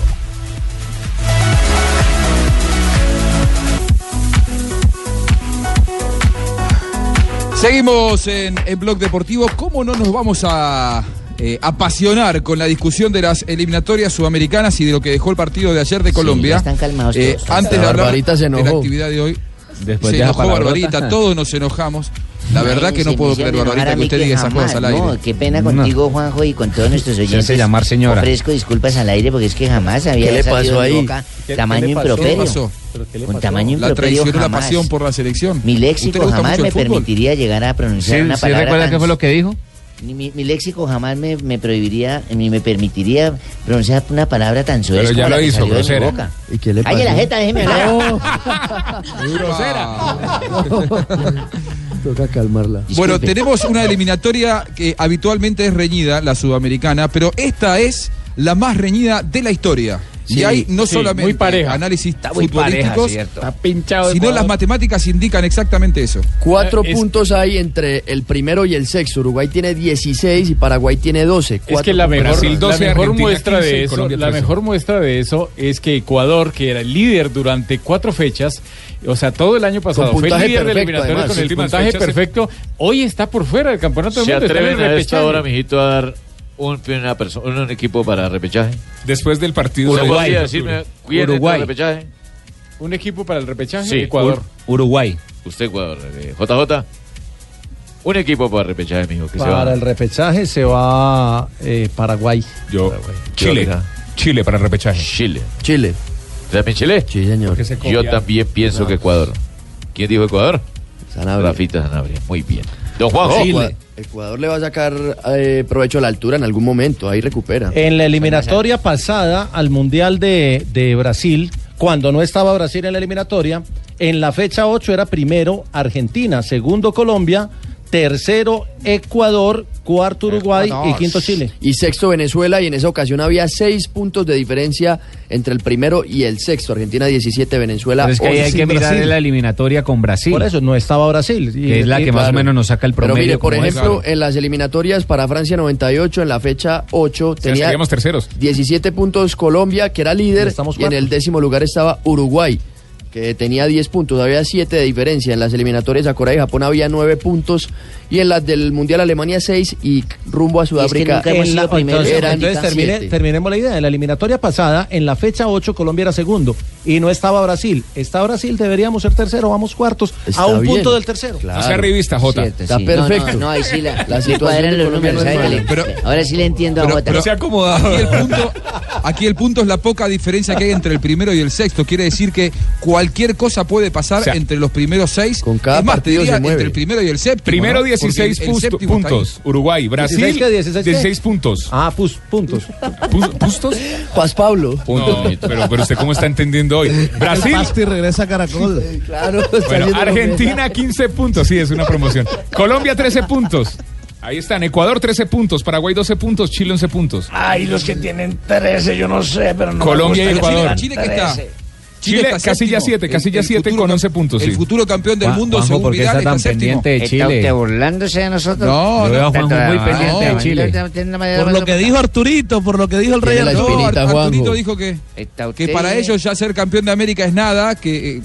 Speaker 3: Seguimos en, en Blog Deportivo. ¿Cómo no nos vamos a eh, apasionar con la discusión de las eliminatorias sudamericanas y de lo que dejó el partido de ayer de Colombia.
Speaker 12: están calmados
Speaker 3: Eh,
Speaker 12: todos.
Speaker 3: antes de hablar
Speaker 23: Barbarita se
Speaker 3: de la
Speaker 23: enojó.
Speaker 3: actividad de hoy,
Speaker 23: Después
Speaker 3: se
Speaker 23: de esa
Speaker 3: enojó
Speaker 23: palabrota.
Speaker 3: Barbarita, todos nos enojamos. La verdad
Speaker 12: Ay,
Speaker 3: que no
Speaker 12: se
Speaker 3: puedo
Speaker 12: me hicieron
Speaker 3: creer,
Speaker 12: enojar
Speaker 3: Barbarita,
Speaker 12: a
Speaker 3: que
Speaker 12: mí
Speaker 3: usted diga esas
Speaker 12: jamás,
Speaker 3: cosas al
Speaker 12: no,
Speaker 3: aire.
Speaker 12: qué pena contigo, Juanjo, y con todos nuestros oyentes.
Speaker 3: llamar señora.
Speaker 12: Ofrezco disculpas al aire porque es que jamás había
Speaker 3: ¿Qué le
Speaker 12: salido
Speaker 3: pasó
Speaker 12: de
Speaker 3: ahí?
Speaker 12: boca
Speaker 3: ¿Qué-
Speaker 12: tamaño
Speaker 3: qué le pasó?
Speaker 12: improperio.
Speaker 3: ¿Qué pasó?
Speaker 12: Con tamaño
Speaker 3: La
Speaker 12: improperio
Speaker 3: traicionó la
Speaker 12: jamás.
Speaker 3: pasión por la selección.
Speaker 12: Mi
Speaker 3: ¿Usted le
Speaker 12: léxico
Speaker 3: gusta
Speaker 12: jamás
Speaker 3: mucho
Speaker 12: me
Speaker 3: el fútbol?
Speaker 12: permitiría llegar a pronunciar
Speaker 3: ¿Sí-
Speaker 12: una
Speaker 3: sí
Speaker 12: palabra.
Speaker 3: recuerda
Speaker 12: tan
Speaker 3: qué fue lo que dijo?
Speaker 12: Ni Mi, mi léxico jamás me, me prohibiría, ni me permitiría pronunciar una palabra tan suave.
Speaker 2: Pero ya lo hizo, grosera.
Speaker 23: ¿Y qué le
Speaker 12: Calle la jeta, déjeme hablar.
Speaker 23: Toca calmarla.
Speaker 3: Bueno, tenemos una eliminatoria que habitualmente es reñida, la sudamericana, pero esta es la más reñida de la historia.
Speaker 11: Sí,
Speaker 3: y hay no
Speaker 11: sí,
Speaker 3: solamente
Speaker 11: muy pareja.
Speaker 3: análisis
Speaker 11: muy pareja,
Speaker 3: futbolísticos,
Speaker 11: cierto. Está pinchado Eh,
Speaker 3: sino
Speaker 11: Ecuador.
Speaker 3: las matemáticas indican exactamente eso.
Speaker 23: Cuatro puntos hay entre el primero y el sexto. Uruguay tiene 16 y Paraguay tiene 12.
Speaker 11: Es que
Speaker 23: Cuatro
Speaker 11: la
Speaker 23: puntos.
Speaker 11: mejor, la mejor
Speaker 2: Argentina
Speaker 11: muestra
Speaker 2: 15 y
Speaker 11: de eso,
Speaker 2: Colombia
Speaker 11: la
Speaker 2: 13.
Speaker 11: mejor muestra de eso es que Ecuador, que era el líder durante cuatro fechas, o sea, todo el año pasado fue
Speaker 14: puntaje
Speaker 11: el líder de
Speaker 14: perfecto,
Speaker 11: eliminatoria
Speaker 14: además.
Speaker 11: con el
Speaker 14: Últimas
Speaker 11: puntaje
Speaker 14: fechas, sí.
Speaker 11: perfecto, hoy está por fuera del campeonato
Speaker 14: ¿Se
Speaker 11: del mundo. está en el
Speaker 14: atreven a esta
Speaker 11: repechaje.
Speaker 14: hora, mijito, a dar un, una perso- un equipo para repechaje?
Speaker 2: Después del partido
Speaker 14: ¿Usted
Speaker 2: de
Speaker 14: podría
Speaker 2: Uruguay.
Speaker 14: decirme quién entra
Speaker 2: Uruguay.
Speaker 14: al repechaje?
Speaker 11: Un equipo para el repechaje,
Speaker 14: Sí,
Speaker 11: Ecuador.
Speaker 16: Uruguay.
Speaker 14: Usted, Ecuador. eh, JJ. Un equipo para repechaje, mijo, que se
Speaker 8: Para
Speaker 14: va.
Speaker 8: el repechaje se va eh, Paraguay.
Speaker 2: Yo, Chile. Chile para repechaje.
Speaker 14: Chile.
Speaker 23: Chile.
Speaker 14: ¿También Chile?
Speaker 23: Sí, señor.
Speaker 14: Yo
Speaker 23: copian.
Speaker 14: también pienso que Ecuador. ¿Quién dijo Ecuador? Rafita Sanabria. Muy bien. Don Juanjo.
Speaker 23: Ecua- Ecuador le va a sacar eh, provecho a la altura en algún momento, ahí recupera.
Speaker 8: En la eliminatoria pasada al Mundial de, de Brasil, cuando no estaba Brasil en la eliminatoria, en la fecha 8 era primero Argentina, segundo Colombia, tercero Ecuador, cuarto
Speaker 16: Eh,
Speaker 8: Uruguay y quinto Chile.
Speaker 23: Eh, Y sexto Venezuela, y en esa ocasión había seis puntos de diferencia entre el primero y el sexto. Argentina 17, Venezuela
Speaker 16: Pero es que ahí
Speaker 23: 11.
Speaker 16: hay que mirar la eliminatoria con Brasil.
Speaker 23: Por eso,
Speaker 8: no estaba Brasil.
Speaker 16: que es la que más o
Speaker 23: claro.
Speaker 16: menos nos saca el
Speaker 23: Pero
Speaker 16: promedio.
Speaker 23: mire, por
Speaker 16: como es.
Speaker 23: ejemplo, en las eliminatorias para Francia 98, en la fecha 8, tenía
Speaker 2: estaríamos terceros.
Speaker 23: 17 puntos Colombia, que era líder, y en el décimo lugar estaba Uruguay, que tenía 10 puntos, había 7 de diferencia. En las eliminatorias a Corea y Japón había 9 puntos, y en las del Mundial Alemania 6, y rumbo a Sudáfrica
Speaker 8: En la- entonces,
Speaker 23: eran
Speaker 8: entonces termine-
Speaker 23: siete.
Speaker 8: terminemos la idea. En la eliminatoria pasada, en la fecha 8, Colombia era segundo y no estaba Brasil. Está Brasil, deberíamos ser tercero, vamos cuartos,
Speaker 23: Está
Speaker 8: a un
Speaker 23: bien.
Speaker 8: punto del tercero.
Speaker 23: Claro. Cierto, sí. No, no, no, ahí sí la, la situación de Colombia no es mala.
Speaker 12: Ahora sí le entiendo a Jota.
Speaker 3: Aquí el, punto, aquí el punto es la poca diferencia que hay entre el primero y el sexto. Quiere decir que cualquier cosa puede pasar
Speaker 2: O sea,
Speaker 3: entre los primeros seis. Con
Speaker 2: cada partido se mueve.
Speaker 3: entre el primero y el séptimo.
Speaker 2: Primero
Speaker 3: ¿no?
Speaker 2: 16
Speaker 3: Porque el- el
Speaker 2: puntos-
Speaker 3: séptimo está ahí.
Speaker 2: puntos. Uruguay, Brasil.
Speaker 3: 16
Speaker 2: 16,
Speaker 3: qué, 16 qué?
Speaker 2: puntos.
Speaker 8: Ah, puntos.
Speaker 2: ¿Puntos?
Speaker 23: Paz Pablo.
Speaker 2: No, pero, pero usted cómo está entendiendo hoy. Brasil.
Speaker 10: Pasti regresa a Caracol.
Speaker 23: Claro,
Speaker 2: Bueno, Argentina 15 puntos, sí, es una promoción. Colombia 13 puntos. Ahí están, Ecuador 13 puntos, Paraguay 12 puntos, Chile 11 puntos.
Speaker 13: Ay, los que tienen 13, yo no sé, pero no. me
Speaker 2: Colombia y
Speaker 13: gusta que
Speaker 2: Ecuador.
Speaker 13: tengan 13.
Speaker 2: Chile,
Speaker 13: Chile está
Speaker 2: casilla
Speaker 13: séptimo.
Speaker 2: 7,
Speaker 13: El-
Speaker 2: casilla
Speaker 13: el
Speaker 2: 7 con 11 puntos.
Speaker 3: el futuro campeón del
Speaker 2: Juan-
Speaker 3: mundo,
Speaker 2: Juanjo,
Speaker 3: según
Speaker 2: ¿por qué
Speaker 3: Vidal,
Speaker 2: está tan
Speaker 3: séptimo.
Speaker 2: pendiente de
Speaker 9: Está usted burlándose de nosotros.
Speaker 3: No,
Speaker 16: Yo veo a Juanjo muy
Speaker 9: No,
Speaker 16: pendiente de
Speaker 9: no,
Speaker 16: Chile.
Speaker 9: no, no, no, no,
Speaker 10: Por lo que dijo Arturito, por lo que dijo el Rey
Speaker 3: No,
Speaker 10: Arturo.
Speaker 3: Ar- Arturito dijo que, que para ellos ya ser campeón de América es nada, que, eh,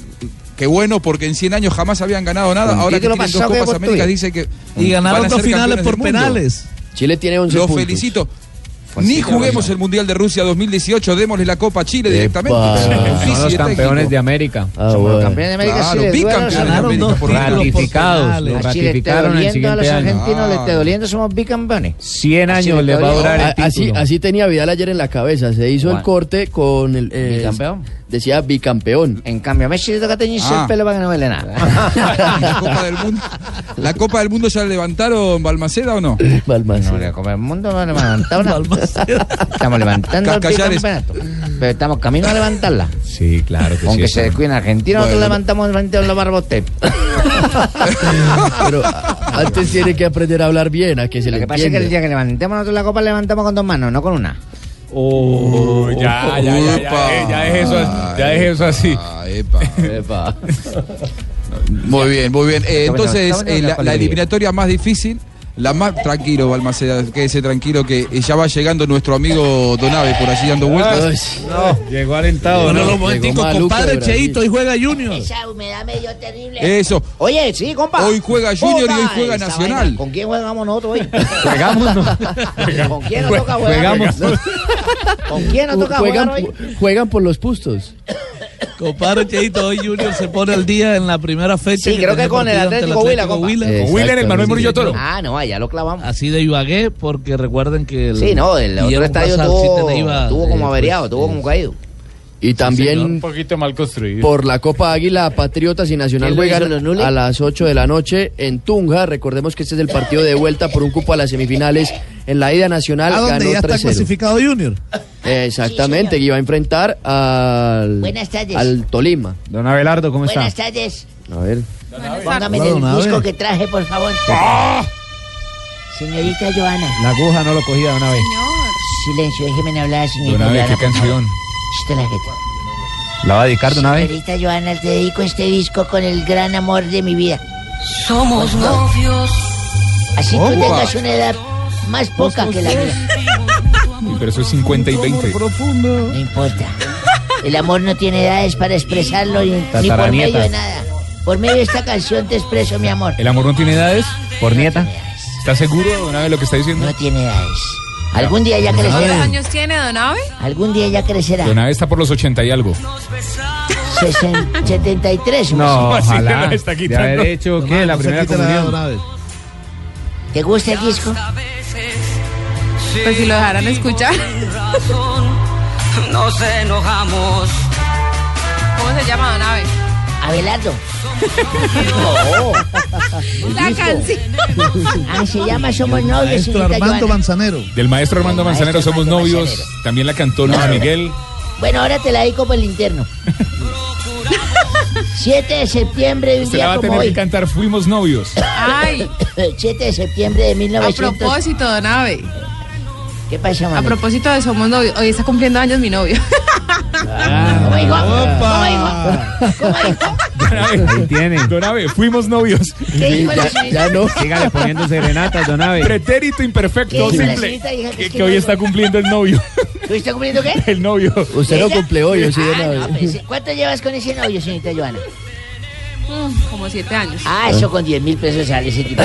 Speaker 3: que bueno, porque en 100 años jamás habían ganado nada.
Speaker 10: Un
Speaker 3: Ahora que
Speaker 10: título
Speaker 3: tienen dos
Speaker 10: pasado que
Speaker 3: Copas
Speaker 10: por
Speaker 3: América
Speaker 10: tuyo.
Speaker 3: dice que
Speaker 10: Y ganaron
Speaker 3: van a
Speaker 10: dos
Speaker 3: ser
Speaker 10: finales
Speaker 3: campeones
Speaker 10: por
Speaker 3: del mundo.
Speaker 10: penales.
Speaker 23: Chile tiene 11
Speaker 3: Los
Speaker 23: puntos.
Speaker 3: felicito.
Speaker 23: Así
Speaker 3: Ni
Speaker 23: que
Speaker 3: juguemos el Mundial de Rusia 2018, démosle la Copa a Chile directamente.
Speaker 16: Son los campeones de América.
Speaker 23: Somos
Speaker 16: los
Speaker 9: campeones de América, sí, les duele a
Speaker 16: Claro,
Speaker 9: los
Speaker 16: bicampeones de
Speaker 9: argentinos.
Speaker 16: América. Ratificados. Lo
Speaker 9: A Chile está
Speaker 16: ratificaron el
Speaker 9: doliendo, a los
Speaker 16: siguiente año.
Speaker 9: argentinos le
Speaker 3: Ah.
Speaker 9: está doliendo, somos bicampeones.
Speaker 23: Ah.
Speaker 16: 100
Speaker 9: Así
Speaker 16: años
Speaker 9: le
Speaker 16: le va a
Speaker 9: dolió.
Speaker 16: durar el
Speaker 23: A- así,
Speaker 16: título.
Speaker 23: así tenía Vidal ayer en la cabeza. Se hizo el
Speaker 16: Bueno.
Speaker 23: corte con el. eh, Decía bicampeón.
Speaker 9: En cambio, Messi toca teñirse
Speaker 3: Ah.
Speaker 9: el pelo para que no vele nada.
Speaker 3: la Copa del Mundo. ¿La Copa del Mundo ya la levantaron Balmaceda o no?
Speaker 23: Balmaceda.
Speaker 9: No, la Copa del Mundo no la levantamos nada. Estamos levantando el
Speaker 3: Cascallares.
Speaker 9: bicampeonato. Pero estamos camino a levantarla.
Speaker 16: Sí, claro que
Speaker 9: Aunque
Speaker 16: sí.
Speaker 9: se descuiden Argentina, nosotros
Speaker 23: Bueno.
Speaker 9: levantamos el frente de los barbotes.
Speaker 23: Pero a- antes tiene que aprender a hablar bien, a que se
Speaker 9: Lo
Speaker 23: le
Speaker 9: que pasa es que el
Speaker 23: entienda.
Speaker 9: día que levantemos nosotros la copa, levantamos con dos manos, no con una.
Speaker 2: Oh, ya, ya, ya, ya, eh, ya es eso, ya deje eso así.
Speaker 3: Muy bien, muy bien. Eh,
Speaker 2: Está bueno,
Speaker 3: entonces,
Speaker 2: está bueno
Speaker 3: eh,
Speaker 2: la
Speaker 3: la, la
Speaker 2: palabra.
Speaker 3: eliminatoria más difícil, La más tranquilo, Balmaceda, quédese tranquilo que eh, ya va llegando nuestro amigo Donave por allí dando vueltas.
Speaker 11: no, llegó alentado.
Speaker 3: Bueno,
Speaker 11: ¿no?
Speaker 3: los momenticos,
Speaker 11: Llegó maluco
Speaker 3: compadre,
Speaker 11: de Brasil.
Speaker 3: Cheito.
Speaker 10: Hoy juega Junior.
Speaker 12: Esa humedad me dio terrible.
Speaker 3: Eso.
Speaker 12: Oye, sí, compa.
Speaker 3: Hoy juega Junior y hoy
Speaker 12: Puta,
Speaker 3: juega
Speaker 12: esa
Speaker 3: Nacional.
Speaker 12: vaina. ¿Con quién jugamos nosotros hoy? ¿Con quién nos
Speaker 23: Jue-
Speaker 12: toca jugar?
Speaker 23: juegamos.
Speaker 12: ¿Con quién nos toca
Speaker 23: juegan,
Speaker 12: jugar hoy?
Speaker 23: juegan por los pustos.
Speaker 10: Compadre Cheito, hoy Junior se pone al día en la primera fecha.
Speaker 12: Sí, creo que
Speaker 10: tenía
Speaker 12: con el
Speaker 10: partido ante
Speaker 12: Atlético Huila, compa.
Speaker 10: Con
Speaker 12: Ah, no, allá lo clavamos.
Speaker 10: Así de Ibagué, porque recuerden que. el
Speaker 12: Sí, no, el otro
Speaker 10: Guillermo
Speaker 12: estadio
Speaker 10: Casas sí
Speaker 12: tuvo,
Speaker 10: te iba,
Speaker 12: tuvo como
Speaker 10: eh,
Speaker 12: averiado,
Speaker 10: pues,
Speaker 12: tuvo como caído.
Speaker 23: Y también
Speaker 11: Un poquito mal construido.
Speaker 23: por la Copa Águila, Patriotas y Nacional
Speaker 12: ¿Quién lo hizo, los
Speaker 23: juegan
Speaker 12: Nules?
Speaker 23: a las 8 de la noche en Tunja. Recordemos que este es el partido de vuelta por un cupo a las semifinales. En la ida nacional
Speaker 10: ¿A dónde ya
Speaker 23: ganó
Speaker 10: está
Speaker 23: 3-0.
Speaker 10: clasificado Junior?
Speaker 23: Exactamente, que iba a enfrentar al,
Speaker 12: Buenas tardes.
Speaker 23: al Tolima.
Speaker 16: Don Abelardo, ¿cómo
Speaker 12: Buenas tardes.
Speaker 23: A ver.
Speaker 12: Póngame
Speaker 23: Hola,
Speaker 12: el
Speaker 23: don Abel.
Speaker 12: disco que traje, por favor.
Speaker 23: Ah.
Speaker 12: Señorita Joana.
Speaker 16: La aguja no lo cogía de una vez.
Speaker 12: Silencio, déjeme hablar, señorita
Speaker 16: Don Abel,
Speaker 12: Joana,
Speaker 16: ¿qué
Speaker 12: por favor.
Speaker 16: canción?
Speaker 12: Shh,
Speaker 9: Este
Speaker 12: te la jeta.
Speaker 16: ¿La va a dedicar de una vez?
Speaker 12: Señorita Joana, te dedico este disco con el gran amor de mi vida.
Speaker 18: Somos novios.
Speaker 12: Así
Speaker 2: Opa.
Speaker 12: tú tengas una edad más poca que la mía.
Speaker 2: Uy, Pero eso es 50 y 20.
Speaker 12: No importa. El amor no tiene edades para expresarlo ni, ni por medio
Speaker 2: Tataranieta.
Speaker 12: de nada. Por medio de esta canción te expreso mi amor.
Speaker 2: ¿El amor no tiene edades? ¿Por nieta? ¿Estás seguro de una vez lo que está diciendo? No
Speaker 12: tiene edades. Algún día ya
Speaker 19: ¿Cuántos
Speaker 2: crecerá.
Speaker 19: años tiene Don Abe?
Speaker 12: Algún día ya crecerá.
Speaker 2: Don Abe está por los 80 y algo.
Speaker 12: Sesen- 73.
Speaker 2: No,
Speaker 12: más o menos.
Speaker 2: ojalá. Está De quitando. haber hecho, ¿qué? La primera comunión.
Speaker 12: ¿Te gusta el disco?
Speaker 19: Pues si lo dejaran escuchar.
Speaker 18: Nos enojamos.
Speaker 19: ¿Cómo se llama Don Abe?
Speaker 12: Abelardo.
Speaker 19: La canción.
Speaker 12: Ah, se llama Somos Novios, señorita
Speaker 10: Armando
Speaker 12: Joana.
Speaker 10: Manzanero.
Speaker 2: Del maestro Armando Manzanero somos novios. También la cantó Luis Miguel.
Speaker 12: Bueno, ahora te la dedico por el interno. 7 de septiembre de un
Speaker 2: Usted la va
Speaker 12: día
Speaker 2: a
Speaker 12: como
Speaker 2: tener que
Speaker 12: hoy.
Speaker 2: cantar Fuimos novios.
Speaker 19: Ay.
Speaker 12: 7 de septiembre de
Speaker 19: A
Speaker 12: 1900.
Speaker 19: propósito, Don Abe.
Speaker 12: ¿Qué pasa,
Speaker 19: A propósito de Somos Novios. Hoy está cumpliendo años mi novio.
Speaker 12: ¿Cómo dijo? ¿Cómo dijo?
Speaker 2: Don Abe, Don Abe, fuimos novios.
Speaker 12: ¿Qué dijo la Ya- ya no.
Speaker 2: Sígale poniendo serenatas, Don Abe. Pretérito imperfecto,
Speaker 12: ¿Qué dijo la
Speaker 2: simple.
Speaker 12: señorita? Dijo que
Speaker 2: Que,
Speaker 12: es
Speaker 2: que
Speaker 12: que
Speaker 2: hoy
Speaker 12: no-
Speaker 2: está cumpliendo el novio.
Speaker 12: ¿Tú estás cumpliendo qué?
Speaker 2: El novio.
Speaker 23: Usted lo
Speaker 12: ¿Ella?
Speaker 23: cumple hoy, sí, de
Speaker 12: Ah, no,
Speaker 23: una
Speaker 12: pero
Speaker 23: vez.
Speaker 12: sí. ¿Cuánto llevas con ese novio, señorita Joana?
Speaker 19: Mm, Como siete años.
Speaker 12: Ah, eso con 10 mil pesos sale ese tipo.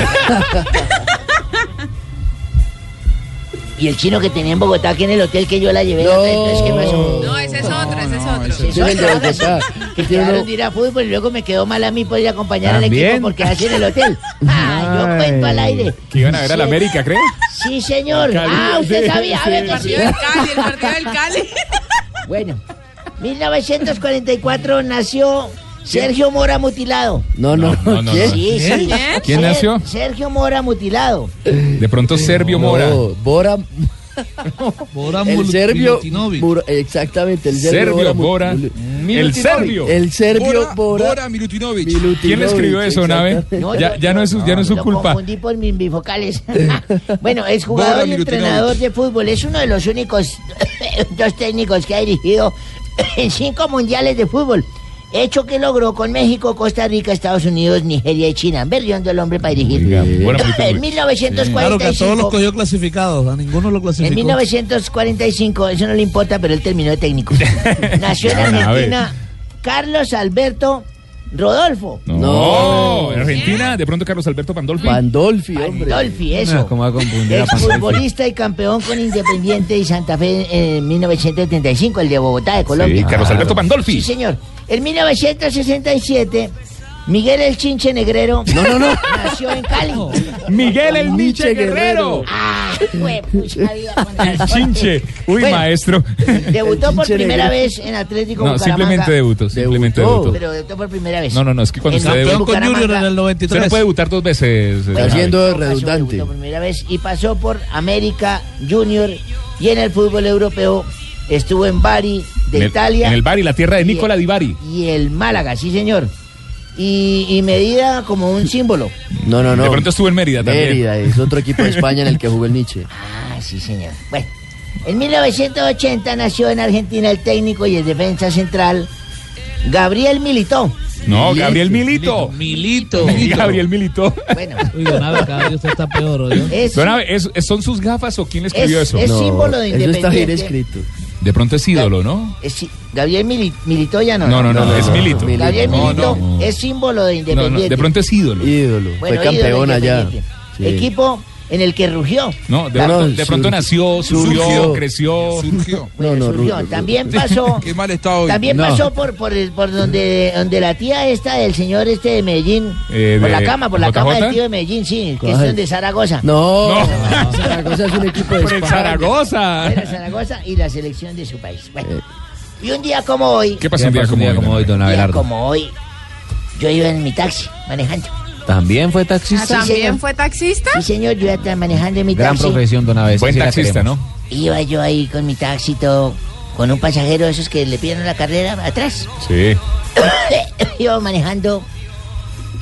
Speaker 12: y el chino que tenía en Bogotá, que en el hotel que yo la llevé. No, entonces, ¿qué pasó?
Speaker 19: No, ese es otro, ese es otro.
Speaker 12: Eso es otra cosa. Que quedaron de ir a fútbol y luego me quedó mal a mí por ir a acompañar al
Speaker 2: También.
Speaker 12: equipo porque así en el hotel. Ah, yo cuento al aire.
Speaker 2: Que iban a ver a la
Speaker 12: Sí.
Speaker 2: América, ¿cree?
Speaker 12: Sí, señor.
Speaker 2: Cali,
Speaker 12: Ah, usted
Speaker 2: sí,
Speaker 12: sabía. A ver,
Speaker 2: sí,
Speaker 12: que sí.
Speaker 2: sí. El
Speaker 19: Cali, el partido del Cali.
Speaker 12: Bueno, 1944 nació Sergio Mora Mutilado.
Speaker 23: No, no.
Speaker 2: No, no,
Speaker 23: ¿Quién?
Speaker 2: no.
Speaker 12: Sí, sí.
Speaker 2: ¿Quién
Speaker 12: Ser-
Speaker 2: nació?
Speaker 12: Sergio Mora Mutilado.
Speaker 2: De pronto Servio Mora.
Speaker 23: No, Bora. el serbio. Mur- exactamente, el
Speaker 2: Serbio
Speaker 23: serbio.
Speaker 2: Bora.
Speaker 23: Mul-
Speaker 2: El serbio.
Speaker 23: El serbio
Speaker 3: Bora-
Speaker 23: Bora.
Speaker 3: Bora Milutinovic.
Speaker 2: ¿Quién le escribió eso, Nave?
Speaker 12: No,
Speaker 2: Ya,
Speaker 12: yo-
Speaker 2: ya no es su, ya no es su
Speaker 12: lo
Speaker 2: culpa.
Speaker 12: confundí por mis bifocales. bueno, es jugador
Speaker 2: Bora
Speaker 12: y
Speaker 2: Milutinovic.
Speaker 12: entrenador de fútbol. Es uno de los únicos dos técnicos que ha dirigido en cinco mundiales de fútbol. Hecho que logró con México, Costa Rica, Estados Unidos, Nigeria y China. Berriondo el hombre para dirigir.
Speaker 10: Bora
Speaker 12: en
Speaker 10: Milutinovic. Claro que a
Speaker 12: 1945.
Speaker 10: todos los cogió clasificados, a ninguno lo clasificó.
Speaker 12: En 1945, eso no le importa, pero él terminó de técnico. Nació en
Speaker 10: Ya, a ver.
Speaker 12: Argentina Carlos Alberto Rodolfo.
Speaker 2: No, en Argentina, de pronto Carlos Alberto Pandolfi.
Speaker 23: Pandolfi,
Speaker 12: hombre. Pandolfi, eso.
Speaker 2: Ah, ¿Cómo va a confundir a
Speaker 12: Ex
Speaker 2: Pandolfi?
Speaker 12: futbolista y campeón con Independiente y Santa Fe en 1975, el de Bogotá, de Colombia.
Speaker 2: Carlos Alberto Pandolfi.
Speaker 12: Sí, señor. En 1967, Miguel el Chinche Negrero. No, no, no. Nació en Cali.
Speaker 2: Miguel el Niche Guerrero.
Speaker 12: Ah, fue, pucha vida, con
Speaker 2: El chinche.
Speaker 12: Bueno.
Speaker 2: Uy,
Speaker 12: pues,
Speaker 2: maestro.
Speaker 12: Debutó por
Speaker 2: Chinche
Speaker 12: primera
Speaker 2: Negrero.
Speaker 12: vez en Atlético
Speaker 2: No,
Speaker 12: Bucaramanga.
Speaker 2: simplemente debutó. Simplemente
Speaker 12: Debutó,
Speaker 2: debutó.
Speaker 12: Pero debutó por primera vez.
Speaker 2: No, no, no, es que cuando usted debuta. Usted no puede debutar dos veces. eh, Javi.
Speaker 12: redundante. Por primera vez y pasó por América Junior y en el fútbol europeo estuvo en Bari de
Speaker 2: En el-
Speaker 12: Italia.
Speaker 2: en el Bari, la tierra de
Speaker 12: Y-
Speaker 2: Nicola Di Bari.
Speaker 12: Y el Málaga, sí señor. Y, y medida como un símbolo.
Speaker 23: No, no, no.
Speaker 2: De pronto estuvo en Mérida también.
Speaker 23: Mérida, es otro equipo de España en el que jugó el Nietzsche.
Speaker 12: Ah, sí señor. Bueno, en 1980 nació en Argentina el técnico y el defensa central Gabriel Militó.
Speaker 2: No, Gabriel Milito.
Speaker 27: Milito.
Speaker 2: Gabriel Milito.
Speaker 27: Uy, don Abe, cada día usted está peor, oye.
Speaker 2: Don Abe, ¿es- es- ¿son sus gafas o quién le escribió
Speaker 12: Es-
Speaker 2: eso?
Speaker 12: es No, símbolo de eso está bien independiente.
Speaker 2: De pronto es ídolo, ¿no?
Speaker 12: Es si- Gabriel Mili- Militó ya no.
Speaker 2: No, no, no, es Milito.
Speaker 12: Gabriel
Speaker 2: No,
Speaker 12: Milito
Speaker 2: no.
Speaker 12: es símbolo de
Speaker 2: No, no,
Speaker 12: Independiente.
Speaker 2: de pronto es ídolo. Ídolo.
Speaker 12: Bueno, ídolo Independiente. Equipo en el que rugió.
Speaker 2: No, de,
Speaker 12: Tam-
Speaker 2: pronto- de pronto
Speaker 12: sur-
Speaker 2: nació, surgió,
Speaker 12: surgió.
Speaker 2: creció.
Speaker 3: Surgió.
Speaker 12: Bueno, surgió. También pasó.
Speaker 3: Qué mal está hoy.
Speaker 12: También pasó por, por, el- por donde, donde la tía esta del señor este de Medellín.
Speaker 3: Eh,
Speaker 12: por
Speaker 3: de
Speaker 12: la cama, por la
Speaker 3: JJ?
Speaker 12: cama del tío de Medellín, sí. Que es
Speaker 23: ¿Cuál?
Speaker 12: donde Zaragoza.
Speaker 23: No, Zaragoza es un equipo de
Speaker 12: Por el
Speaker 23: España.
Speaker 12: Zaragoza. Era Zaragoza y la selección de su país. Bueno, y un día como hoy.
Speaker 2: ¿Qué pasó un día como, hoy, don
Speaker 12: Un día como hoy, yo iba en mi taxi manejando.
Speaker 9: También fue
Speaker 28: Ah,
Speaker 9: taxista.
Speaker 28: ¿También fue taxista?
Speaker 12: Sí, señor, yo estaba manejando en mi
Speaker 9: Gran
Speaker 12: taxi.
Speaker 9: profesión, don Abe.
Speaker 2: Buen
Speaker 9: sí la
Speaker 2: taxista,
Speaker 9: queremos.
Speaker 12: Iba yo ahí con mi taxi y todo, con un pasajero de esos que le pidieron la carrera atrás.
Speaker 2: Sí.
Speaker 12: Iba manejando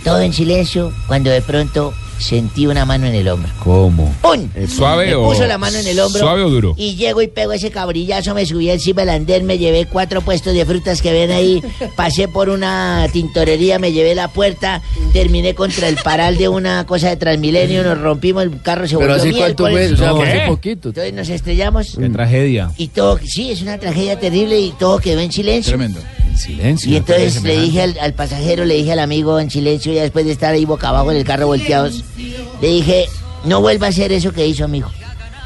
Speaker 12: todo en silencio cuando de pronto sentí una mano en el hombro.
Speaker 9: ¿Cómo?
Speaker 12: ¡Pum!
Speaker 9: ¿Suave
Speaker 12: me
Speaker 9: o-
Speaker 12: puso la mano en el hombro.
Speaker 9: suave o duro?
Speaker 12: Y llego y pego ese cabrillazo, me subí encima del andén, me llevé cuatro puestos de frutas que ven ahí, pasé por una tintorería, me llevé la puerta, terminé contra el paral de una cosa de Transmilenio, nos rompimos, el carro se
Speaker 23: Pero
Speaker 12: volvió
Speaker 23: así
Speaker 12: miel
Speaker 23: cuánto
Speaker 12: por el-
Speaker 23: fue, o sea, fue hace
Speaker 12: ¿Qué?
Speaker 23: poquito.
Speaker 12: Entonces nos estrellamos
Speaker 9: Qué tragedia.
Speaker 12: y todo, sí, es una tragedia terrible y todo quedó en silencio.
Speaker 3: Tremendo.
Speaker 9: Silencio.
Speaker 12: Y entonces le dije al, al pasajero, le dije al amigo en silencio, ya después de estar ahí boca abajo en el carro volteados, le dije, no vuelva a hacer eso que hizo, amigo.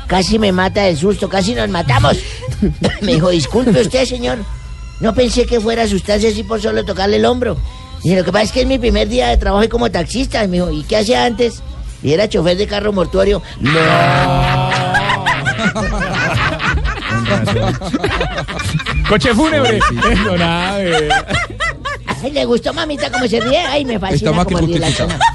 Speaker 12: Casi me mata del susto, casi nos matamos. me dijo, disculpe usted, señor. No pensé que fuera a asustarse así por solo tocarle el hombro. Dice, lo que pasa es que es mi primer día de trabajo y como taxista. Y me dijo, ¿y qué hacía antes? Y era chofer de carro mortuorio.
Speaker 2: Coche fúnebre. Don Abe.
Speaker 12: Ay, le gustó mamita como se ríe. Ay, me fascina
Speaker 2: Está más que
Speaker 12: cómo ríe la
Speaker 2: justificado.
Speaker 12: china.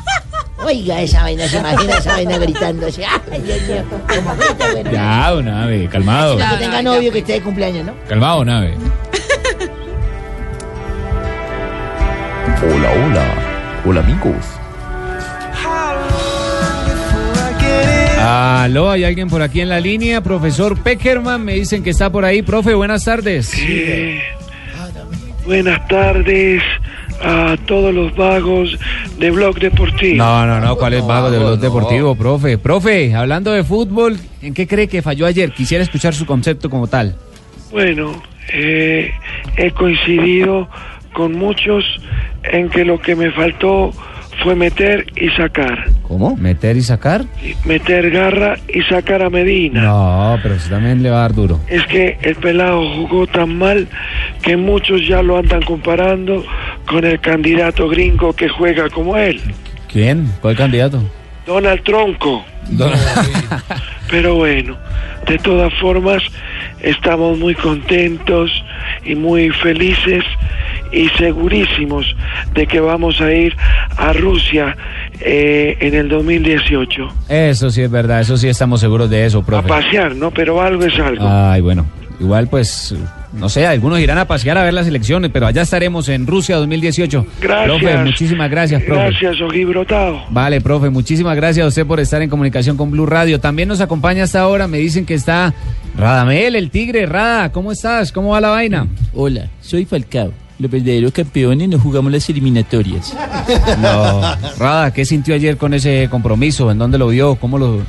Speaker 12: Oiga, esa vaina, se imagina esa vaina gritándose. Ay, Dios mío, como grita, bueno.
Speaker 2: Ya, don Abe, calmado.
Speaker 12: Que tenga novio que esté de cumpleaños, ¿no?
Speaker 2: Calmado, don Abe.
Speaker 9: Hola, hola. Hola, amigos.
Speaker 16: Aló, hay alguien por aquí en la línea. Profesor Peckerman, me dicen que está por ahí. Profe, buenas tardes.
Speaker 29: Eh, buenas tardes a todos los vagos de Blog Deportivo.
Speaker 16: No, no, no, ¿cuál es vago de los deportivos, profe? Profe, hablando de fútbol, ¿en qué cree que falló ayer? Quisiera escuchar su concepto como tal.
Speaker 29: Bueno, eh, he coincidido con muchos en que lo que me faltó fue meter y sacar.
Speaker 16: ¿Cómo? ¿Meter y sacar?
Speaker 29: Meter garra y sacar a Medina.
Speaker 16: No, pero eso también le va a dar duro.
Speaker 29: Es que el pelado jugó tan mal que muchos ya lo andan comparando con el candidato gringo que juega como él.
Speaker 16: ¿Quién? ¿Cuál candidato?
Speaker 29: Donald Tronco. Pero bueno, de todas formas, estamos muy contentos y muy felices y segurísimos de que vamos a ir a Rusia eh, en el 2018.
Speaker 16: Eso sí es verdad, eso sí estamos seguros de eso,
Speaker 29: A
Speaker 16: profe.
Speaker 29: pasear, ¿no? Pero algo es algo.
Speaker 16: Ay, bueno, igual pues, no sé, algunos irán a pasear a ver las elecciones, pero allá estaremos en Rusia 2018.
Speaker 29: Gracias.
Speaker 16: Profe, muchísimas gracias, profe.
Speaker 29: Gracias, Ojibrotado.
Speaker 16: Vale, profe, muchísimas gracias a usted por estar en comunicación con Blue Radio. También nos acompaña hasta ahora, me dicen que está Radamel, el tigre. Rada, ¿cómo estás? ¿Cómo va la vaina?
Speaker 22: Hola, soy Falcao. Los verdaderos campeones no jugamos las eliminatorias.
Speaker 16: No. Rada, ¿qué sintió ayer con ese compromiso? ¿En dónde lo vio? ¿Cómo lo,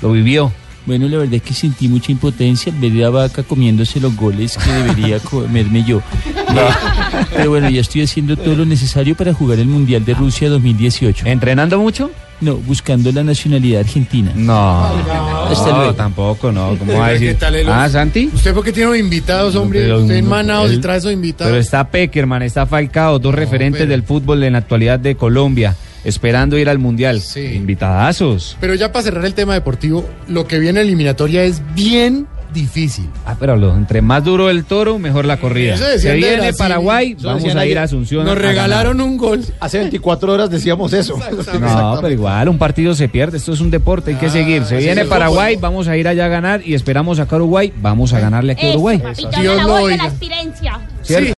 Speaker 16: lo vivió?
Speaker 22: Bueno, la verdad es que sentí mucha impotencia al ver la vaca comiéndose los goles que debería comerme yo. Eh, Pero bueno, ya estoy haciendo todo lo necesario para jugar el Mundial de Rusia 2018.
Speaker 16: ¿Entrenando mucho?
Speaker 22: No, buscando la nacionalidad argentina.
Speaker 16: No,
Speaker 22: Hasta
Speaker 16: No,
Speaker 22: luego.
Speaker 16: tampoco, no. ¿Cómo
Speaker 22: Pero
Speaker 16: va a
Speaker 22: ¿qué
Speaker 16: decir?
Speaker 22: tal el-
Speaker 16: Ah, Santi.
Speaker 22: ¿Usted por qué tiene invitados,
Speaker 23: hombre? Usted en Manaos y
Speaker 16: él-
Speaker 23: trae esos invitados.
Speaker 16: Pero está Peckerman, está Falcao, dos referentes del fútbol en la actualidad de Colombia, esperando ir al Mundial. Invitadazos.
Speaker 22: Pero ya para cerrar el tema deportivo, lo que viene en eliminatoria es bien difícil.
Speaker 16: Ah, pero lo- entre más duro el toro, mejor la corrida.
Speaker 22: Eso
Speaker 16: Se
Speaker 22: decían de
Speaker 16: viene
Speaker 22: Brasil.
Speaker 16: Paraguay,
Speaker 22: Eso
Speaker 16: vamos
Speaker 22: decían
Speaker 16: a ir
Speaker 22: ayer.
Speaker 16: a Asunción.
Speaker 22: Nos
Speaker 16: a ganar.
Speaker 22: regalaron
Speaker 8: un gol. Hace 24 horas decíamos eso.
Speaker 16: No, pero igual, un partido se pierde, esto es un deporte, hay que seguir. Se
Speaker 8: Ah, así
Speaker 16: viene
Speaker 8: es el
Speaker 16: Paraguay, vamos a ir allá a ganar Este, y esperamos acá a Uruguay, vamos a ganarle aquí a Uruguay.
Speaker 6: Papito, me la voy de la aspirencia.
Speaker 16: ¿Cierto?